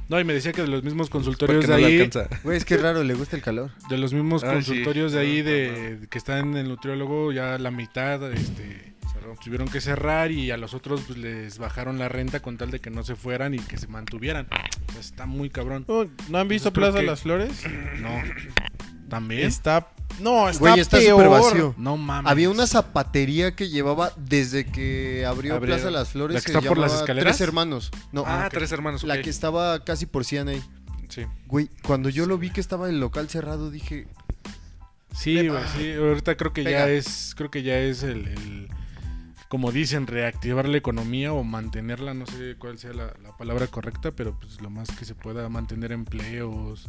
Speaker 4: no, y me decía que de los mismos
Speaker 1: Porque
Speaker 4: consultorios
Speaker 1: no
Speaker 4: de
Speaker 1: le
Speaker 4: ahí,
Speaker 1: alcanza.
Speaker 2: Güey, es que raro, le gusta el calor.
Speaker 4: de los mismos
Speaker 1: Ah, sí.
Speaker 4: consultorios de ahí
Speaker 1: No,
Speaker 4: de que están en el nutriólogo ya la mitad este tuvieron que cerrar y a los otros pues, les bajaron la renta con tal de que no se fueran y que se mantuvieran. O sea, está muy cabrón.
Speaker 3: ¿No han visto
Speaker 4: Entonces, Pues creo
Speaker 3: Plaza
Speaker 4: que-
Speaker 3: Las Flores?
Speaker 4: No. También.
Speaker 3: Está. No, está.
Speaker 2: Güey, está
Speaker 3: peor.
Speaker 2: súper vacío.
Speaker 4: No mames.
Speaker 2: Había una zapatería que llevaba desde que abrió
Speaker 1: Abrieron.
Speaker 2: Plaza Las Flores.
Speaker 4: ¿La que
Speaker 2: se
Speaker 4: está por las
Speaker 2: llamaba
Speaker 4: escaleras?
Speaker 2: Tres hermanos. No,
Speaker 1: Ah, tres hermanos.
Speaker 2: la
Speaker 1: ok.
Speaker 2: que estaba casi por ahí
Speaker 1: Sí.
Speaker 2: Güey, cuando yo lo vi que estaba el local cerrado, dije,
Speaker 4: Sí, güey, sí. Ahorita creo que
Speaker 2: Pega.
Speaker 4: ya es, creo que ya es el, el- como dicen, reactivar la economía o mantenerla, no sé cuál sea la, la palabra correcta, pero pues lo más que se pueda mantener empleos.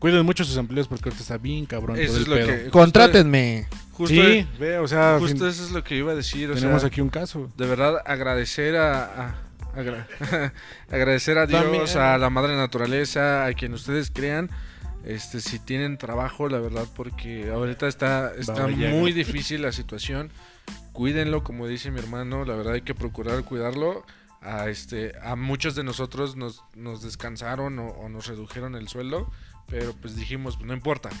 Speaker 4: Cuiden mucho sus empleos porque ahorita está bien cabrón
Speaker 1: Eso
Speaker 4: todo
Speaker 1: es
Speaker 4: el
Speaker 1: lo
Speaker 4: pedo.
Speaker 1: que.
Speaker 5: Contrátenme.
Speaker 1: Justo,
Speaker 4: sí, ve, o sea,
Speaker 1: justo
Speaker 4: fin-
Speaker 1: eso es lo que iba a decir. O
Speaker 4: tenemos
Speaker 1: sea,
Speaker 4: aquí un caso.
Speaker 1: de verdad agradecer a, a- agra- agradecer a Dios,
Speaker 3: También-
Speaker 1: a la madre naturaleza, a quien ustedes crean. Este, si tienen trabajo, la verdad, porque ahorita está, está
Speaker 4: Baba Yaga.
Speaker 1: muy difícil la situación. Cuídenlo, como dice mi hermano, la verdad hay que procurar cuidarlo. A, este, a muchos de nosotros nos, nos descansaron o, o nos redujeron el sueldo, pero pues dijimos, no importa.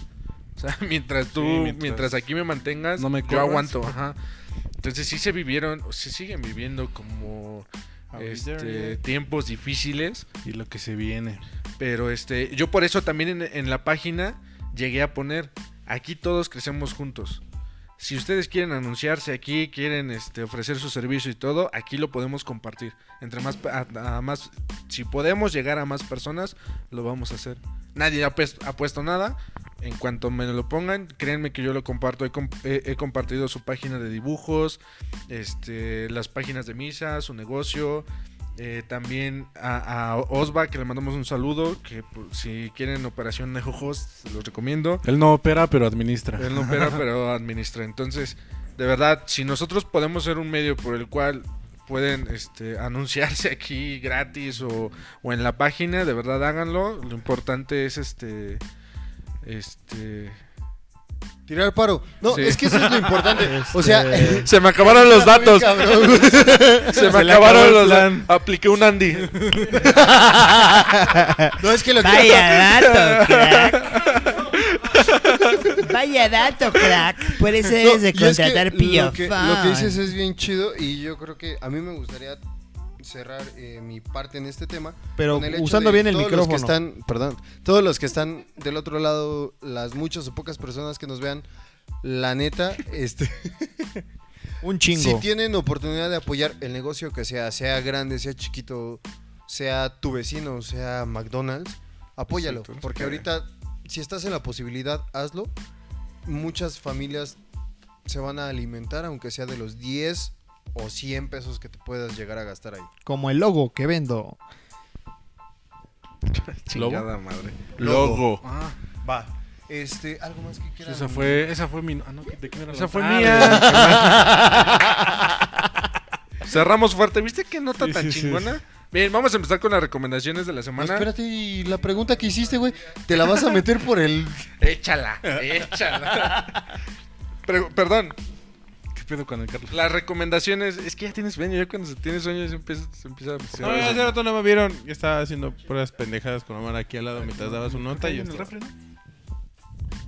Speaker 1: O sea, mientras tú,
Speaker 4: Sí,
Speaker 1: mientras...
Speaker 4: mientras-
Speaker 1: aquí me mantengas,
Speaker 4: No me
Speaker 1: yo
Speaker 4: corras.
Speaker 1: aguanto. Ajá. Entonces sí se vivieron, o se siguen viviendo como este, tiempos difíciles,
Speaker 4: Y lo que se viene.
Speaker 1: pero este, yo por eso también en, en la página llegué a poner, aquí todos crecemos juntos. Si ustedes quieren anunciarse aquí, quieren este, ofrecer su servicio y todo, aquí lo podemos compartir. Entre más, pe- a, a más, si podemos llegar a más personas, lo vamos a hacer. Nadie ha, puest- ha puesto nada. En cuanto me lo pongan, créanme que yo lo comparto. He, comp- he- he compartido su página de dibujos, este, las páginas de misa, su negocio. Eh, también a, a Osva, que le mandamos un saludo. Que pues, si quieren Operación Nejojos, se los recomiendo.
Speaker 4: Él no opera, pero administra.
Speaker 1: Él no opera, pero administra. Entonces, de verdad, si nosotros podemos ser un medio por el cual pueden este, anunciarse aquí gratis o, o en la página, de verdad háganlo. Lo importante es este. Este.
Speaker 2: tirar paro. No,
Speaker 1: Sí.
Speaker 2: es que eso es lo importante. O sea,
Speaker 5: Este-
Speaker 1: Se me acabaron los datos.
Speaker 2: Cabrón, güey.
Speaker 1: Se me
Speaker 4: Se le
Speaker 1: acabaron
Speaker 4: acabó
Speaker 1: los
Speaker 4: el
Speaker 1: datos. Apliqué un Andy.
Speaker 2: no, es que lo que...
Speaker 7: Vaya dato, crack. Vaya dato, crack. Por eso
Speaker 2: No,
Speaker 7: debes de
Speaker 2: y es que
Speaker 7: contratar
Speaker 2: lo
Speaker 7: pillo.
Speaker 2: que, lo que dices es bien chido y yo creo que a mí me gustaría cerrar eh, mi parte en este tema.
Speaker 5: Pero
Speaker 2: con el hecho
Speaker 5: usando
Speaker 2: de
Speaker 5: bien el
Speaker 2: todos
Speaker 5: micrófono.
Speaker 2: Los que están, perdón, todos los que están del otro lado, las muchas o pocas personas que nos vean, la neta, este,
Speaker 5: Un chingo.
Speaker 2: si tienen oportunidad de apoyar el negocio que sea, sea grande, sea chiquito, sea tu vecino, sea McDonald's, apóyalo.
Speaker 4: Exacto.
Speaker 2: Porque ahorita, si estás en la posibilidad, hazlo. Muchas familias se van a alimentar, aunque sea de los 10 o 100 pesos que te puedas llegar a gastar ahí.
Speaker 5: Como el logo que vendo.
Speaker 1: Chingada madre.
Speaker 4: Logo.
Speaker 1: ah,
Speaker 2: Va. Este, algo más que quieras.
Speaker 4: Ah, pues Esa fue, esa fue mi. Ah, no, ¿de quién era
Speaker 1: Esa
Speaker 4: la-
Speaker 1: fue
Speaker 4: Ah, de-
Speaker 1: mía. Cerramos fuerte. ¿Viste qué nota
Speaker 4: Sí,
Speaker 1: tan
Speaker 4: sí, sí,
Speaker 1: chingona? Bien, vamos a empezar con las recomendaciones de la
Speaker 2: No,
Speaker 1: semana.
Speaker 2: espérate, y la pregunta que hiciste, güey, ¿te la vas a meter por el
Speaker 1: Échala, échala. Pero, perdón,
Speaker 4: ¿Qué pedo con el Carlos?
Speaker 1: las recomendaciones. Es que ya tienes sueño. Ya cuando se tiene sueño se empieza, se empieza a.
Speaker 3: No, ya hace rato no me vieron. Yo estaba haciendo puras pendejadas con Omar aquí al lado mientras daba su nota. Y yo
Speaker 4: en el
Speaker 3: estaba-
Speaker 4: refri, ¿no?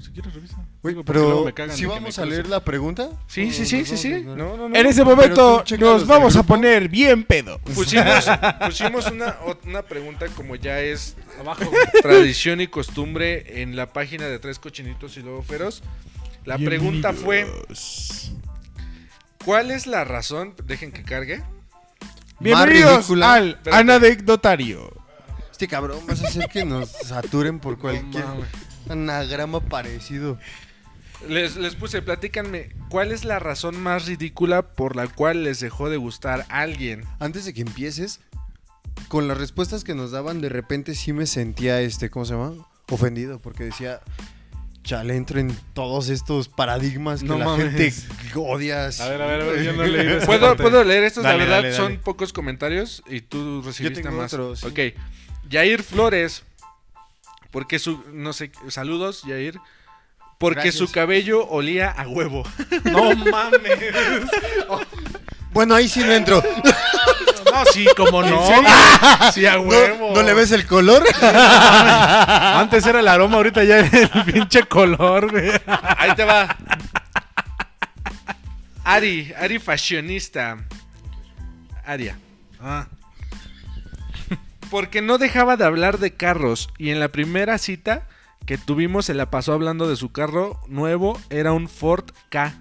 Speaker 4: Si quieres, revisa.
Speaker 2: Güey,
Speaker 4: Digo, porque luego
Speaker 2: pero
Speaker 4: me cagan
Speaker 2: si
Speaker 4: de que
Speaker 2: vamos
Speaker 4: me
Speaker 2: a leer
Speaker 4: crucen.
Speaker 2: la pregunta.
Speaker 1: Sí, sí, sí, sí, sí. No, no, no.
Speaker 3: En ese
Speaker 2: Pero
Speaker 3: momento
Speaker 2: tú checa los
Speaker 3: nos
Speaker 2: del
Speaker 3: vamos a
Speaker 2: grupo.
Speaker 3: poner bien pedo.
Speaker 1: Pusimos, pusimos una, una pregunta como ya es tradición y costumbre en la página de Tres Cochinitos y Lobo Feroz. La pregunta fue, ¿cuál es la razón? Dejen que cargue.
Speaker 3: Bienvenidos
Speaker 2: ridícula.
Speaker 3: al
Speaker 1: Espérate.
Speaker 3: anecdotario.
Speaker 2: Este cabrón vas a hacer que nos saturen por cualquier anagrama parecido.
Speaker 1: Les, les puse, platícanme, ¿cuál es la razón más ridícula por la cual les dejó de gustar a alguien?
Speaker 2: Antes de que empieces, con las respuestas que nos daban, de repente sí me sentía, este, ¿cómo se llama? Ofendido, porque decía, chale, entro en todos estos paradigmas que
Speaker 4: No
Speaker 2: la
Speaker 4: mames.
Speaker 2: gente odia.
Speaker 4: A ver, a ver, a ver, yo no leí esa
Speaker 1: ¿Puedo,
Speaker 4: parte.
Speaker 1: puedo leer estos?
Speaker 3: Dale,
Speaker 1: la verdad,
Speaker 3: dale,
Speaker 1: son
Speaker 3: dale.
Speaker 1: pocos comentarios y tú recibiste
Speaker 2: tengo
Speaker 1: más.
Speaker 2: otro, sí.
Speaker 1: Ok. Yair Flores. Porque su. No sé. Saludos, Yair. Porque su
Speaker 2: Gracias.
Speaker 1: cabello olía a huevo.
Speaker 4: No mames.
Speaker 2: Bueno, ahí sí no entro.
Speaker 4: No, sí, como no. Sí, a huevo.
Speaker 2: ¿No, ¿no le ves el color?
Speaker 4: Antes era el aroma, ahorita ya es el pinche color, güey.
Speaker 1: Ahí te va. Ari, Ari fashionista. Aria. Porque no dejaba de hablar de carros y en la primera cita que tuvimos se la pasó hablando de su carro nuevo, era un Ford K.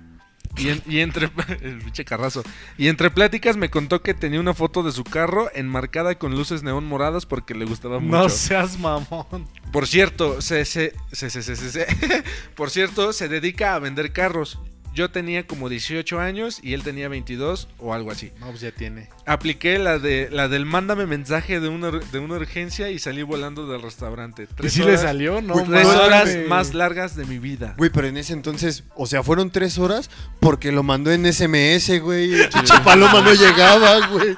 Speaker 1: Y, en- y entre el pinche carrazo. Y entre pláticas me contó que tenía una foto de su carro enmarcada con luces neón moradas porque le gustaba mucho.
Speaker 4: No seas mamón.
Speaker 1: Por cierto, se, se, se, se, se, se- se- por cierto, se dedica a vender carros. Yo tenía como 18 años y él tenía 22 o algo así.
Speaker 4: No, pues ya tiene.
Speaker 1: Apliqué la de la del mándame mensaje de una, ur- de una urgencia y salí volando del restaurante.
Speaker 4: ¿Y
Speaker 1: Tres
Speaker 4: si le
Speaker 1: horas-
Speaker 4: salió? No,
Speaker 2: Uy,
Speaker 1: Tres
Speaker 2: mames.
Speaker 1: horas más largas de mi vida.
Speaker 2: Güey, pero en ese entonces, o sea, fueron tres horas porque lo mandó en SMS, güey. El chichi paloma no llegaba, güey.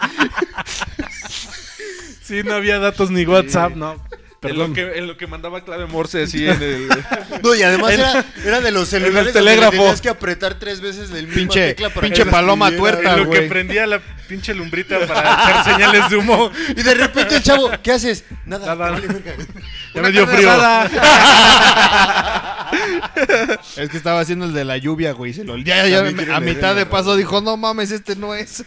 Speaker 4: Sí, no había datos ni WhatsApp, no.
Speaker 1: En lo,
Speaker 4: Perdón.
Speaker 1: que, en lo que mandaba clave morse así en el...
Speaker 2: No, y además era, era de los
Speaker 4: el
Speaker 2: celulares. donde
Speaker 4: telégrafo.
Speaker 2: Tenías que apretar tres veces del mismo
Speaker 5: Pinche-
Speaker 2: tecla para
Speaker 5: pinche
Speaker 2: que
Speaker 5: paloma
Speaker 2: respondiera.
Speaker 5: tuerta,
Speaker 4: En lo que
Speaker 5: güey.
Speaker 4: prendía la pinche lumbrita para echar señales de humo.
Speaker 2: Y de repente el chavo, ¿qué haces? Nada.
Speaker 4: Nada.
Speaker 2: vale, verga.
Speaker 4: Ya me dio
Speaker 1: carne
Speaker 4: frío.
Speaker 1: asada.
Speaker 5: Es que estaba haciendo el de la lluvia, güey. Se lo ya, ya,
Speaker 2: También quiere
Speaker 5: a
Speaker 2: leer
Speaker 5: mitad
Speaker 2: el
Speaker 5: de
Speaker 2: de-
Speaker 5: paso dijo, no mames, este no es.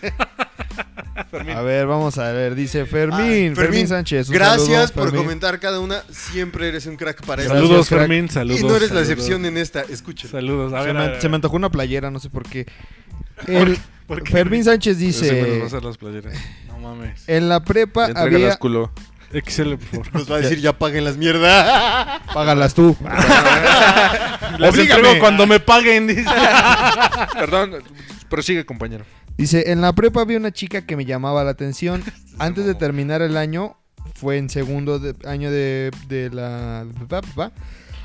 Speaker 5: A ver, vamos a ver, dice Fermín. Fermín, Sánchez. un
Speaker 2: Ah, Gracias
Speaker 5: saludo,
Speaker 2: por
Speaker 5: Fermín.
Speaker 2: comentar cada una. Siempre eres un crack para esto.
Speaker 4: Saludos,
Speaker 5: Gracias, crack.
Speaker 4: Fermín. Saludos.
Speaker 2: Y no eres la
Speaker 4: saludos.
Speaker 2: excepción en esta. Escúchalo.
Speaker 4: Saludos. A
Speaker 5: Se
Speaker 4: ver, a
Speaker 5: me,
Speaker 4: ver, a
Speaker 5: se me
Speaker 4: ver.
Speaker 5: antojó una playera, no sé por qué. El-
Speaker 4: ¿Por qué?
Speaker 5: Fermín Sánchez
Speaker 1: Ese güey nos va a
Speaker 5: dice:
Speaker 1: hacer las playeras.
Speaker 4: No mames.
Speaker 5: En la prepa
Speaker 1: Entrégalas,
Speaker 5: había.
Speaker 1: culo.
Speaker 4: Excel, por favor.
Speaker 2: Nos va a decir, ya paguen las mierdas.
Speaker 5: Págalas tú.
Speaker 4: Las entrego cuando me paguen. dice.
Speaker 1: Perdón, prosigue compañero.
Speaker 5: Dice, en la prepa había una chica que me llamaba la atención. Antes de terminar el año, fue en segundo de- año de, de la... va, va,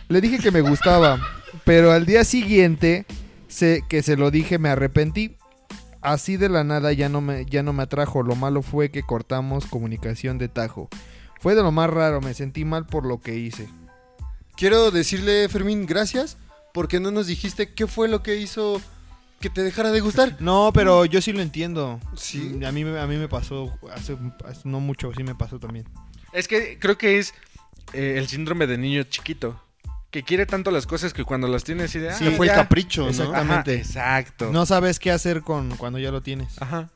Speaker 5: Le dije que me gustaba, pero al día siguiente sé que se lo dije me arrepentí. Así de la nada ya no, me, ya no me atrajo. Lo malo fue que cortamos comunicación de tajo. Fue de lo más raro, me sentí mal por lo que hice.
Speaker 2: Quiero decirle, Fermín, gracias porque no nos dijiste qué fue lo que hizo que te dejara de gustar.
Speaker 5: No, pero yo sí lo entiendo.
Speaker 2: Sí.
Speaker 5: A mí, a mí me pasó, hace, hace no mucho, sí me pasó también.
Speaker 1: Es que creo que es eh, el síndrome de niño chiquito. Que quiere tanto las cosas que cuando las tiene así de...
Speaker 5: Sí,
Speaker 1: "Ah,
Speaker 5: fue el
Speaker 1: ya".
Speaker 5: capricho, ¿no?
Speaker 1: Ajá,
Speaker 5: Exactamente.
Speaker 1: exacto.
Speaker 5: No sabes qué hacer con cuando ya lo tienes.
Speaker 1: Ajá.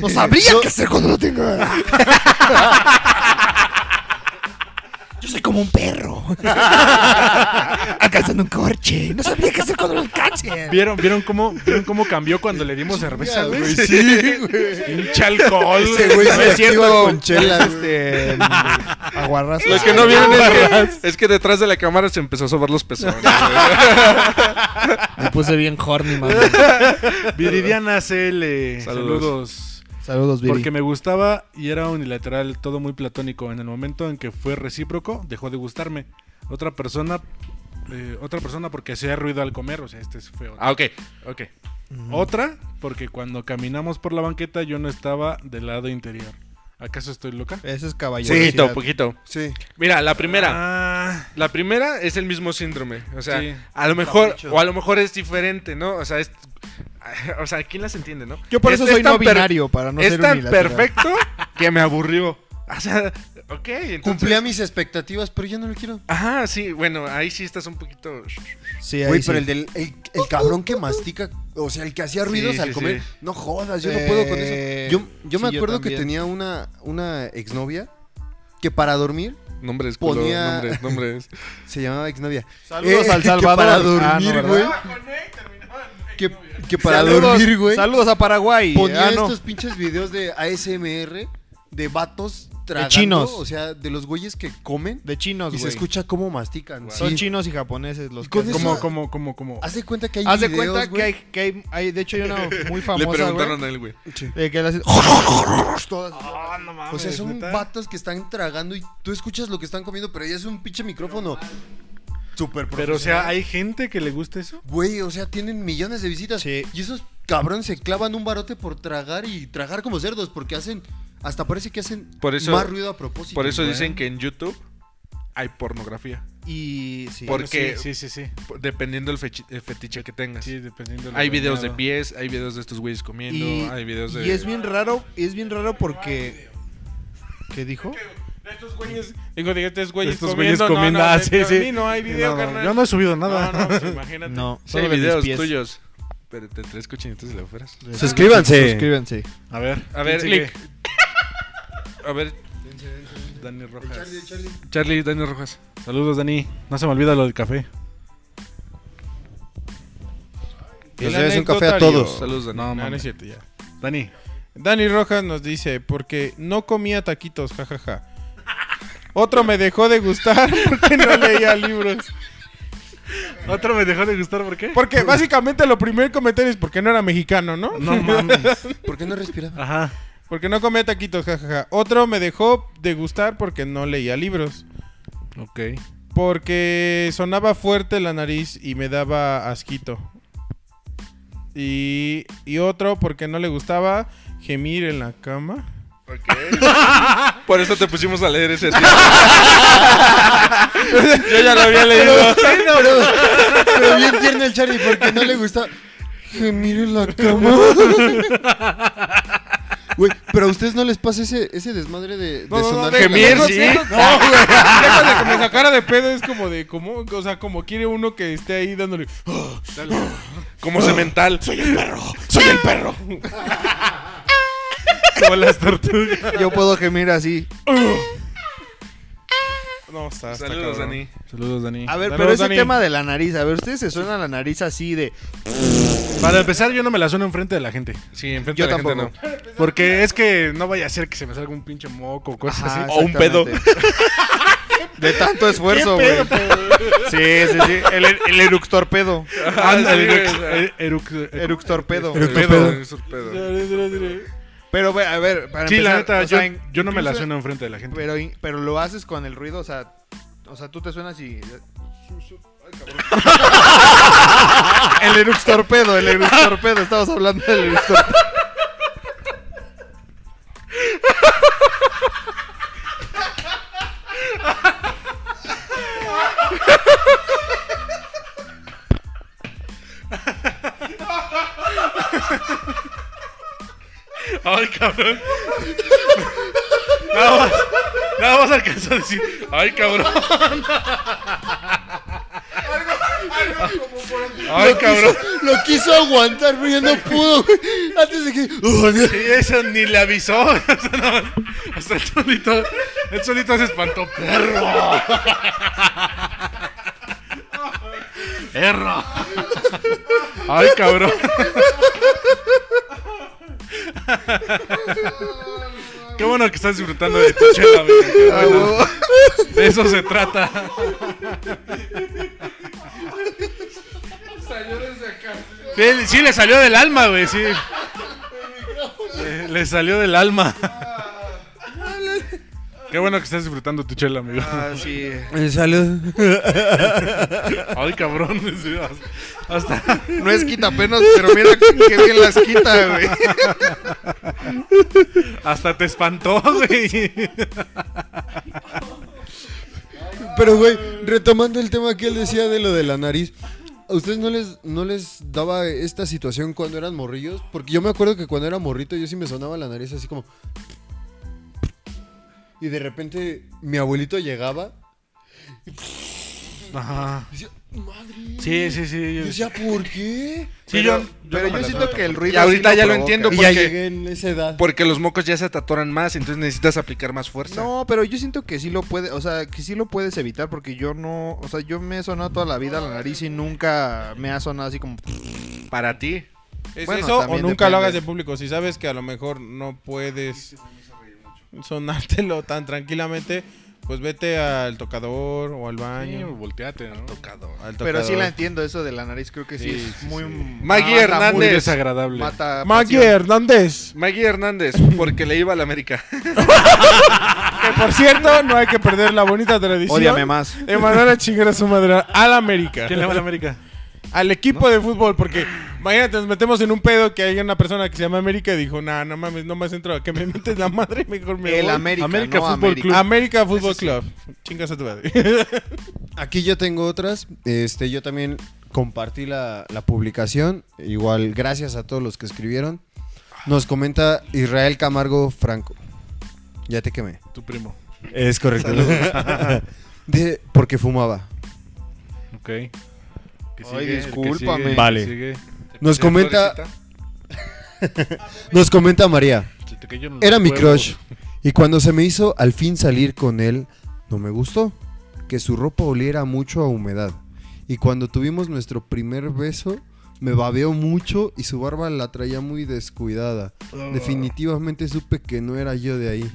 Speaker 5: No sabría qué hacer cuando lo tengo.
Speaker 2: Yo
Speaker 7: soy como un perro. Alcanzando un corche. No sabría qué hacer cuando lo alcance.
Speaker 4: ¿Vieron, ¿vieron, cómo, ¿Vieron cómo cambió cuando le dimos cerveza, güey?
Speaker 2: güey, sí, güey.
Speaker 4: Pinche alcohol,
Speaker 2: Ese güey
Speaker 4: güey.
Speaker 2: se activa con chela, güey.
Speaker 5: Este. Aguarras.
Speaker 1: Lo que no vieron es que, es que detrás de la cámara se empezó a sobar los pezones.
Speaker 8: Me puse bien horny, mami.
Speaker 4: Viridiana CL.
Speaker 1: Saludos.
Speaker 4: Saludos.
Speaker 5: Saludos, Viri.
Speaker 4: Porque me gustaba y era unilateral, todo muy platónico. En el momento en que fue recíproco, dejó de gustarme. Otra persona, eh, otra persona porque hacía ruido al comer, o sea, este es feo.
Speaker 1: ah, ok.
Speaker 4: Ok. Otra, porque cuando caminamos por la banqueta yo no estaba del lado interior. ¿Acaso estoy loca?
Speaker 5: Ese es
Speaker 1: Poquito,
Speaker 5: caballero.
Speaker 1: poquito.
Speaker 2: Sí.
Speaker 1: Mira, la primera.
Speaker 4: Ah,
Speaker 1: La primera es el mismo síndrome. O sea,
Speaker 4: Sí.
Speaker 1: a lo mejor, o a lo mejor es diferente, ¿no? O sea, es. O sea, ¿quién las entiende, no?
Speaker 5: Yo por
Speaker 1: Es-
Speaker 5: eso
Speaker 1: es
Speaker 5: soy
Speaker 1: tan
Speaker 5: no
Speaker 1: per-
Speaker 5: binario, para no
Speaker 1: es
Speaker 5: ser
Speaker 1: tan
Speaker 5: unilateral.
Speaker 1: perfecto que me aburrió. O sea, ok, entonces.
Speaker 2: Cumplía mis expectativas, pero ya no lo quiero.
Speaker 1: Ajá, sí, bueno, ahí sí estás un poquito.
Speaker 5: Sí, ahí
Speaker 2: Güey,
Speaker 5: sí.
Speaker 2: pero el, del, el, el cabrón que mastica, o sea, el que hacía ruidos
Speaker 1: sí,
Speaker 2: al comer,
Speaker 1: sí.
Speaker 2: no jodas, yo
Speaker 5: Eh,
Speaker 2: no puedo con eso. Yo, yo me
Speaker 5: sí, yo
Speaker 2: acuerdo que
Speaker 5: también.
Speaker 2: tenía una, una exnovia que para dormir
Speaker 1: Nombres, culo,
Speaker 2: Ponía-
Speaker 1: nombres, nombres.
Speaker 2: se llamaba exnovia.
Speaker 5: Saludos
Speaker 2: Eh,
Speaker 5: al
Speaker 2: que
Speaker 5: Salvador.
Speaker 2: para
Speaker 5: Ah, no,
Speaker 2: dormir,
Speaker 5: ¿verdad?
Speaker 2: güey. que, que para
Speaker 5: Saludos-
Speaker 2: dormir, güey.
Speaker 5: Saludos a Paraguay.
Speaker 2: Ponía
Speaker 5: Ah, no.
Speaker 2: estos pinches videos de ASMR de vatos tragando,
Speaker 5: chinos.
Speaker 2: o sea, de los güeyes que comen
Speaker 5: De
Speaker 2: y
Speaker 5: chinos, güey.
Speaker 2: se escucha cómo mastican.
Speaker 5: Son
Speaker 2: Sí.
Speaker 5: chinos y japoneses los
Speaker 2: Y con
Speaker 5: que hacen-
Speaker 2: eso-
Speaker 4: como, como, como, como.
Speaker 1: Ah,
Speaker 2: Haz de cuenta que hay
Speaker 5: Haz de
Speaker 2: videos,
Speaker 5: cuenta que
Speaker 2: güey.
Speaker 5: hay, que hay, hay- de hecho hay una muy famosa,
Speaker 1: Le preguntaron
Speaker 5: güey,
Speaker 1: a él, güey.
Speaker 5: de que le hacen- todas-
Speaker 4: Ah, no mames,
Speaker 2: O sea, son
Speaker 4: ¿neta?
Speaker 2: vatos que están tragando y tú escuchas lo que están comiendo, pero ya es un pinche micrófono. Súper
Speaker 4: Pero, o
Speaker 2: profesional.
Speaker 4: sea, ¿hay gente que le gusta eso?
Speaker 2: Güey, o sea, tienen millones de visitas.
Speaker 5: Sí.
Speaker 2: Y esos cabrones se clavan un barote por tragar y tragar como cerdos, porque hacen. Hasta parece que hacen
Speaker 1: Por eso-
Speaker 2: más ruido a propósito.
Speaker 1: Por eso
Speaker 2: güey.
Speaker 4: ¿eh?
Speaker 1: dicen que en YouTube hay pornografía.
Speaker 5: y sí.
Speaker 1: Por- Porque-
Speaker 4: Sí, sí, sí.
Speaker 1: Por- Dependiendo el, fechi- el fetiche que tengas.
Speaker 4: Sí, dependiendo. de lo
Speaker 1: hay videos de
Speaker 4: bañado.
Speaker 1: pies, hay videos de estos güeyes comiendo,
Speaker 5: y,
Speaker 1: hay videos de.
Speaker 5: y es bien raro, y es bien raro porque ¿Qué dijo?
Speaker 3: Estos güeyes, digo, de estos güeyes
Speaker 4: Estos güeyes
Speaker 3: comiendo,
Speaker 4: comiendo,
Speaker 3: no, no,
Speaker 4: ah,
Speaker 3: de-
Speaker 4: sí,
Speaker 3: de
Speaker 4: sí.
Speaker 3: mí no hay video,
Speaker 4: No, no,
Speaker 3: carnal.
Speaker 4: yo no he subido nada.
Speaker 3: No, no, pues, imagínate.
Speaker 5: No,
Speaker 1: Sí, hay videos tuyos. Pero te tres cochinitos y le afueras.
Speaker 2: Suscríbanse.
Speaker 5: Suscríbanse.
Speaker 4: A ver.
Speaker 1: A ver,
Speaker 4: ¿quién sigue?
Speaker 1: Lick. A ver,
Speaker 4: Dani Rojas.
Speaker 1: Charlie, Daniel Rojas.
Speaker 4: Saludos, Dani. No se me olvida lo del café.
Speaker 2: Les
Speaker 3: El
Speaker 2: debes un café a
Speaker 3: anecdotario.
Speaker 2: todos.
Speaker 1: Saludos, Dani.
Speaker 4: Oh. No,
Speaker 3: No, no
Speaker 4: mames.
Speaker 3: es cierto, ya.
Speaker 4: Dani.
Speaker 3: Dani Rojas nos dice, porque no comía taquitos, jajaja. Otro me dejó de gustar porque no leía libros.
Speaker 4: Otro me dejó de gustar, ¿por qué?
Speaker 3: Porque básicamente lo primer comentario es porque no era mexicano, ¿no?
Speaker 4: No mames.
Speaker 2: ¿Por qué no respiraba?
Speaker 4: Ajá.
Speaker 3: Porque no comía taquitos, jajaja. Otro me dejó de gustar porque no leía libros.
Speaker 4: Ok.
Speaker 3: Porque sonaba fuerte la nariz y me daba asquito. Y, y otro porque no le gustaba gemir en la cama.
Speaker 1: Por eso te pusimos a leer ese tío. Yo ya lo había leído.
Speaker 2: pero, pero bien tierno el Charlie, porque no le gusta. Gemir en la cama. Güey, pero a ustedes no les pasa ese, ese desmadre de, de sonar.
Speaker 3: deja-
Speaker 1: Gemir,
Speaker 3: no,
Speaker 1: sí.
Speaker 3: deja- No, güey. Deja de que me sacara de pedo. Es como de, como, o sea, como quiere uno que esté ahí dándole.
Speaker 1: Como cemental.
Speaker 8: Soy el perro.
Speaker 4: Como las tortugas.
Speaker 5: Yo puedo gemir así.
Speaker 3: No, está, está
Speaker 1: Saludos,
Speaker 3: cabrón.
Speaker 1: Dani.
Speaker 4: Saludos, Dani.
Speaker 5: A ver,
Speaker 3: Saludos,
Speaker 5: pero ese
Speaker 3: Dani.
Speaker 5: tema de la nariz, a ver, ustedes se suenan la nariz así de
Speaker 4: Para empezar, yo no me la sueno enfrente de la gente.
Speaker 1: Sí, enfrente
Speaker 5: Yo
Speaker 1: de la gente
Speaker 5: tampoco.
Speaker 1: no.
Speaker 4: Porque es que no vaya a ser que se me salga un pinche moco o cosas
Speaker 5: Ajá,
Speaker 4: así.
Speaker 1: o un pedo.
Speaker 5: exactamente. Ah, De tanto esfuerzo, güey. Sí, sí, sí. El, el eructor pedo.
Speaker 4: Anda,
Speaker 1: sí,
Speaker 4: eruc-
Speaker 1: güey.
Speaker 4: eh, eruc- eh,
Speaker 5: Eructor pedo.
Speaker 1: Es un pedo.
Speaker 5: Pero, güey, a ver, para
Speaker 4: Sí, la
Speaker 5: empezar,
Speaker 4: neta,
Speaker 5: o
Speaker 4: yo,
Speaker 5: sea, en-
Speaker 4: yo no me la
Speaker 5: incluso-
Speaker 4: sueno enfrente de la gente.
Speaker 5: Pero, in- pero lo haces con el ruido, o sea, o sea, tú te suenas y... el Erux Torpedo, el Erux Torpedo, estamos hablando del Erux Torpedo.
Speaker 4: Ay, cabrón. Nada más, nada más alcanzó a decir, ay, cabrón. Ay, cabrón.
Speaker 2: Lo quiso aguantar, pero ya no pudo, güey. Antes de que. ¡Oh, Dios!
Speaker 4: Sí, eso ni le avisó. O sea, no, hasta el solito, el solito se espantó. ¡Perro! ¡Perro! ¡Ay, cabrón! Qué bueno que estás disfrutando de tu chela, amigo. Qué bueno. De eso se trata. Sí, sí, le salió del alma, güey, sí. Le, le salió del alma. Qué bueno que estás disfrutando tu chela, amigo.
Speaker 6: Ah, sí.
Speaker 2: Salud.
Speaker 4: Ay, cabrón. sí, Hasta, hasta-
Speaker 6: No es quita apenas, pero mira qué bien las quita, güey.
Speaker 4: hasta te espantó, güey.
Speaker 2: Pero, güey, retomando el tema que él decía de lo de la nariz, ¿a ustedes no les, no les daba esta situación cuando eran morrillos? Porque yo me acuerdo que cuando era morrito yo sí me sonaba la nariz así como... Y de repente mi abuelito llegaba
Speaker 4: Ajá.
Speaker 2: y decía, madre...
Speaker 4: Sí, sí, sí.
Speaker 2: Yo
Speaker 4: yo-
Speaker 2: decía, ¿por qué?
Speaker 4: sí, yo,
Speaker 6: Pero yo
Speaker 4: me la
Speaker 6: siento
Speaker 4: trato.
Speaker 6: que el ruido.
Speaker 1: Y ahorita
Speaker 6: sí
Speaker 1: ya lo
Speaker 6: provoca.
Speaker 1: entiendo
Speaker 2: Y ya
Speaker 1: porque,
Speaker 2: llegué en esa edad.
Speaker 1: porque los mocos ya se te atoran más, entonces necesitas aplicar más fuerza.
Speaker 9: No, pero yo siento que sí lo puede, o sea, que sí lo puedes evitar porque yo no, o sea, yo me he sonado toda la vida la nariz y nunca me ha sonado así como
Speaker 1: Para ti.
Speaker 3: ¿Es
Speaker 9: Bueno,
Speaker 3: eso o nunca
Speaker 9: también
Speaker 3: lo hagas
Speaker 9: depende.
Speaker 3: de público? Si sabes que a lo mejor no puedes sonártelo tan tranquilamente, pues vete al tocador o al
Speaker 4: Sí,
Speaker 3: baño.
Speaker 4: volteate, ¿no?
Speaker 3: al
Speaker 9: Pero sí
Speaker 3: tocador.
Speaker 9: la entiendo eso de la nariz, creo que sí, es muy
Speaker 1: Maggie
Speaker 9: mata-
Speaker 4: Muy
Speaker 1: Hernández.
Speaker 4: desagradable.
Speaker 9: mata
Speaker 3: Maggie
Speaker 9: pasión.
Speaker 3: Hernández.
Speaker 1: Maggie Hernández, porque le iba a la América.
Speaker 3: Que por cierto, no hay que perder la bonita tradición.
Speaker 9: Ódiame más.
Speaker 3: Emanuel a chingar a su madre al América.
Speaker 4: ¿Quién le va a la América?
Speaker 3: Al equipo de fútbol, porque imagínate, nos metemos en un pedo que hay una persona que se llama América y dijo, nah, no mames, no más entro, que me metes la madre, mejor me
Speaker 9: El
Speaker 3: voy".
Speaker 9: América,
Speaker 4: América
Speaker 9: no
Speaker 4: Fútbol
Speaker 9: América.
Speaker 4: Club.
Speaker 3: América Fútbol Club. Chingas a tu madre.
Speaker 2: Aquí yo tengo otras. Este, yo también compartí la, la publicación. Igual, gracias a todos los que escribieron. Nos comenta Israel Camargo Franco. Ya te quemé.
Speaker 4: Tu primo.
Speaker 2: Es correcto. Dice, porque fumaba.
Speaker 4: Ok. ¿Qué sigue?
Speaker 9: Ay,
Speaker 4: El que
Speaker 9: discúlpame.
Speaker 4: sigue, el que
Speaker 2: Vale.
Speaker 4: sigue.
Speaker 2: Nos comenta- Nos comenta María.
Speaker 4: Se te cayeron los
Speaker 2: Era mi
Speaker 4: huevos.
Speaker 2: crush. Y cuando se me hizo al fin salir con él, no me gustó. Que su ropa oliera mucho a humedad. Y cuando tuvimos nuestro primer beso, me babeó mucho y su barba la traía muy descuidada.
Speaker 5: Ah.
Speaker 2: Definitivamente supe que no era yo de ahí.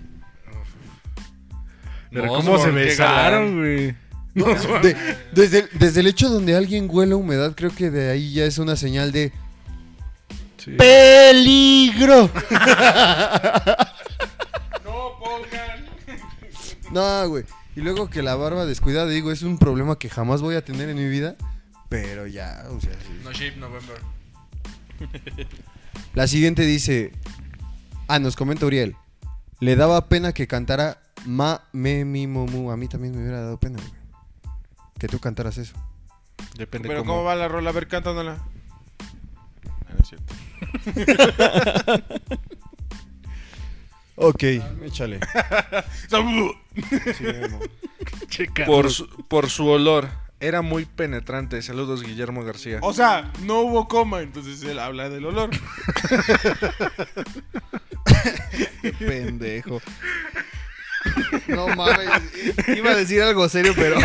Speaker 4: Pero
Speaker 8: No,
Speaker 4: cómo se
Speaker 8: Osborne, qué
Speaker 4: besaron, güey.
Speaker 2: De- desde, el- desde el hecho donde alguien huele a humedad, creo que de ahí ya es una señal de
Speaker 4: Sí.
Speaker 2: peligro. No, güey. Y luego que la barba descuidada, digo, es un problema que jamás voy a tener en mi vida. Pero ya, o sea, sí.
Speaker 6: No shape November.
Speaker 2: La siguiente dice. Ah, nos comenta Uriel. Le daba pena que cantara Ma, Me, Mi, Momu. A mí también me hubiera dado pena, güey. Que tú cantaras eso.
Speaker 4: Depende
Speaker 3: Pero
Speaker 4: cómo.
Speaker 3: ¿cómo va la rola? A ver, cántándola. Ah, no es cierto.
Speaker 2: Ok, échale.
Speaker 1: Por su, por su olor. Era muy penetrante. Saludos, Guillermo García.
Speaker 3: O sea, no hubo coma, entonces él habla del olor.
Speaker 9: Pendejo. No mames. Iba a decir algo serio, pero.
Speaker 1: Ok,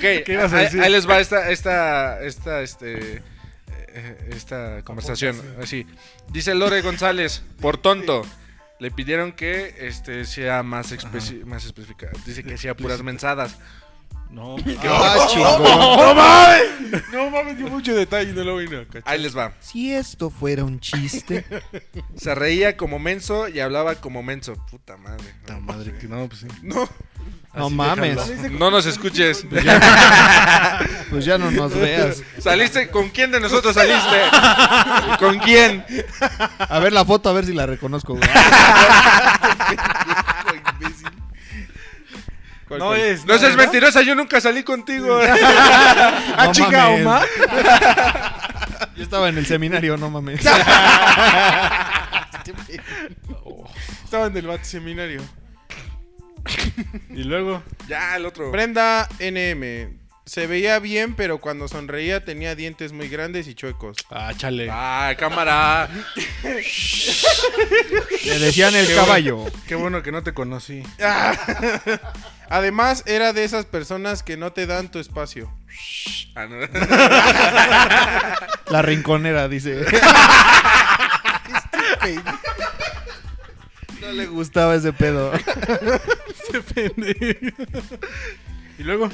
Speaker 4: ¿Qué ibas a
Speaker 1: ahí,
Speaker 4: decir?
Speaker 1: ahí les va esta, esta, esta, este, eh, esta conversación. Así. Dice Lore González, por tonto. Le pidieron que este sea más, especi- más específica. Dice que sea puras mensadas.
Speaker 4: No.
Speaker 2: ¡Ah, chingón!
Speaker 3: No mames, dio mucho detalle, no lo vino.
Speaker 1: Ahí les va.
Speaker 9: Si esto fuera un chiste.
Speaker 1: Se reía como menso y hablaba como menso. Puta madre.
Speaker 4: Puta madre, que no, pues sí.
Speaker 9: No
Speaker 4: Así
Speaker 9: mames.
Speaker 4: déjalo.
Speaker 1: No nos escuches.
Speaker 9: Pues ya no nos veas.
Speaker 1: ¿Saliste? ¿Con quién de nosotros saliste? ¿Con quién?
Speaker 9: A ver la foto, a ver si la reconozco. güey.
Speaker 4: No es.
Speaker 1: No seas
Speaker 4: Pues, ¿verdad?
Speaker 1: mentirosa, yo nunca salí contigo.
Speaker 9: No mames. Yo estaba en el seminario, no mames.
Speaker 3: Estaban del bat seminario.
Speaker 4: Y luego,
Speaker 1: Ya, el otro.
Speaker 3: Brenda NM. Se veía bien, pero cuando sonreía tenía dientes muy grandes y chuecos.
Speaker 4: ah, chale.
Speaker 1: Ah, cámara.
Speaker 9: Le decían el caballo.
Speaker 4: Qué bueno que no te conocí.
Speaker 3: Además, era de esas personas que no te dan tu espacio.
Speaker 1: Ah, no.
Speaker 9: La rinconera, dice. no le gustaba ese pedo.
Speaker 4: Y luego,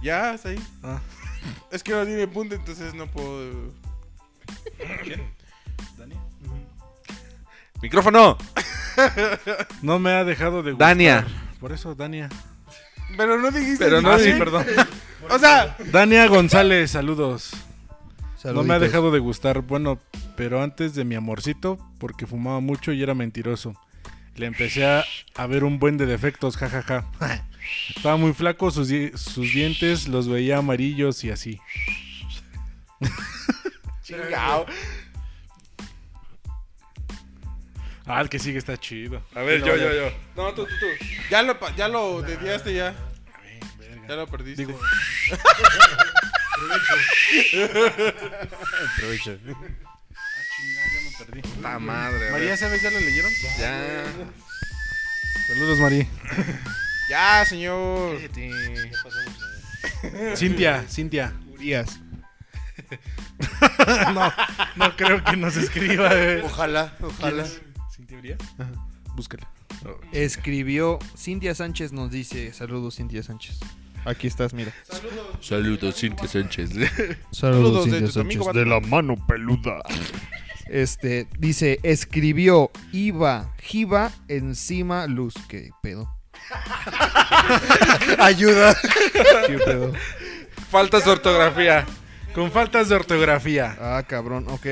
Speaker 3: Ya, está ahí.
Speaker 4: Ah.
Speaker 3: Es que no tiene punto, entonces no puedo.
Speaker 1: Micrófono.
Speaker 4: no me ha dejado de gustar.
Speaker 1: Dania.
Speaker 4: Por eso, Dania.
Speaker 3: Pero no dijiste.
Speaker 1: Pero
Speaker 3: ni
Speaker 1: no,
Speaker 4: Ah,
Speaker 1: sí,
Speaker 4: sí,
Speaker 3: bien.
Speaker 4: perdón.
Speaker 3: O sea,
Speaker 4: Dania González, saludos. No me ha dejado de gustar, bueno, pero antes de mi amorcito, porque fumaba mucho y era mentiroso. Le empecé a, a ver un buen de defectos, jajaja. Estaba muy flaco, sus, di- sus dientes los veía amarillos y así. Ah, el que sigue está chido.
Speaker 1: A ver, yo, yo, yo. No, tú, tú, tú.
Speaker 3: ya lo, pa- ya lo desviaste ya. Ya lo perdiste.
Speaker 4: Digo-
Speaker 1: La madre. a ver.
Speaker 4: María, ¿sabes? ¿Ya lo leyeron?
Speaker 1: Ya.
Speaker 4: Saludos, María.
Speaker 3: Ya, señor.
Speaker 4: Cintia, Cintia.
Speaker 9: Urias.
Speaker 4: No, no creo que nos escriba. eh.
Speaker 2: Ojalá, ojalá.
Speaker 4: ¿Cintia Urias? Búscala.
Speaker 9: Escribió Cintia Sánchez nos dice, saludos Cintia Sánchez. Aquí estás, mira.
Speaker 6: Saludos, Cintia Sánchez.
Speaker 3: Saludos de tu amigo Batman.
Speaker 9: la mano peluda. Este, dice, escribió Iva, Jiva, encima luz. ¿Qué pedo?
Speaker 2: Ayuda.
Speaker 9: ¿Qué pedo?
Speaker 1: Faltas de ortografía.
Speaker 4: Con faltas de ortografía.
Speaker 9: Ah, cabrón, ok.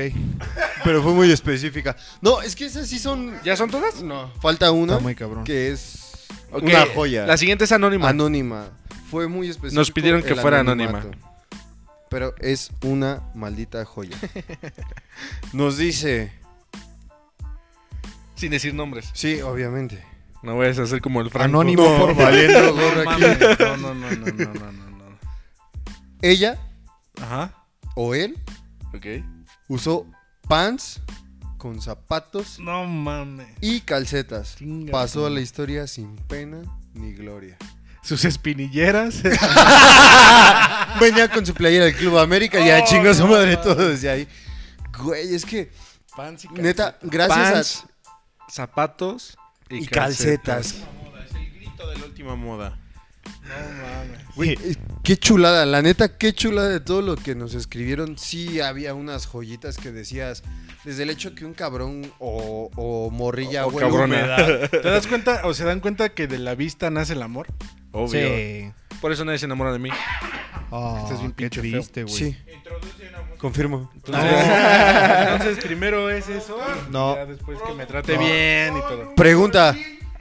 Speaker 2: Pero fue muy específica. No, es que esas sí son.
Speaker 1: ¿Ya son todas?
Speaker 2: No. Falta una
Speaker 9: Está muy cabrón.
Speaker 2: que es
Speaker 1: Ok,
Speaker 2: una joya.
Speaker 1: La siguiente es anónima.
Speaker 2: Anónima. Fue muy específica.
Speaker 1: Nos pidieron que fuera anónima.
Speaker 2: Pero es una maldita joya. Nos dice.
Speaker 1: Sin decir nombres.
Speaker 2: Sí, obviamente.
Speaker 1: No vayas a hacer como el Franco.
Speaker 9: Anónimo por valiendo gorro aquí.
Speaker 4: No, no, no, no, no, no, no, no.
Speaker 2: Ella
Speaker 4: Ajá.
Speaker 2: o él
Speaker 1: Ok.
Speaker 2: usó pants con zapatos
Speaker 4: No mames.
Speaker 2: y calcetas.
Speaker 4: Chinga.
Speaker 2: Pasó a la historia sin pena ni gloria.
Speaker 4: Sus espinilleras.
Speaker 2: Venía con su playera del Club América y ya chingó su madre todo desde ahí. Güey, es que,
Speaker 4: Pants y calcetas.
Speaker 2: neta, gracias
Speaker 1: Pants, zapatos
Speaker 2: a.
Speaker 1: y,
Speaker 2: Y calcetas.
Speaker 3: Grito de la última moda.
Speaker 2: Güey, eh, qué chulada, la neta, qué chulada de todo lo que nos escribieron. Sí había unas joyitas que decías, desde el hecho que un cabrón o, o morrilla huele
Speaker 1: cabrona.
Speaker 2: humedad.
Speaker 4: ¿Te das cuenta o se dan cuenta que de la vista nace el amor?
Speaker 1: Obvio.
Speaker 9: Sí.
Speaker 1: Por eso nadie se enamora de mí.
Speaker 9: Ah,
Speaker 4: Estás bien
Speaker 9: qué
Speaker 4: pinche
Speaker 9: triste, güey.
Speaker 2: Sí. Confirmo.
Speaker 4: Entonces, primero es eso.
Speaker 9: No.
Speaker 4: Y ya después que me trate bien y todo.
Speaker 2: Pregunta.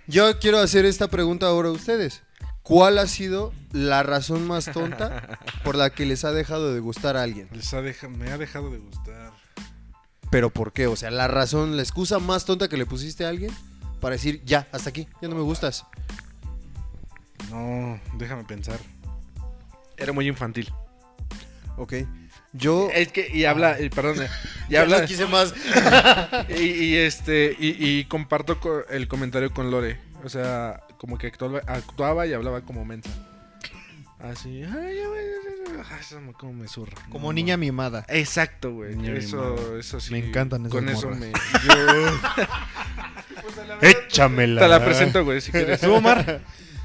Speaker 2: Yo quiero hacer esta pregunta ahora a ustedes. ¿Cuál ha sido la razón más tonta por la que les ha dejado de gustar a alguien?
Speaker 4: Les ha deja- me ha dejado de gustar.
Speaker 2: ¿Pero por qué? O sea, la razón, la excusa más tonta que le pusiste a alguien para decir, ya, hasta aquí, ya no me gustas.
Speaker 4: No, déjame pensar.
Speaker 1: Era muy infantil.
Speaker 2: Ok. Yo...
Speaker 1: Es que, y habla, y perdón, eh, y
Speaker 2: Ya
Speaker 1: habla,
Speaker 2: no quise más.
Speaker 1: y, y este, y, y comparto co- el comentario con Lore. O sea, como que actuaba, actuaba y hablaba como mensa. Así, ay, ya, güey, ya, ya, ya. Ay, eso me- como me zurra.
Speaker 9: Como
Speaker 1: No,
Speaker 9: niña mimada.
Speaker 1: Exacto, güey.
Speaker 4: Niña
Speaker 1: Eso, eso sí.
Speaker 9: Me encantan esas
Speaker 1: Con eso
Speaker 9: morras.
Speaker 1: me. Yo
Speaker 9: Échamela.
Speaker 1: te la presento, güey, si quieres. ¿Tú, Omar?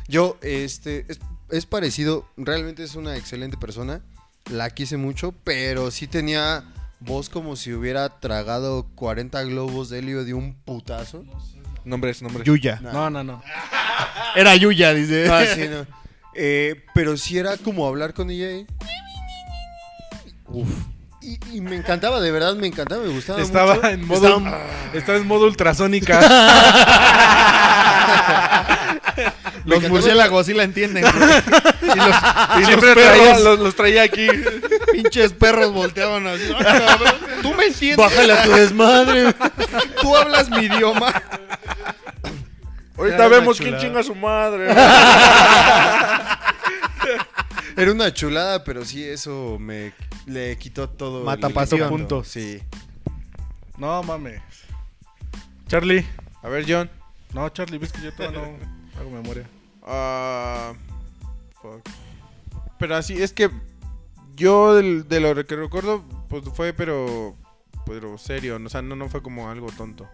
Speaker 2: Yo, este, es, es parecido, realmente es una excelente persona, la quise mucho, pero sí tenía voz como si hubiera tragado 40 globos de helio de un putazo.
Speaker 1: Nombres, nombres.
Speaker 9: Yuya.
Speaker 4: No, no, no.
Speaker 9: Era Yuya, dice.
Speaker 2: Ah, sí, no. Eh, pero sí era como hablar con ella y... Y, y me encantaba, de verdad me encantaba, me gustaba
Speaker 4: Estaba
Speaker 2: mucho.
Speaker 4: en modo- Estaba en modo ultrasónica.
Speaker 9: Los
Speaker 2: me encantaba-
Speaker 9: murciélagos sí la entienden. güey.
Speaker 1: Y siempre traía- los, los traía aquí.
Speaker 9: Pinches perros volteaban así. "Ah, cabrón, Tú me entiendes.
Speaker 2: Bájale a tu desmadre.
Speaker 9: Tú hablas mi idioma.
Speaker 1: Ahorita vemos quién chinga a su madre.
Speaker 2: Era una chulada, pero sí, eso me le quitó todo.
Speaker 10: Mata
Speaker 2: el-
Speaker 10: paso,
Speaker 2: el-
Speaker 10: punto.
Speaker 2: Sí.
Speaker 4: No mames. Charlie.
Speaker 1: A ver, John.
Speaker 4: No, Charlie, ves que yo todavía no hago memoria.
Speaker 3: Ah, fuck. Pero así, es que yo del- de, lo que recuerdo, pues fue, pero, pero serio, o sea, no, no fue como algo tonto.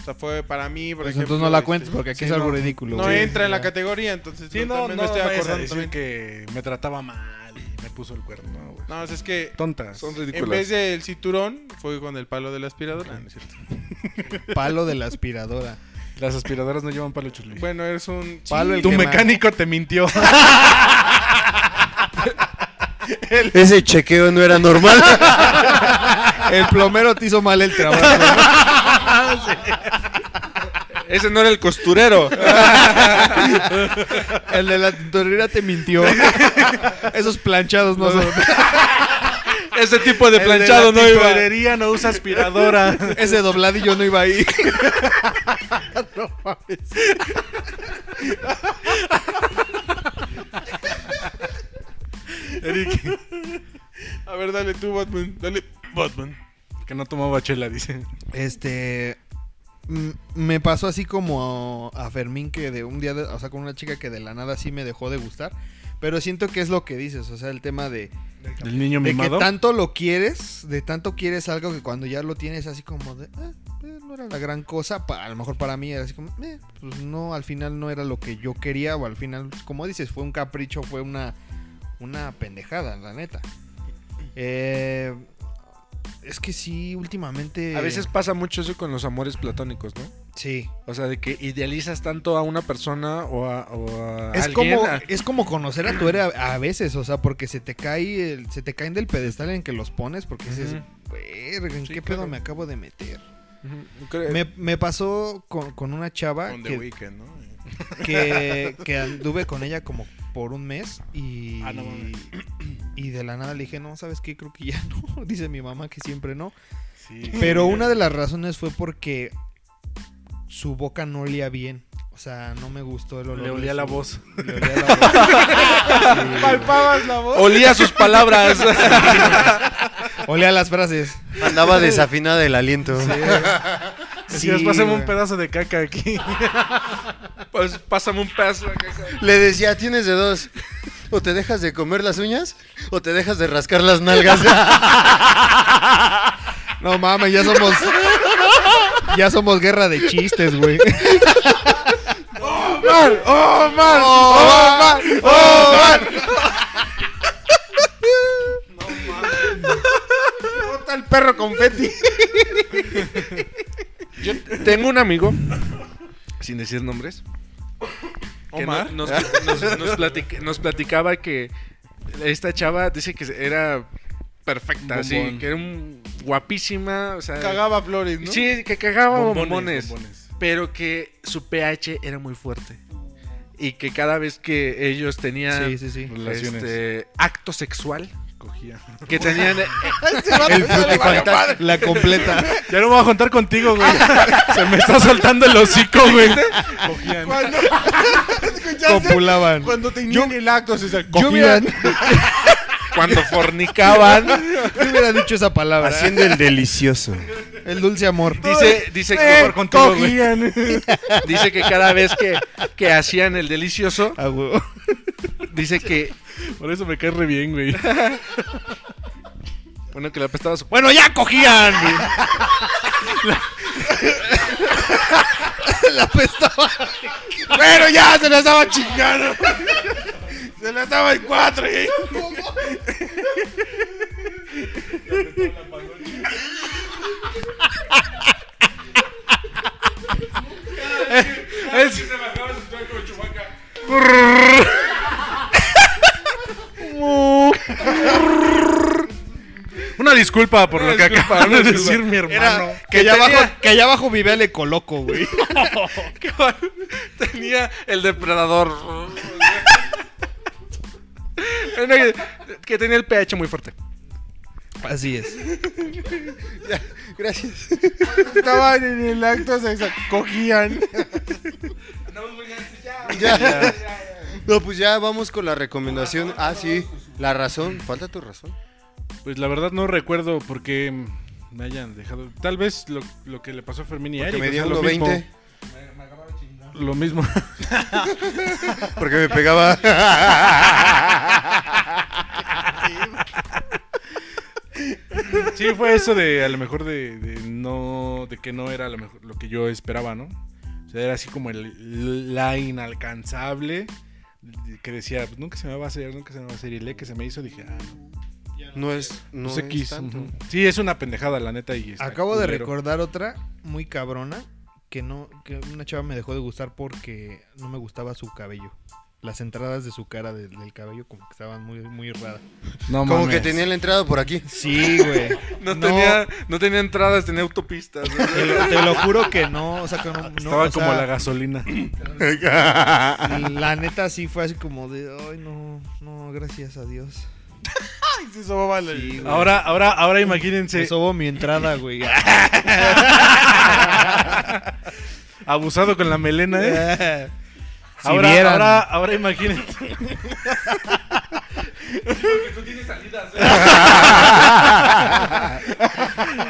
Speaker 3: O sea, fue para mí, por
Speaker 5: Pues
Speaker 3: ejemplo,
Speaker 5: entonces no la
Speaker 3: este,
Speaker 5: cuentes porque aquí
Speaker 3: sí,
Speaker 5: es algo
Speaker 3: no,
Speaker 5: ridículo.
Speaker 3: No
Speaker 5: güey.
Speaker 3: entra en la categoría, entonces
Speaker 4: Sí,
Speaker 3: yo
Speaker 4: no,
Speaker 3: también
Speaker 4: no,
Speaker 3: me estoy acordando
Speaker 4: decir
Speaker 3: también.
Speaker 4: que me trataba mal y me puso el cuerno. No, güey.
Speaker 3: No, o sea, es que
Speaker 4: Tontas.
Speaker 1: Son
Speaker 3: en
Speaker 1: ridículas.
Speaker 3: vez del cinturón, fue con el palo Ah, de la aspiradora.
Speaker 5: Palo de la aspiradora.
Speaker 4: Las aspiradoras no llevan palo chuli.
Speaker 3: Bueno, eres un...
Speaker 5: Palo el
Speaker 4: tu
Speaker 5: que ma-
Speaker 4: mecánico te mintió.
Speaker 2: Ese chequeo no era normal.
Speaker 5: El plomero te hizo mal el trabajo.
Speaker 1: Ese no era el costurero.
Speaker 5: El de la tintorería te mintió. Esos planchados no son.
Speaker 1: Ese tipo de planchado no
Speaker 4: La
Speaker 1: iba.
Speaker 4: tintorería no usa aspiradora.
Speaker 5: Ese dobladillo no iba ahí.
Speaker 3: A ver, dale tú, Batman, dale. Batman.
Speaker 4: que no tomaba chela, dice.
Speaker 5: Este. mm, Me pasó así como a Fermín que de un día, de- o sea, con una chica que de la nada sí me dejó de gustar. Pero siento que es lo que dices, o sea, el tema de,
Speaker 4: El niño
Speaker 5: de que
Speaker 4: mimado.
Speaker 5: tanto lo quieres, de tanto quieres algo que cuando ya lo tienes así como de, "Ah, eh, no era la gran cosa, pa- a lo mejor para mí era así como, "Eh, pues no, al final no era lo que yo quería, o al final, pues, como dices, fue un capricho, fue una, una pendejada, la neta. Eh, es que sí, últimamente...
Speaker 1: A veces pasa mucho eso con los amores platónicos, ¿no?
Speaker 5: Sí.
Speaker 1: O sea, de que idealizas tanto a una persona o a, o a
Speaker 5: Es
Speaker 1: alguien. Ah,
Speaker 5: como,
Speaker 1: a-
Speaker 5: es como conocer a tu héroe a, a veces, o sea, porque se te cae el- se te caen del pedestal en que los pones porque dices, "Verga, ¿en
Speaker 1: Sí,
Speaker 5: qué
Speaker 1: claro.
Speaker 5: pedo me acabo de meter?
Speaker 1: Ujú, creo-
Speaker 5: Me, me pasó con, con una chava
Speaker 3: On the
Speaker 5: que,
Speaker 3: weekend, ¿no?
Speaker 5: que, que anduve con ella como por un mes y,
Speaker 4: Ah, no mames.
Speaker 5: y de la nada le dije, no, ¿sabes qué? Creo que ya no. Dice mi mamá que siempre no.
Speaker 4: Sí.
Speaker 5: Pero una de las razones fue porque su boca no olía bien. O sea, no me gustó el olor.
Speaker 4: Le
Speaker 5: de
Speaker 4: olía la
Speaker 5: su-
Speaker 4: voz.
Speaker 5: Le olía la voz.
Speaker 3: Palpabas la voz.
Speaker 1: Olía sus palabras.
Speaker 5: Olía las frases.
Speaker 2: Andaba desafinada el aliento.
Speaker 4: Sí, pásame
Speaker 5: güey.
Speaker 4: un pedazo de caca aquí.
Speaker 1: Pues, pásame un pedazo.
Speaker 2: Le decía, tienes de dos. O te dejas de comer las uñas o te dejas de rascar las nalgas.
Speaker 5: No mames, ya somos. Ya somos guerra de chistes, güey.
Speaker 4: ¡Oh,
Speaker 1: ¡Oh, ¡Oh, Tengo un amigo, sin decir nombres, que no- nos, nos- nos platic- nos platicaba que esta chava dice que era perfecta, así,
Speaker 4: Bombón.
Speaker 1: que era un- guapísima, o sea,
Speaker 3: Cagaba flores, ¿no?
Speaker 1: sí, que cagaba bombones,
Speaker 4: bombones.
Speaker 1: pero que su pH era muy fuerte y que cada vez que ellos
Speaker 4: Ah.
Speaker 1: tenían
Speaker 5: Sí, sí, sí.
Speaker 4: Relaciones.
Speaker 1: este, acto sexual,
Speaker 4: Cogía.
Speaker 1: que tenían eh,
Speaker 3: Este
Speaker 5: El frutifantas- la completa.
Speaker 4: Ya no voy a contar contigo, güey. Se me está soltando el hocico, güey. Cogían.
Speaker 3: Cuando,
Speaker 5: Copulaban.
Speaker 3: cuando tenían el acto, se sacó.
Speaker 5: Yo hubiera,
Speaker 1: cuando fornicaban,
Speaker 5: yo hubiera dicho esa palabra.
Speaker 2: Haciendo el delicioso.
Speaker 5: El dulce amor.
Speaker 1: dice, dice
Speaker 4: Eh,
Speaker 1: que
Speaker 4: contigo, güey.
Speaker 1: Dice que cada vez que, que hacían el delicioso,
Speaker 5: Ah, güey.
Speaker 1: dice que.
Speaker 4: Por eso me cae re bien, güey.
Speaker 1: Bueno, que le apestaba su. Bueno, ya cogían. güey.
Speaker 5: Pero ya se la estaba chingando.
Speaker 3: Se la daba en cuatro. ¿eh?
Speaker 4: Una disculpa por lo que acaban de decir mi hermano.
Speaker 5: Era que allá abajo, que allá abajo vivía le coloco, güey.
Speaker 1: Tenía el depredador. Bueno, que- que tenía el pH muy fuerte.
Speaker 5: Así es.
Speaker 2: Gracias.
Speaker 3: Estaban en el acto, se sa- cogían.
Speaker 2: pues Ya. No, pues ya vamos con la recomendación. Ah, sí. La razón. Falta tu razón.
Speaker 4: Pues la verdad no recuerdo por qué mm, me hayan dejado. Tal vez lo, lo que le pasó a Fermín y a
Speaker 2: Porque me
Speaker 4: Eric. o sea,
Speaker 2: dio
Speaker 4: lo mismo.
Speaker 2: 1.20.
Speaker 4: Lo mismo.
Speaker 2: Porque me pegaba.
Speaker 4: Sí, fue eso de a lo mejor de, de no de que no era a lo mejor lo que yo esperaba, ¿no? O sea, era así como el, la inalcanzable de- que decía, pues, nunca se me va a hacer, nunca se me va a hacer y le que se me hizo dije, ah, no,
Speaker 2: No es. No
Speaker 4: pues
Speaker 2: es
Speaker 4: X,
Speaker 2: tanto.
Speaker 4: ujú. Sí, es una pendejada la neta y está
Speaker 5: Acabo de
Speaker 4: culero.
Speaker 5: recordar otra muy cabrona que no que una chava me dejó de gustar porque no me gustaba su cabello. Las entradas de su cara del, del cabello como que estaban muy muy raras.
Speaker 4: No
Speaker 2: Como
Speaker 4: mames.
Speaker 2: que tenía la entrada por aquí.
Speaker 5: Sí, güey.
Speaker 1: No, tenía, no tenía entradas, tenía autopistas. güey.
Speaker 5: Te lo, te lo juro que no, o sea, que no, no,
Speaker 4: estaba
Speaker 5: o
Speaker 4: como
Speaker 5: sea,
Speaker 4: la gasolina.
Speaker 5: La neta sí fue así como de, ay, no, no, gracias a Dios. Sí, güey.
Speaker 4: Ahora ahora ahora imagínense
Speaker 5: Me sobo mi entrada, güey.
Speaker 4: abusado con la melena, ¿eh?
Speaker 5: Si
Speaker 4: ahora,
Speaker 5: vieran.
Speaker 4: ahora ahora imagínense.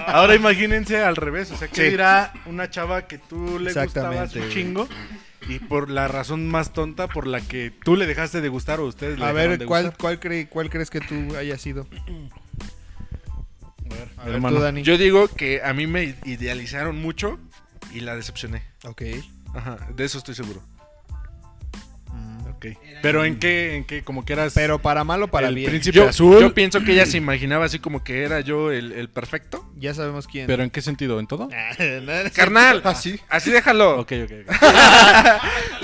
Speaker 4: Ahora imagínense al revés, o sea, ¿qué dirá una chava que tú le gustabas
Speaker 5: Exactamente,
Speaker 4: un
Speaker 5: güey.
Speaker 4: chingo y por la razón más tonta por la que tú le dejaste de gustar o ustedes le
Speaker 5: A
Speaker 4: dejaron
Speaker 5: ver,
Speaker 4: de
Speaker 5: ¿cuál,
Speaker 4: gustar?
Speaker 5: cuál, cree- ¿cuál crees que tú hayas sido?
Speaker 4: A ver,
Speaker 5: A ver,
Speaker 4: hermano.
Speaker 5: tú, Dani.
Speaker 1: Yo digo que a mí me idealizaron mucho y la decepcioné.
Speaker 5: Ok.
Speaker 1: Ajá, de eso estoy seguro.
Speaker 4: Ok. Pero en qué en qué como que eras
Speaker 5: Pero para mal o para
Speaker 4: el
Speaker 5: bien.
Speaker 4: príncipe
Speaker 1: Yo,
Speaker 4: azul.
Speaker 1: yo pienso que ella se imaginaba así como que era yo el, el perfecto.
Speaker 5: Ya sabemos quién.
Speaker 4: Pero en qué sentido, en todo?
Speaker 1: Carnal,
Speaker 2: Así.
Speaker 1: así déjalo.
Speaker 4: Ok, ok. ok.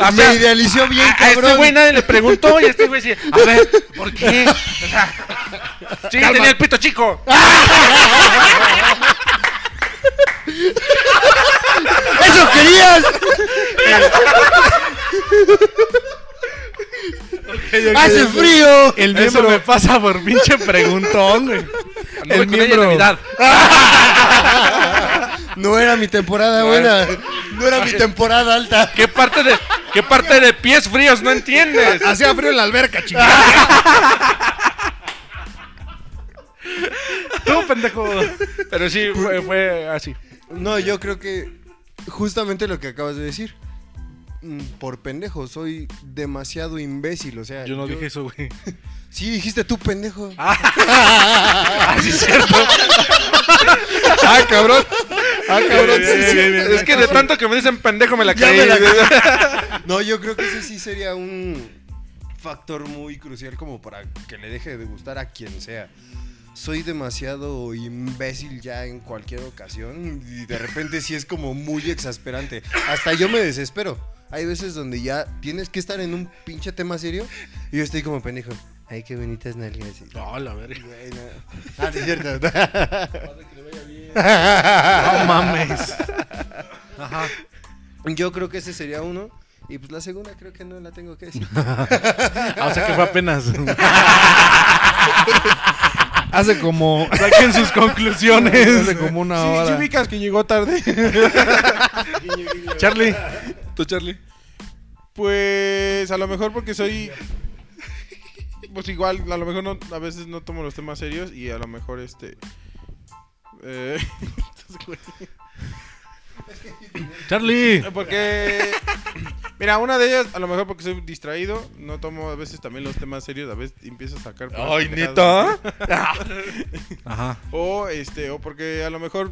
Speaker 1: O
Speaker 2: me
Speaker 1: sea,
Speaker 2: idealizó bien,
Speaker 1: a- a
Speaker 2: cabrón.
Speaker 1: este güey nadie le preguntó y este güey dice, a ver, ¿por qué? O sea, sí, tenía el pito chico.
Speaker 5: Ah,
Speaker 2: ¡Eso querías! ¡Hace frío!
Speaker 4: El miembro me pasa por pinche preguntón, güey.
Speaker 1: Anduve con ella en Navidad.
Speaker 2: No era mi temporada buena. No era mi temporada alta.
Speaker 1: ¿Qué parte de, qué parte de pies fríos no entiendes?
Speaker 5: Hacía frío en la alberca, chingada.
Speaker 1: Tú, pendejo. Pero sí, fue, fue así.
Speaker 2: No, yo creo que justamente lo que acabas de decir. Mm, Por pendejo, soy demasiado imbécil, o sea.
Speaker 4: Yo no dije eso, güey.
Speaker 2: Sí, dijiste tú, pendejo.
Speaker 1: Ah, cabrón.
Speaker 2: Ah, cabrón,
Speaker 4: bien,
Speaker 2: sí,
Speaker 4: bien,
Speaker 2: sí.
Speaker 4: bien, bien.
Speaker 1: Es que de tanto que me dicen pendejo me la
Speaker 2: Ya
Speaker 1: creí.
Speaker 2: me la- No, yo creo que ese sí sería un factor muy crucial como para que le deje de gustar a quien sea. Soy demasiado imbécil ya en cualquier ocasión y de repente sí es como muy exasperante. Hasta yo me desespero. Hay veces donde ya tienes que estar en un pinche tema serio y yo estoy como pendejo. Ay, qué bonitas nalgas. Y-
Speaker 4: No, la verga.
Speaker 2: Güey, no. Ah, sí, es cierto.
Speaker 4: No mames.
Speaker 2: Yo creo que ese sería uno. Y pues la segunda creo que no la tengo que decir.
Speaker 4: Ah, o sea que fue apenas.
Speaker 5: Hace como.
Speaker 4: Saquen sus conclusiones.
Speaker 5: Hace como una
Speaker 3: Sí, sí
Speaker 5: hora.
Speaker 3: ubicas que llegó tarde.
Speaker 4: Charlie.
Speaker 1: ¿Tú, Charlie?
Speaker 3: Pues a lo mejor porque soy. Pues igual, a lo mejor no, a veces no tomo los temas serios y a lo mejor este. eh,
Speaker 4: Charlie.
Speaker 3: porque. Mira, una de ellas, a lo mejor porque soy distraído, no tomo a veces también los temas serios, a veces empiezo a sacar. puras pendejadas.
Speaker 4: Ajá.
Speaker 3: O este, o porque a lo mejor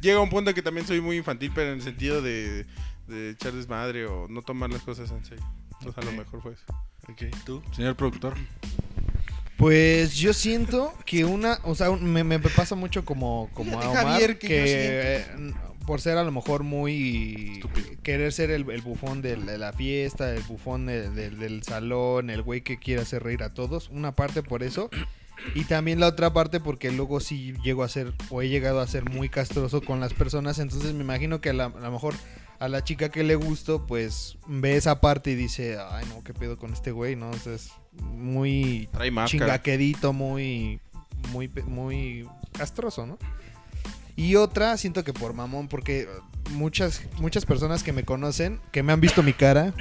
Speaker 3: llega un punto que también soy muy infantil, pero en el sentido de, de echar desmadre o no tomar las cosas en serio. Entonces a lo mejor fue eso.
Speaker 4: ¿Tú? Señor productor.
Speaker 5: Pues yo siento que una. O sea, un- me, me pasa mucho como, como a
Speaker 3: Fíjate,
Speaker 5: Omar.
Speaker 3: Javier,
Speaker 5: que
Speaker 3: que yo
Speaker 5: eh, n- por ser a lo mejor muy. Querer ser el, el bufón de la, de la fiesta, el bufón de- de- del salón, el güey que quiere hacer reír a todos. Una parte por eso. Y también la otra parte porque luego sí llego a ser o he llegado a ser muy castroso con las personas. Entonces me imagino que a la- a lo mejor a la chica que le gusto pues ve esa parte y dice, ay no, qué pedo con este güey, ¿no? O sea, es muy
Speaker 3: Trae máscara.
Speaker 5: chingaquedito, muy, muy, pe- muy castroso, ¿no? Y otra, siento que por mamón, porque muchas, muchas personas que me conocen, que me han visto mi cara,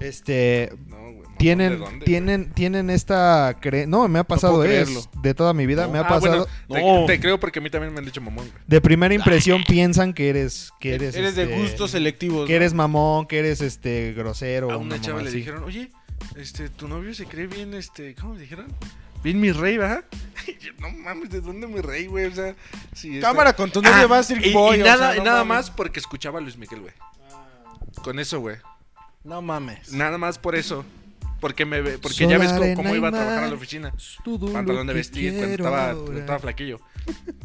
Speaker 5: este,
Speaker 1: No, güey.
Speaker 5: tienen,
Speaker 1: ¿de dónde,
Speaker 5: tienen, tienen esta cre... No, me ha pasado
Speaker 1: puedo
Speaker 5: eh,
Speaker 1: creerlo.
Speaker 5: de toda mi vida,
Speaker 1: güey?
Speaker 5: me ha
Speaker 1: Ah,
Speaker 5: pasado.
Speaker 1: bueno,
Speaker 11: No.
Speaker 1: te, te creo porque a mí también me han dicho mamón, güey.
Speaker 5: De primera impresión piensan que eres, que eres,
Speaker 3: Eres, de
Speaker 5: este,
Speaker 3: gustos selectivos.
Speaker 5: que
Speaker 3: ¿no?
Speaker 5: eres mamón, que eres este grosero.
Speaker 1: A
Speaker 5: una
Speaker 1: una chava
Speaker 5: mamá
Speaker 1: le
Speaker 5: así.
Speaker 1: dijeron, oye, este, tu novio se cree bien, este, ¿cómo le dijeron? Bien mi rey, ¿verdad? Y yo, no mames, ¿de dónde mi rey, güey? O sea, si está-
Speaker 3: Cámara con tu novia
Speaker 1: Ah,
Speaker 3: va a ser
Speaker 1: y,
Speaker 3: boy.
Speaker 1: y
Speaker 3: o
Speaker 1: nada,
Speaker 3: sea, no
Speaker 1: y nada
Speaker 3: mames.
Speaker 1: más porque escuchaba a Luis Miguel, güey. Con eso, güey.
Speaker 11: No mames.
Speaker 1: Nada más por eso. Porque me ve- porque ya ves
Speaker 5: Solar
Speaker 1: cómo,
Speaker 5: en
Speaker 1: cómo iba a trabajar a
Speaker 5: Aymar.
Speaker 1: la oficina.
Speaker 5: Todo lo
Speaker 1: Pantalón de
Speaker 5: que
Speaker 1: vestir, cuando
Speaker 5: quiero
Speaker 1: estaba,
Speaker 5: ahora.
Speaker 1: cuando estaba flaquillo.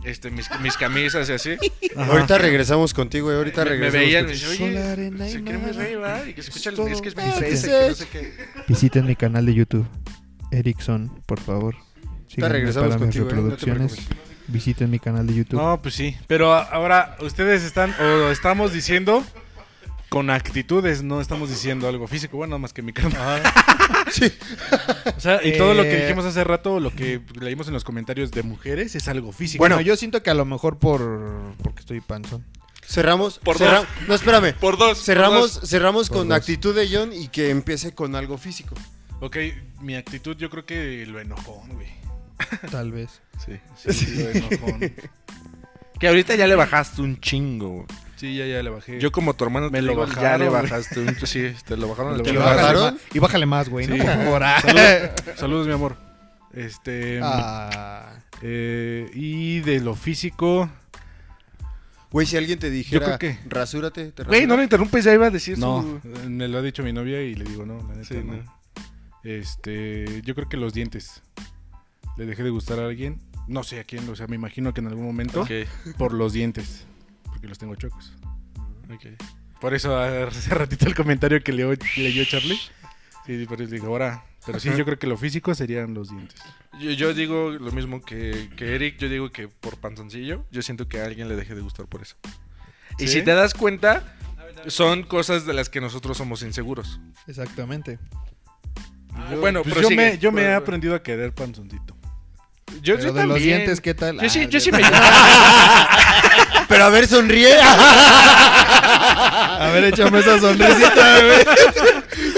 Speaker 1: Este, mis, mis camisas y así.
Speaker 2: Ahorita regresamos contigo, güey. Ahorita
Speaker 1: Me, me
Speaker 2: regresamos.
Speaker 1: veían y me decían,
Speaker 2: contigo.
Speaker 5: Solar en
Speaker 1: oye, se cree muy
Speaker 5: Aymar.
Speaker 1: rey, ¿verdad? Y que escucha,
Speaker 5: Es todo.
Speaker 1: es que es mi
Speaker 5: Ah,
Speaker 1: fresa,
Speaker 5: dice-
Speaker 1: que no sé qué.
Speaker 5: Visiten mi canal de YouTube, Erickson, por favor. Síganme
Speaker 2: regresamos
Speaker 5: para mis
Speaker 2: contigo, eh, no te
Speaker 5: reproducciones. Visiten mi canal de YouTube.
Speaker 4: No, pues sí. Pero a- ahora ustedes están o estamos diciendo con actitudes, no estamos diciendo algo físico. Bueno, más que mi cama. O sea, y todo lo que
Speaker 5: Eh,
Speaker 4: dijimos hace rato, lo que leímos en los comentarios de mujeres es algo físico.
Speaker 5: Bueno, yo siento que a lo mejor por porque estoy panzón.
Speaker 2: Cerramos.
Speaker 1: Por
Speaker 2: cerra-
Speaker 1: dos.
Speaker 2: No, espérame.
Speaker 1: Por dos.
Speaker 2: Cerramos, cerramos
Speaker 5: Por
Speaker 2: con
Speaker 5: dos.
Speaker 2: actitud de John y que empiece con algo físico.
Speaker 4: ok, mi actitud yo creo que lo enojó, güey.
Speaker 5: Tal vez.
Speaker 4: Sí, sí, lo enojó.
Speaker 1: Que ahorita ya le bajaste un chingo, güey.
Speaker 4: Sí, ya, ya le bajé.
Speaker 1: Yo como tu hermano
Speaker 4: Me
Speaker 1: te
Speaker 4: lo
Speaker 1: digo, ya
Speaker 4: bajaron,
Speaker 1: le
Speaker 4: güey.
Speaker 1: bajaste un sí, te lo bajaron.
Speaker 4: Me
Speaker 1: al
Speaker 4: lo
Speaker 1: chingo.
Speaker 5: Y
Speaker 2: bajaron.
Speaker 5: bájale,
Speaker 2: bajaron?
Speaker 5: ma- y bájale más, güey, ¿no?
Speaker 4: Sí.
Speaker 5: Por favor. ah.
Speaker 4: Saludos, mi amor. Este.
Speaker 5: Ah.
Speaker 4: eh, y de lo físico.
Speaker 2: Güey, si alguien te dijera,
Speaker 4: creo que-
Speaker 2: rasúrate, te
Speaker 1: Güey, no
Speaker 2: rasuras".
Speaker 1: le interrumpes, ya iba a decir
Speaker 4: No,
Speaker 1: su-
Speaker 4: eh, me lo ha dicho mi novia y le digo, no, la neta,
Speaker 1: Sí,
Speaker 4: no.
Speaker 1: no.
Speaker 4: Este, yo creo que los dientes. Le dejé de gustar a alguien. No sé a quién, o sea, me imagino que en algún momento. Por los dientes. Porque los tengo chuecos. Por eso a- hace ratito el comentario que leo- leyó Charlie. Sí, por eso digo, ahora. Pero sí, yo creo que lo físico serían los dientes.
Speaker 1: Yo, yo digo lo mismo que, que Eric, yo digo que por panzoncillo, yo siento que a alguien le deje de gustar por eso. Y
Speaker 4: ¿Sí?
Speaker 1: si te das cuenta, son cosas de las que nosotros somos inseguros.
Speaker 5: Exactamente.
Speaker 1: bueno,
Speaker 4: Pues
Speaker 1: pero
Speaker 4: yo,
Speaker 1: sigue.
Speaker 4: me, yo me he
Speaker 1: Pero-
Speaker 4: aprendido a querer panzoncito.
Speaker 1: Yo,
Speaker 5: Pero
Speaker 1: yo
Speaker 5: de los
Speaker 1: también.
Speaker 5: dientes, ¿qué tal?
Speaker 1: Yo sí,
Speaker 5: Ah,
Speaker 1: yo sí
Speaker 5: de-
Speaker 1: me...
Speaker 2: Pero a ver, sonríe.
Speaker 5: A ver, échame esa sonrisita, güey.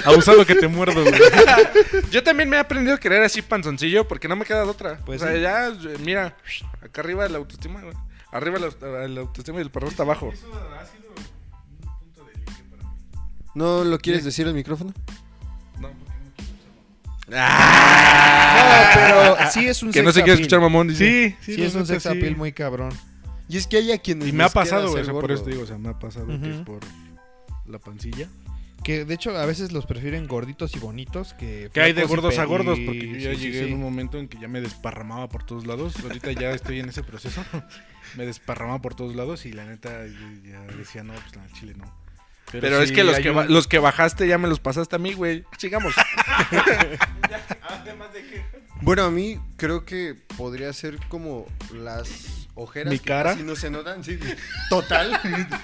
Speaker 4: Abusado que te muerdo, güey.
Speaker 1: Yo también me he aprendido a querer así panzoncillo porque no me queda de otra.
Speaker 5: Pues
Speaker 1: o sea,
Speaker 5: sí.
Speaker 1: ya, eh, mira, acá arriba la autoestima, güey. Arriba la, la autoestima y el perro está abajo.
Speaker 2: ¿No lo quieres decir al micrófono?
Speaker 5: No, pero Ah. sí es un
Speaker 1: Que no se
Speaker 5: sex
Speaker 1: quiere
Speaker 5: appeal.
Speaker 1: escuchar mamón. dice.
Speaker 4: Sí, sí,
Speaker 5: Sí,
Speaker 4: la
Speaker 5: es un
Speaker 4: neta,
Speaker 5: sex
Speaker 4: sí.
Speaker 5: appeal muy cabrón.
Speaker 2: Y es que hay a quienes
Speaker 4: Y me ha
Speaker 2: les queda
Speaker 4: pasado, güey.
Speaker 2: ser
Speaker 4: o sea, por
Speaker 2: gordo.
Speaker 4: eso te digo, o sea, me ha pasado
Speaker 5: Ujú.
Speaker 4: que por la pancilla.
Speaker 5: Que de hecho a veces los prefieren gorditos y bonitos que...
Speaker 4: Que hay de
Speaker 5: flacos
Speaker 4: gordos
Speaker 5: y
Speaker 4: a
Speaker 5: pe-
Speaker 4: gordos,
Speaker 5: y-
Speaker 4: porque yo ya
Speaker 5: sí, sí,
Speaker 4: llegué
Speaker 5: sí.
Speaker 4: en un momento en que ya me desparramaba por todos lados. Ahorita ya estoy en ese proceso. Me desparramaba por todos lados y la neta yo ya decía, no, pues la chile no.
Speaker 1: Pero, es
Speaker 4: sí
Speaker 1: que, los
Speaker 4: hay
Speaker 1: que,
Speaker 4: un-
Speaker 1: ba- los que bajaste ya me los pasaste a mí, güey. Sigamos.
Speaker 2: Bueno, a mí creo que podría ser como las ojeras
Speaker 4: Mi
Speaker 2: que
Speaker 4: cara.
Speaker 2: casi no se notan. sí, total.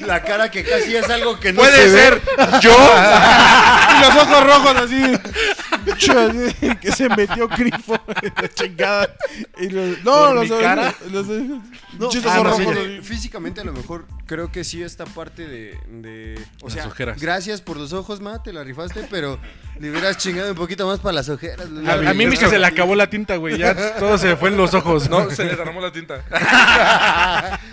Speaker 2: La cara que casi es algo que no
Speaker 1: Puede
Speaker 2: se ve.
Speaker 1: ser yo.
Speaker 3: Y los ojos rojos así. así, que se metió Crifo en la chingada. Y los, no,
Speaker 4: ¿Por
Speaker 3: los
Speaker 4: mi cara?
Speaker 3: los-
Speaker 2: No,
Speaker 3: Muchos
Speaker 2: ah, no,
Speaker 3: ojos rojos.
Speaker 2: fíjate, físicamente a lo mejor creo que sí esta parte de, de- o
Speaker 4: Las
Speaker 2: sea,
Speaker 4: ojeras.
Speaker 2: gracias por los ojos, ma, te la rifaste, pero le hubieras chingado un poquito más para las ojeras.
Speaker 4: A, a mí es que se le acabó la tinta, güey. Ya todo se fue en los ojos.
Speaker 1: No, se le derramó la tinta.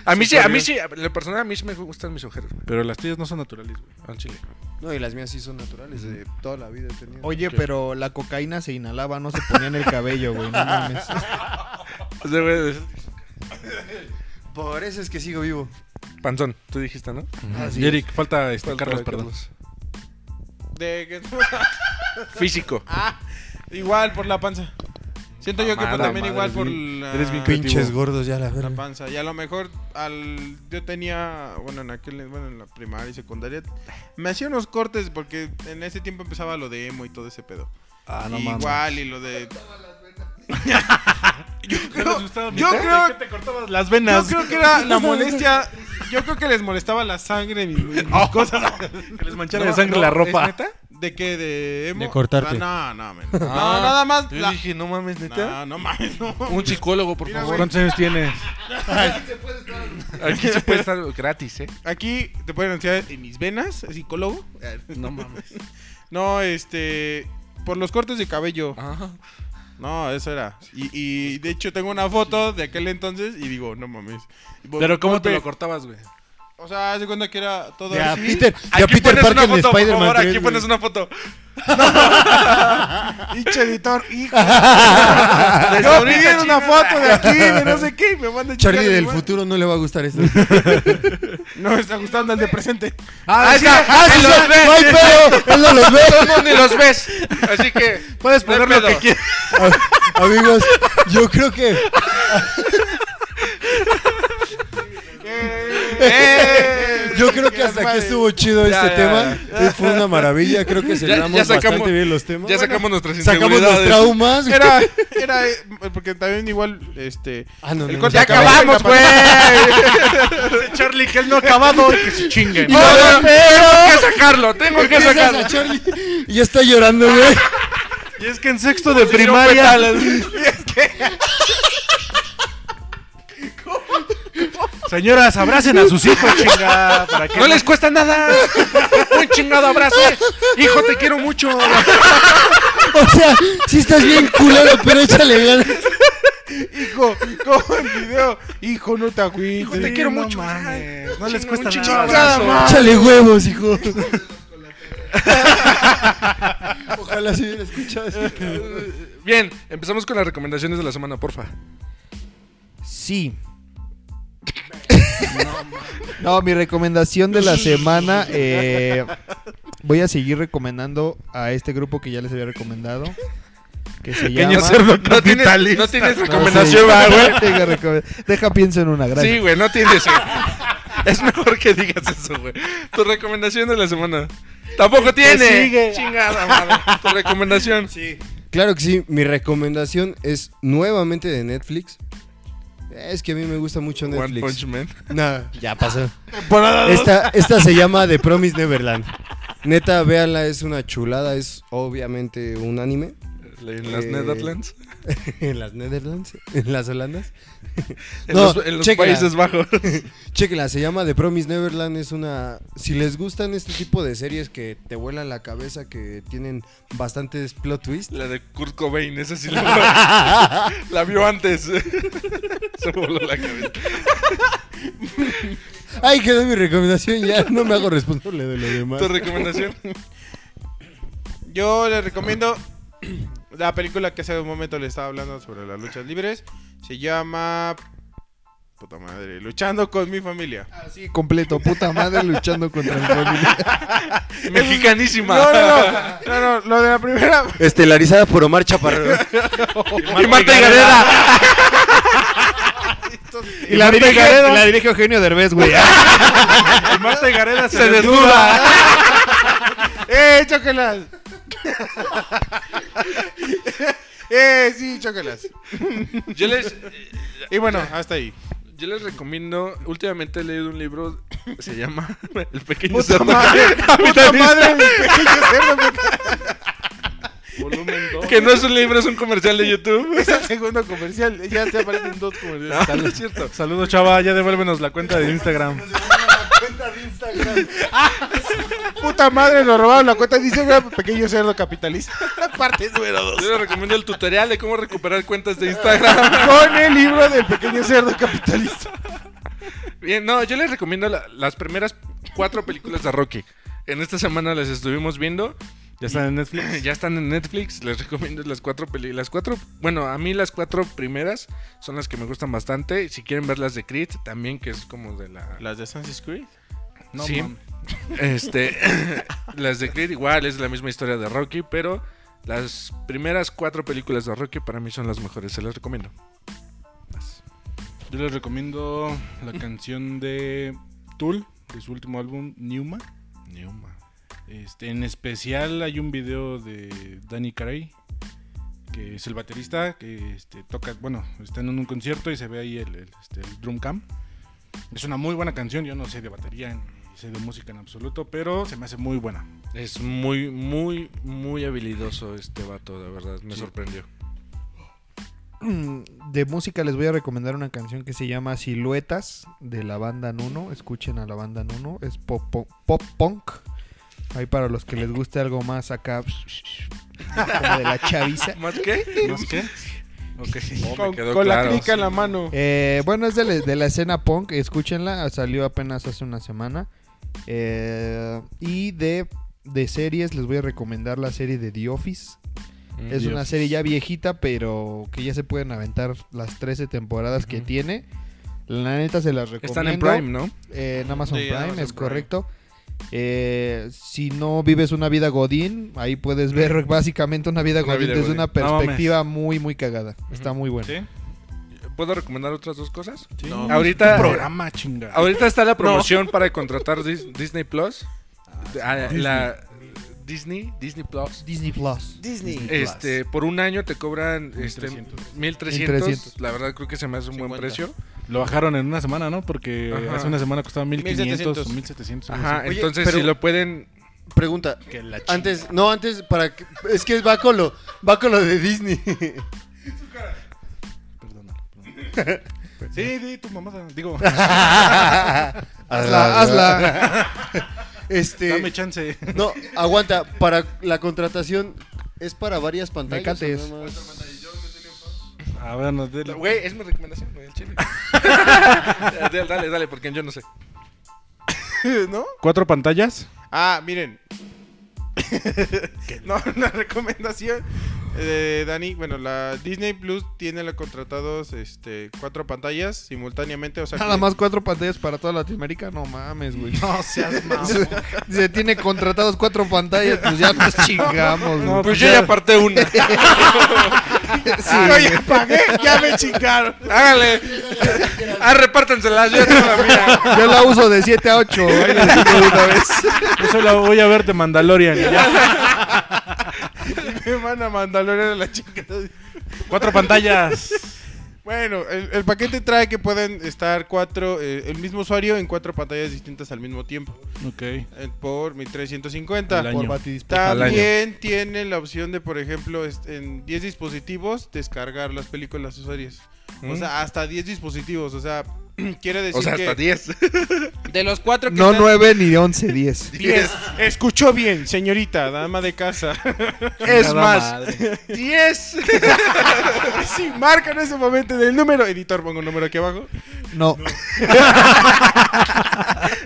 Speaker 1: a mí sí, a mí sí, a la persona a mí sí me gustan mis ojeras, güey.
Speaker 4: Pero las tuyas no son naturales, güey.
Speaker 1: Al chile.
Speaker 2: No, y las mías sí son naturales de toda la vida he tenido.
Speaker 5: Oye, pero la cocaína se inhalaba, no se ponía en el cabello, güey. No mames.
Speaker 1: O sea, güey,
Speaker 2: Por eso es que sigo vivo.
Speaker 1: Panzón, tú dijiste, ¿no?
Speaker 5: Así
Speaker 4: Eric, falta este,
Speaker 1: Falta
Speaker 4: Carlos,
Speaker 1: de
Speaker 4: perdón.
Speaker 1: Carlos.
Speaker 3: de que-
Speaker 1: Físico.
Speaker 3: igual por la panza. Siento yo que
Speaker 1: Mamada
Speaker 3: pues,
Speaker 1: madre,
Speaker 3: también igual por
Speaker 4: sí.
Speaker 3: la,
Speaker 4: Eres bien creativo. Pinches
Speaker 2: Ah, gordos ya la
Speaker 3: la
Speaker 2: verdad.
Speaker 3: panza. Y a lo mejor al yo tenía, bueno, en aquel bueno, en la primaria y secundaria me hacía unos cortes porque en ese tiempo empezaba lo de emo y todo ese pedo.
Speaker 4: Ah,
Speaker 3: Y
Speaker 4: mames.
Speaker 3: igual y lo de
Speaker 4: ¿Te les gustaba mi
Speaker 3: yo
Speaker 4: cara?
Speaker 3: creo-
Speaker 4: ¿De qué te cortabas las
Speaker 3: Yo
Speaker 4: venas.
Speaker 3: creo que era la molestia. Yo creo que les molestaba la sangre en mis, en mis cosas.
Speaker 4: Que les manchara de sangre la ropa.
Speaker 3: ¿Neta? ¿De qué? ¿De emo?
Speaker 12: De cortarte.
Speaker 3: No, no, men. no,
Speaker 1: Ah,
Speaker 3: nada más.
Speaker 1: Yo
Speaker 3: la-
Speaker 1: dije, no mames, neta.
Speaker 3: No, no mames, no.
Speaker 1: Un psicólogo, por
Speaker 3: Mira,
Speaker 1: favor.
Speaker 12: ¿Cuántos años tienes?
Speaker 1: Aquí se puede estar gratis, ¿eh?
Speaker 3: Aquí te pueden anunciar en mis venas, psicólogo.
Speaker 1: No mames.
Speaker 3: No, este. Por los cortes de cabello.
Speaker 1: Ah,
Speaker 3: No, eso era. Y, y, de hecho tengo una foto de aquel entonces y digo, no mames.
Speaker 1: Pero ¿cómo te lo
Speaker 3: corté?
Speaker 1: cortabas, güey?
Speaker 3: O sea, hace cuenta que era todo
Speaker 12: Ya,
Speaker 3: así.
Speaker 12: Peter, ya Peter
Speaker 1: pones
Speaker 12: Parker
Speaker 1: una
Speaker 12: de
Speaker 1: foto, por
Speaker 12: Spider-Man.
Speaker 1: favor, aquí
Speaker 12: 3,
Speaker 1: pones una foto.
Speaker 3: Pinche editor, hijo.
Speaker 1: Desde
Speaker 3: Yo
Speaker 1: ahorita,
Speaker 3: pidiendo
Speaker 1: chinga.
Speaker 3: una foto de aquí, de no sé qué, y me manda
Speaker 2: Charlie del futuro no le va a gustar esto.
Speaker 3: No me está gustando el de presente.
Speaker 1: Ah, sí, ah, sí, los ves.
Speaker 12: ¡Ay, pero! ¡Él no los ve!
Speaker 1: Tú ni los ves. Así que.
Speaker 12: Puedes
Speaker 1: no hay
Speaker 12: poner lo que
Speaker 1: pedo.
Speaker 12: quieras.
Speaker 2: A- Amigos, yo creo que yo creo que hasta aquí estuvo chido
Speaker 1: Eh, Ya,
Speaker 2: este
Speaker 1: ya,
Speaker 2: tema. Eh, Fue una maravilla, creo que cerramos bastante bien los temas.
Speaker 1: Ya sacamos nuestras
Speaker 2: Sacamos los
Speaker 1: inseguridades.
Speaker 2: traumas.
Speaker 3: Era, era, eh, porque también igual, este.
Speaker 2: Ah, no, no,
Speaker 3: el
Speaker 2: no,
Speaker 3: corte
Speaker 2: ya
Speaker 3: de cabello,
Speaker 2: acabamos,
Speaker 3: la pantalla.
Speaker 1: Charlie, que él no ha acabado. Que se chingue.
Speaker 2: Y ahora-
Speaker 1: Tengo que sacarlo, tengo que
Speaker 2: Empiezas
Speaker 1: sacarlo.
Speaker 2: a Charlie y ya está llorando, güey.
Speaker 12: Y es que en sexto de
Speaker 1: Se dieron
Speaker 12: primaria. Señoras, abracen a sus hijos, chinga. ¿Para qué?
Speaker 1: No les cuesta nada. Un chingado abrazo. Hijo, te quiero mucho.
Speaker 2: O sea, si estás bien culero, pero échale ganas.
Speaker 3: Hijo, como el video. Hijo, no te agüites.
Speaker 1: Hijo, te quiero mucho.
Speaker 12: mames, no
Speaker 1: Ay,
Speaker 12: les
Speaker 1: chinga-
Speaker 12: cuesta
Speaker 1: un
Speaker 12: nada.
Speaker 1: chingado
Speaker 12: Chingada
Speaker 1: abrazo.
Speaker 2: Échale huevos, hijo. Ojalá si hubiera escuchado eso.
Speaker 1: Bien, empezamos con las recomendaciones de la semana, porfa.
Speaker 9: Sí.
Speaker 5: No, mi recomendación de la semana. eh, voy a seguir recomendando a este grupo que ya les había recomendado. Que se
Speaker 12: Pequeño
Speaker 5: llama.
Speaker 12: cerdo
Speaker 1: No tienes,
Speaker 12: capitalista.
Speaker 1: no tienes
Speaker 5: No,
Speaker 1: recomendación,
Speaker 5: sí.
Speaker 1: va, güey.
Speaker 5: Tengo recome- Deja pienso en una, gracias.
Speaker 1: Sí, güey, no tienes. güey. Es mejor que digas eso, güey. Tu recomendación de la semana. Tampoco tiene. Chingada madre. Tu recomendación.
Speaker 2: Claro que sí, mi recomendación es nuevamente de Netflix. Es que a mí me gusta mucho
Speaker 1: One
Speaker 2: Netflix.
Speaker 1: Punch Man.
Speaker 2: No, ya pasó. Esta, esta se llama The Promise Neverland. Neta, véanla, es una chulada, es obviamente un anime.
Speaker 1: En las
Speaker 2: Eh,
Speaker 1: Netherlands.
Speaker 2: en las Netherlands, en las Holandas.
Speaker 1: En
Speaker 2: no,
Speaker 1: los, en los
Speaker 2: chéquenla.
Speaker 1: Países Bajos.
Speaker 2: Chéquenla, se llama The Promise Neverland. Es una. Si les gustan este tipo de series que te vuelan la cabeza, que tienen bastantes plot twists.
Speaker 1: La de Kurt Cobain, esa sí la, la vio antes. Se voló la cabeza.
Speaker 2: Ay, quedó mi recomendación, ya no me hago responsable de lo demás.
Speaker 1: ¿Tu recomendación?
Speaker 3: Yo les recomiendo la película que hace un momento le estaba hablando sobre las luchas libres. Se llama. Puta madre, Luchando con mi familia.
Speaker 5: Así completo, puta madre luchando contra mi familia.
Speaker 1: Mexicanísima.
Speaker 3: No, no, no, no, no, lo de la primera.
Speaker 2: Estelarizada por Omar Chaparro.
Speaker 1: Y Marta y Gareda.
Speaker 5: Y la dirige, y la dirige Eugenio Derbez, güey.
Speaker 12: Y Marta y Gareda se,
Speaker 1: Se
Speaker 12: desnuda.
Speaker 1: desnuda.
Speaker 3: ¡Eh, chócalas! ¡Eh, sí, chócalas!
Speaker 1: Yo les, eh,
Speaker 3: Y bueno, hasta ahí.
Speaker 1: yo les recomiendo. Últimamente he leído un libro. Se llama El pequeño
Speaker 3: ¡Puta
Speaker 1: cerdo
Speaker 3: madre!
Speaker 5: Ah,
Speaker 3: ¡Puta madre! mi pequeño cerdo, me-
Speaker 1: Que no es un libro, es un comercial de YouTube.
Speaker 3: Es el segundo comercial. Ya se aparecen dos comerciales.
Speaker 1: No, no es cierto.
Speaker 12: Saludos, chava. Ya devuélvenos la cuenta de Instagram.
Speaker 3: Puta madre, nos robaron la cuenta. Dice, güey, pequeño cerdo capitalista. Parte número dos.
Speaker 1: Yo les recomiendo el tutorial de cómo recuperar cuentas de Instagram.
Speaker 3: Con el libro del pequeño cerdo capitalista.
Speaker 1: Bien, no, yo les recomiendo la- las primeras cuatro películas de Rocky. En esta semana las estuvimos viendo.
Speaker 12: Ya están en Netflix.
Speaker 1: Ya están en Netflix, les recomiendo las cuatro películas. Las cuatro, bueno, a mí las cuatro primeras son las que me gustan bastante. Si quieren ver las de Creed, también, que es como de la.
Speaker 3: ¿Las de Assassin's Creed?
Speaker 1: No, sí. Este, las de Creed igual es la misma historia de Rocky, pero las primeras cuatro películas de Rocky para mí son las mejores, se las recomiendo.
Speaker 4: Yo les recomiendo la canción de Tool, de su último álbum, Newman. Este, en especial hay un video de Danny Carey, que es el baterista, que este, toca, bueno, está en un concierto y se ve ahí el, el, este, el drum cam. Es una muy buena canción, yo no sé de batería ni sé de música en absoluto, pero se me hace muy buena.
Speaker 1: Es muy, muy, muy habilidoso este vato, de verdad. Me sorprendió.
Speaker 5: Mm, De música les voy a recomendar una canción que se llama Siluetas de la banda Nuno. Escuchen a la banda Nuno, es pop, pop, pop punk. Ahí para los que les guste algo más acá, como de la chaviza.
Speaker 1: ¿Más qué? Oh,
Speaker 4: ¿Más qué? Ok.
Speaker 3: Con,
Speaker 1: me quedó
Speaker 3: con la
Speaker 1: claro,
Speaker 3: clica en
Speaker 1: sí.
Speaker 3: la mano.
Speaker 5: Eh, bueno, es de la, de la escena punk, escúchenla, salió apenas hace una semana. Eh, y de, de series les voy a recomendar la serie de The Office.
Speaker 1: Mm,
Speaker 5: Es una serie ya viejita, pero que ya se pueden aventar las 13 temporadas que tiene. La neta se las recomiendo.
Speaker 1: Están en Prime, ¿no?
Speaker 5: Eh, en Amazon
Speaker 4: Sí, en
Speaker 5: Prime,
Speaker 4: Amazon
Speaker 5: es
Speaker 4: Prime.
Speaker 5: correcto. Eh, si no vives una vida godín, ahí puedes ver básicamente una vida
Speaker 1: Una
Speaker 5: godín
Speaker 1: vida
Speaker 5: desde
Speaker 1: godín.
Speaker 5: una perspectiva muy, muy cagada. Está muy buena.
Speaker 4: ¿Sí?
Speaker 1: ¿Puedo recomendar otras dos cosas?
Speaker 4: ¿Sí?
Speaker 1: No.
Speaker 4: Ahorita.
Speaker 1: Ahorita-
Speaker 4: programa, chinga.
Speaker 1: Ahorita está la promoción para contratar Dis- Disney Plus. Ah, la- Disney, Disney Plus.
Speaker 5: Disney Plus.
Speaker 2: Disney.
Speaker 1: Este, por un año te cobran este,
Speaker 4: 1300.
Speaker 1: 1300.
Speaker 5: 1300.
Speaker 1: La verdad creo que se me hace un buen
Speaker 13: 50.
Speaker 1: precio.
Speaker 4: Lo bajaron en una semana, ¿no? Porque
Speaker 1: Ajá.
Speaker 4: hace una semana costaba 1500 o 1700. algo
Speaker 1: Ajá, eh,
Speaker 4: así.
Speaker 2: Oye,
Speaker 1: entonces
Speaker 2: pero-
Speaker 1: si lo pueden
Speaker 2: Pregunta.
Speaker 4: Que la chinga.
Speaker 2: Antes, no, antes, para que- es que va con lo, va con lo de Disney.
Speaker 4: Perdónalo, perdónalo. Sí, di tu mamá. Digo, Ah,
Speaker 2: hazla, hazla. este,
Speaker 4: dame chance.
Speaker 2: no, aguanta, para la contratación es para varias pantallas.
Speaker 5: Mecates.
Speaker 2: o nada más?
Speaker 4: A ver, nos de
Speaker 1: Güey, es mi recomendación, güey, el chile. Ah, dale, dale, dale, porque yo no sé.
Speaker 3: ¿No?
Speaker 4: ¿Cuatro pantallas?
Speaker 3: Ah, miren. no, una recomendación. Eh, Dani, bueno, la Disney Plus tiene la- contratados este, cuatro pantallas simultáneamente. O sea,
Speaker 5: Nada
Speaker 3: que-
Speaker 5: más cuatro pantallas para toda Latinoamérica. No mames, güey.
Speaker 4: No seas
Speaker 5: Se tiene contratados cuatro pantallas, pues ya nos chingamos, güey.
Speaker 1: Pues yo ya aparté una.
Speaker 3: Ah, ya pagué, ya me chingaron.
Speaker 1: Hágale. ah, repártenselas, yo ya tengo la mía.
Speaker 5: Yo la uso de 7 a 8.
Speaker 4: Yo solo voy a verte Mandalorian. y ya.
Speaker 3: Me van a Mandalorian a la chingada.
Speaker 4: Cuatro pantallas.
Speaker 3: Bueno, el, el paquete trae que pueden estar cuatro, eh, el mismo usuario en cuatro pantallas distintas al mismo tiempo.
Speaker 4: Ok.
Speaker 3: eh, por 1350.
Speaker 4: Al año.
Speaker 5: Por batidispo-
Speaker 1: Al año.
Speaker 3: También tiene la opción de, por ejemplo, est- en 10 dispositivos descargar las películas o series. O sea, hasta 10 dispositivos. O sea, quiere decir
Speaker 1: O sea,
Speaker 3: que.
Speaker 1: hasta 10.
Speaker 13: De los cuatro que
Speaker 5: No
Speaker 13: están-
Speaker 5: 9 ni 11, 10.
Speaker 3: 10. Escuchó bien, señorita, dama de casa.
Speaker 1: Es
Speaker 4: Nada
Speaker 1: más,
Speaker 4: madre.
Speaker 1: 10.
Speaker 3: sí, marca en ese momento del número. Editor, pongo un número aquí abajo.
Speaker 5: No,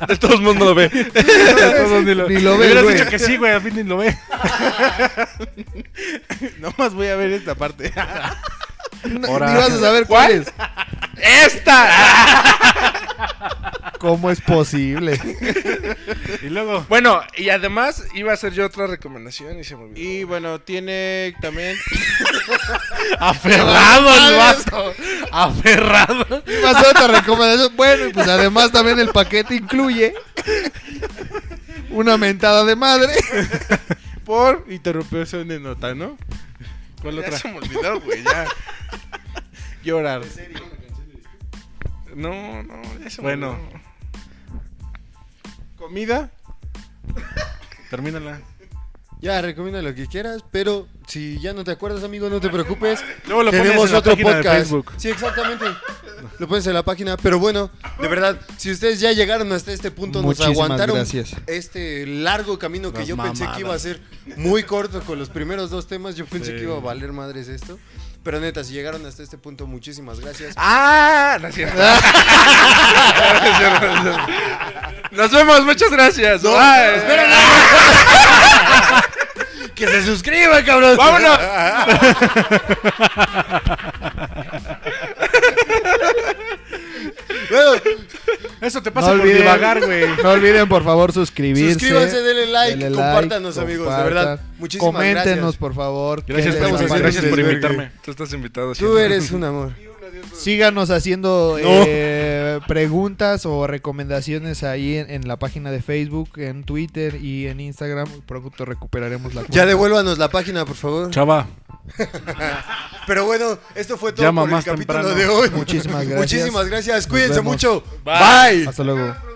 Speaker 1: De todos el mundo lo ve.
Speaker 4: Todos ni lo,
Speaker 5: Ni lo
Speaker 4: Me
Speaker 5: ve,
Speaker 4: hubieras
Speaker 5: güey.
Speaker 4: dicho que sí, güey. Al fin ni lo ve.
Speaker 3: Nomás voy a ver esta parte.
Speaker 5: no,
Speaker 4: Ahora.
Speaker 5: ni vas a saber cuál es.
Speaker 1: ¡Esta!
Speaker 5: ¿Cómo es posible?
Speaker 4: Y luego.
Speaker 1: Bueno, y además iba a hacer yo otra recomendación y se me olvidó.
Speaker 3: Y bueno, tiene también.
Speaker 1: Ah,
Speaker 14: Aferrado al vaso. Aferrado.
Speaker 5: Y Más otra recomendación. Bueno, y pues además también el paquete incluye una mentada de madre.
Speaker 3: Por interrupción de nota, ¿no?
Speaker 4: ¿Cuál
Speaker 1: Ya
Speaker 4: otra?
Speaker 1: se me olvidó, güey, ya.
Speaker 3: Llorar.
Speaker 1: No, no, ya se me
Speaker 4: Bueno.
Speaker 1: olvidó.
Speaker 3: Comida.
Speaker 4: Termínala.
Speaker 2: Ya, recomienda lo que quieras, pero si ya no te acuerdas, amigo, no te preocupes.
Speaker 4: Luego lo pones
Speaker 2: Tenemos
Speaker 4: en la
Speaker 2: otro
Speaker 4: página de
Speaker 2: podcast.
Speaker 4: Facebook.
Speaker 2: Sí, exactamente. Lo pones en la página, pero bueno, de verdad, si ustedes ya llegaron hasta este punto,
Speaker 5: Muchísimas
Speaker 2: nos aguantaron
Speaker 5: gracias.
Speaker 2: este largo camino que
Speaker 4: Las
Speaker 2: yo pensé que iba a
Speaker 4: mamadas.
Speaker 2: ser muy corto con los primeros dos temas, yo pensé
Speaker 4: Sí.
Speaker 2: que iba a valer madres esto. Pero neta, si llegaron hasta este punto, muchísimas gracias.
Speaker 1: Ah, no es cierto. No es cierto, no es cierto. Nos vemos, muchas gracias. Bye.
Speaker 2: que se suscriban, cabrón.
Speaker 1: Vámonos.
Speaker 2: Bueno,
Speaker 4: Eso te
Speaker 5: No
Speaker 4: pasa por
Speaker 5: olviden-
Speaker 4: divagar, güey.
Speaker 5: No olviden, por favor, suscribirse.
Speaker 2: Suscríbanse, denle like,
Speaker 5: Denle
Speaker 2: compártanos, amigos, de verdad.
Speaker 5: compartan.
Speaker 2: Muchísimas
Speaker 5: Coméntenos,
Speaker 2: gracias.
Speaker 5: por favor. qué
Speaker 4: Gracias
Speaker 5: les
Speaker 4: por,
Speaker 2: Estamos
Speaker 5: parece.
Speaker 2: haciendo
Speaker 4: gracias por
Speaker 2: desvergue.
Speaker 4: invitarme.
Speaker 1: Tú estás invitado.
Speaker 2: Tú eres un amor.
Speaker 5: Síganos haciendo eh, preguntas o recomendaciones ahí en, en la página de Facebook, en Twitter y en Instagram. Pronto recuperaremos la cuenta.
Speaker 2: Ya devuélvanos la página, por favor.
Speaker 4: Chava.
Speaker 2: Pero bueno, esto fue todo
Speaker 4: Llama
Speaker 2: por el
Speaker 4: más
Speaker 2: capítulo
Speaker 4: temprano.
Speaker 2: de hoy.
Speaker 5: Muchísimas gracias.
Speaker 2: Muchísimas gracias. Cuídense
Speaker 5: vemos.
Speaker 2: mucho. Bye.
Speaker 5: Hasta luego.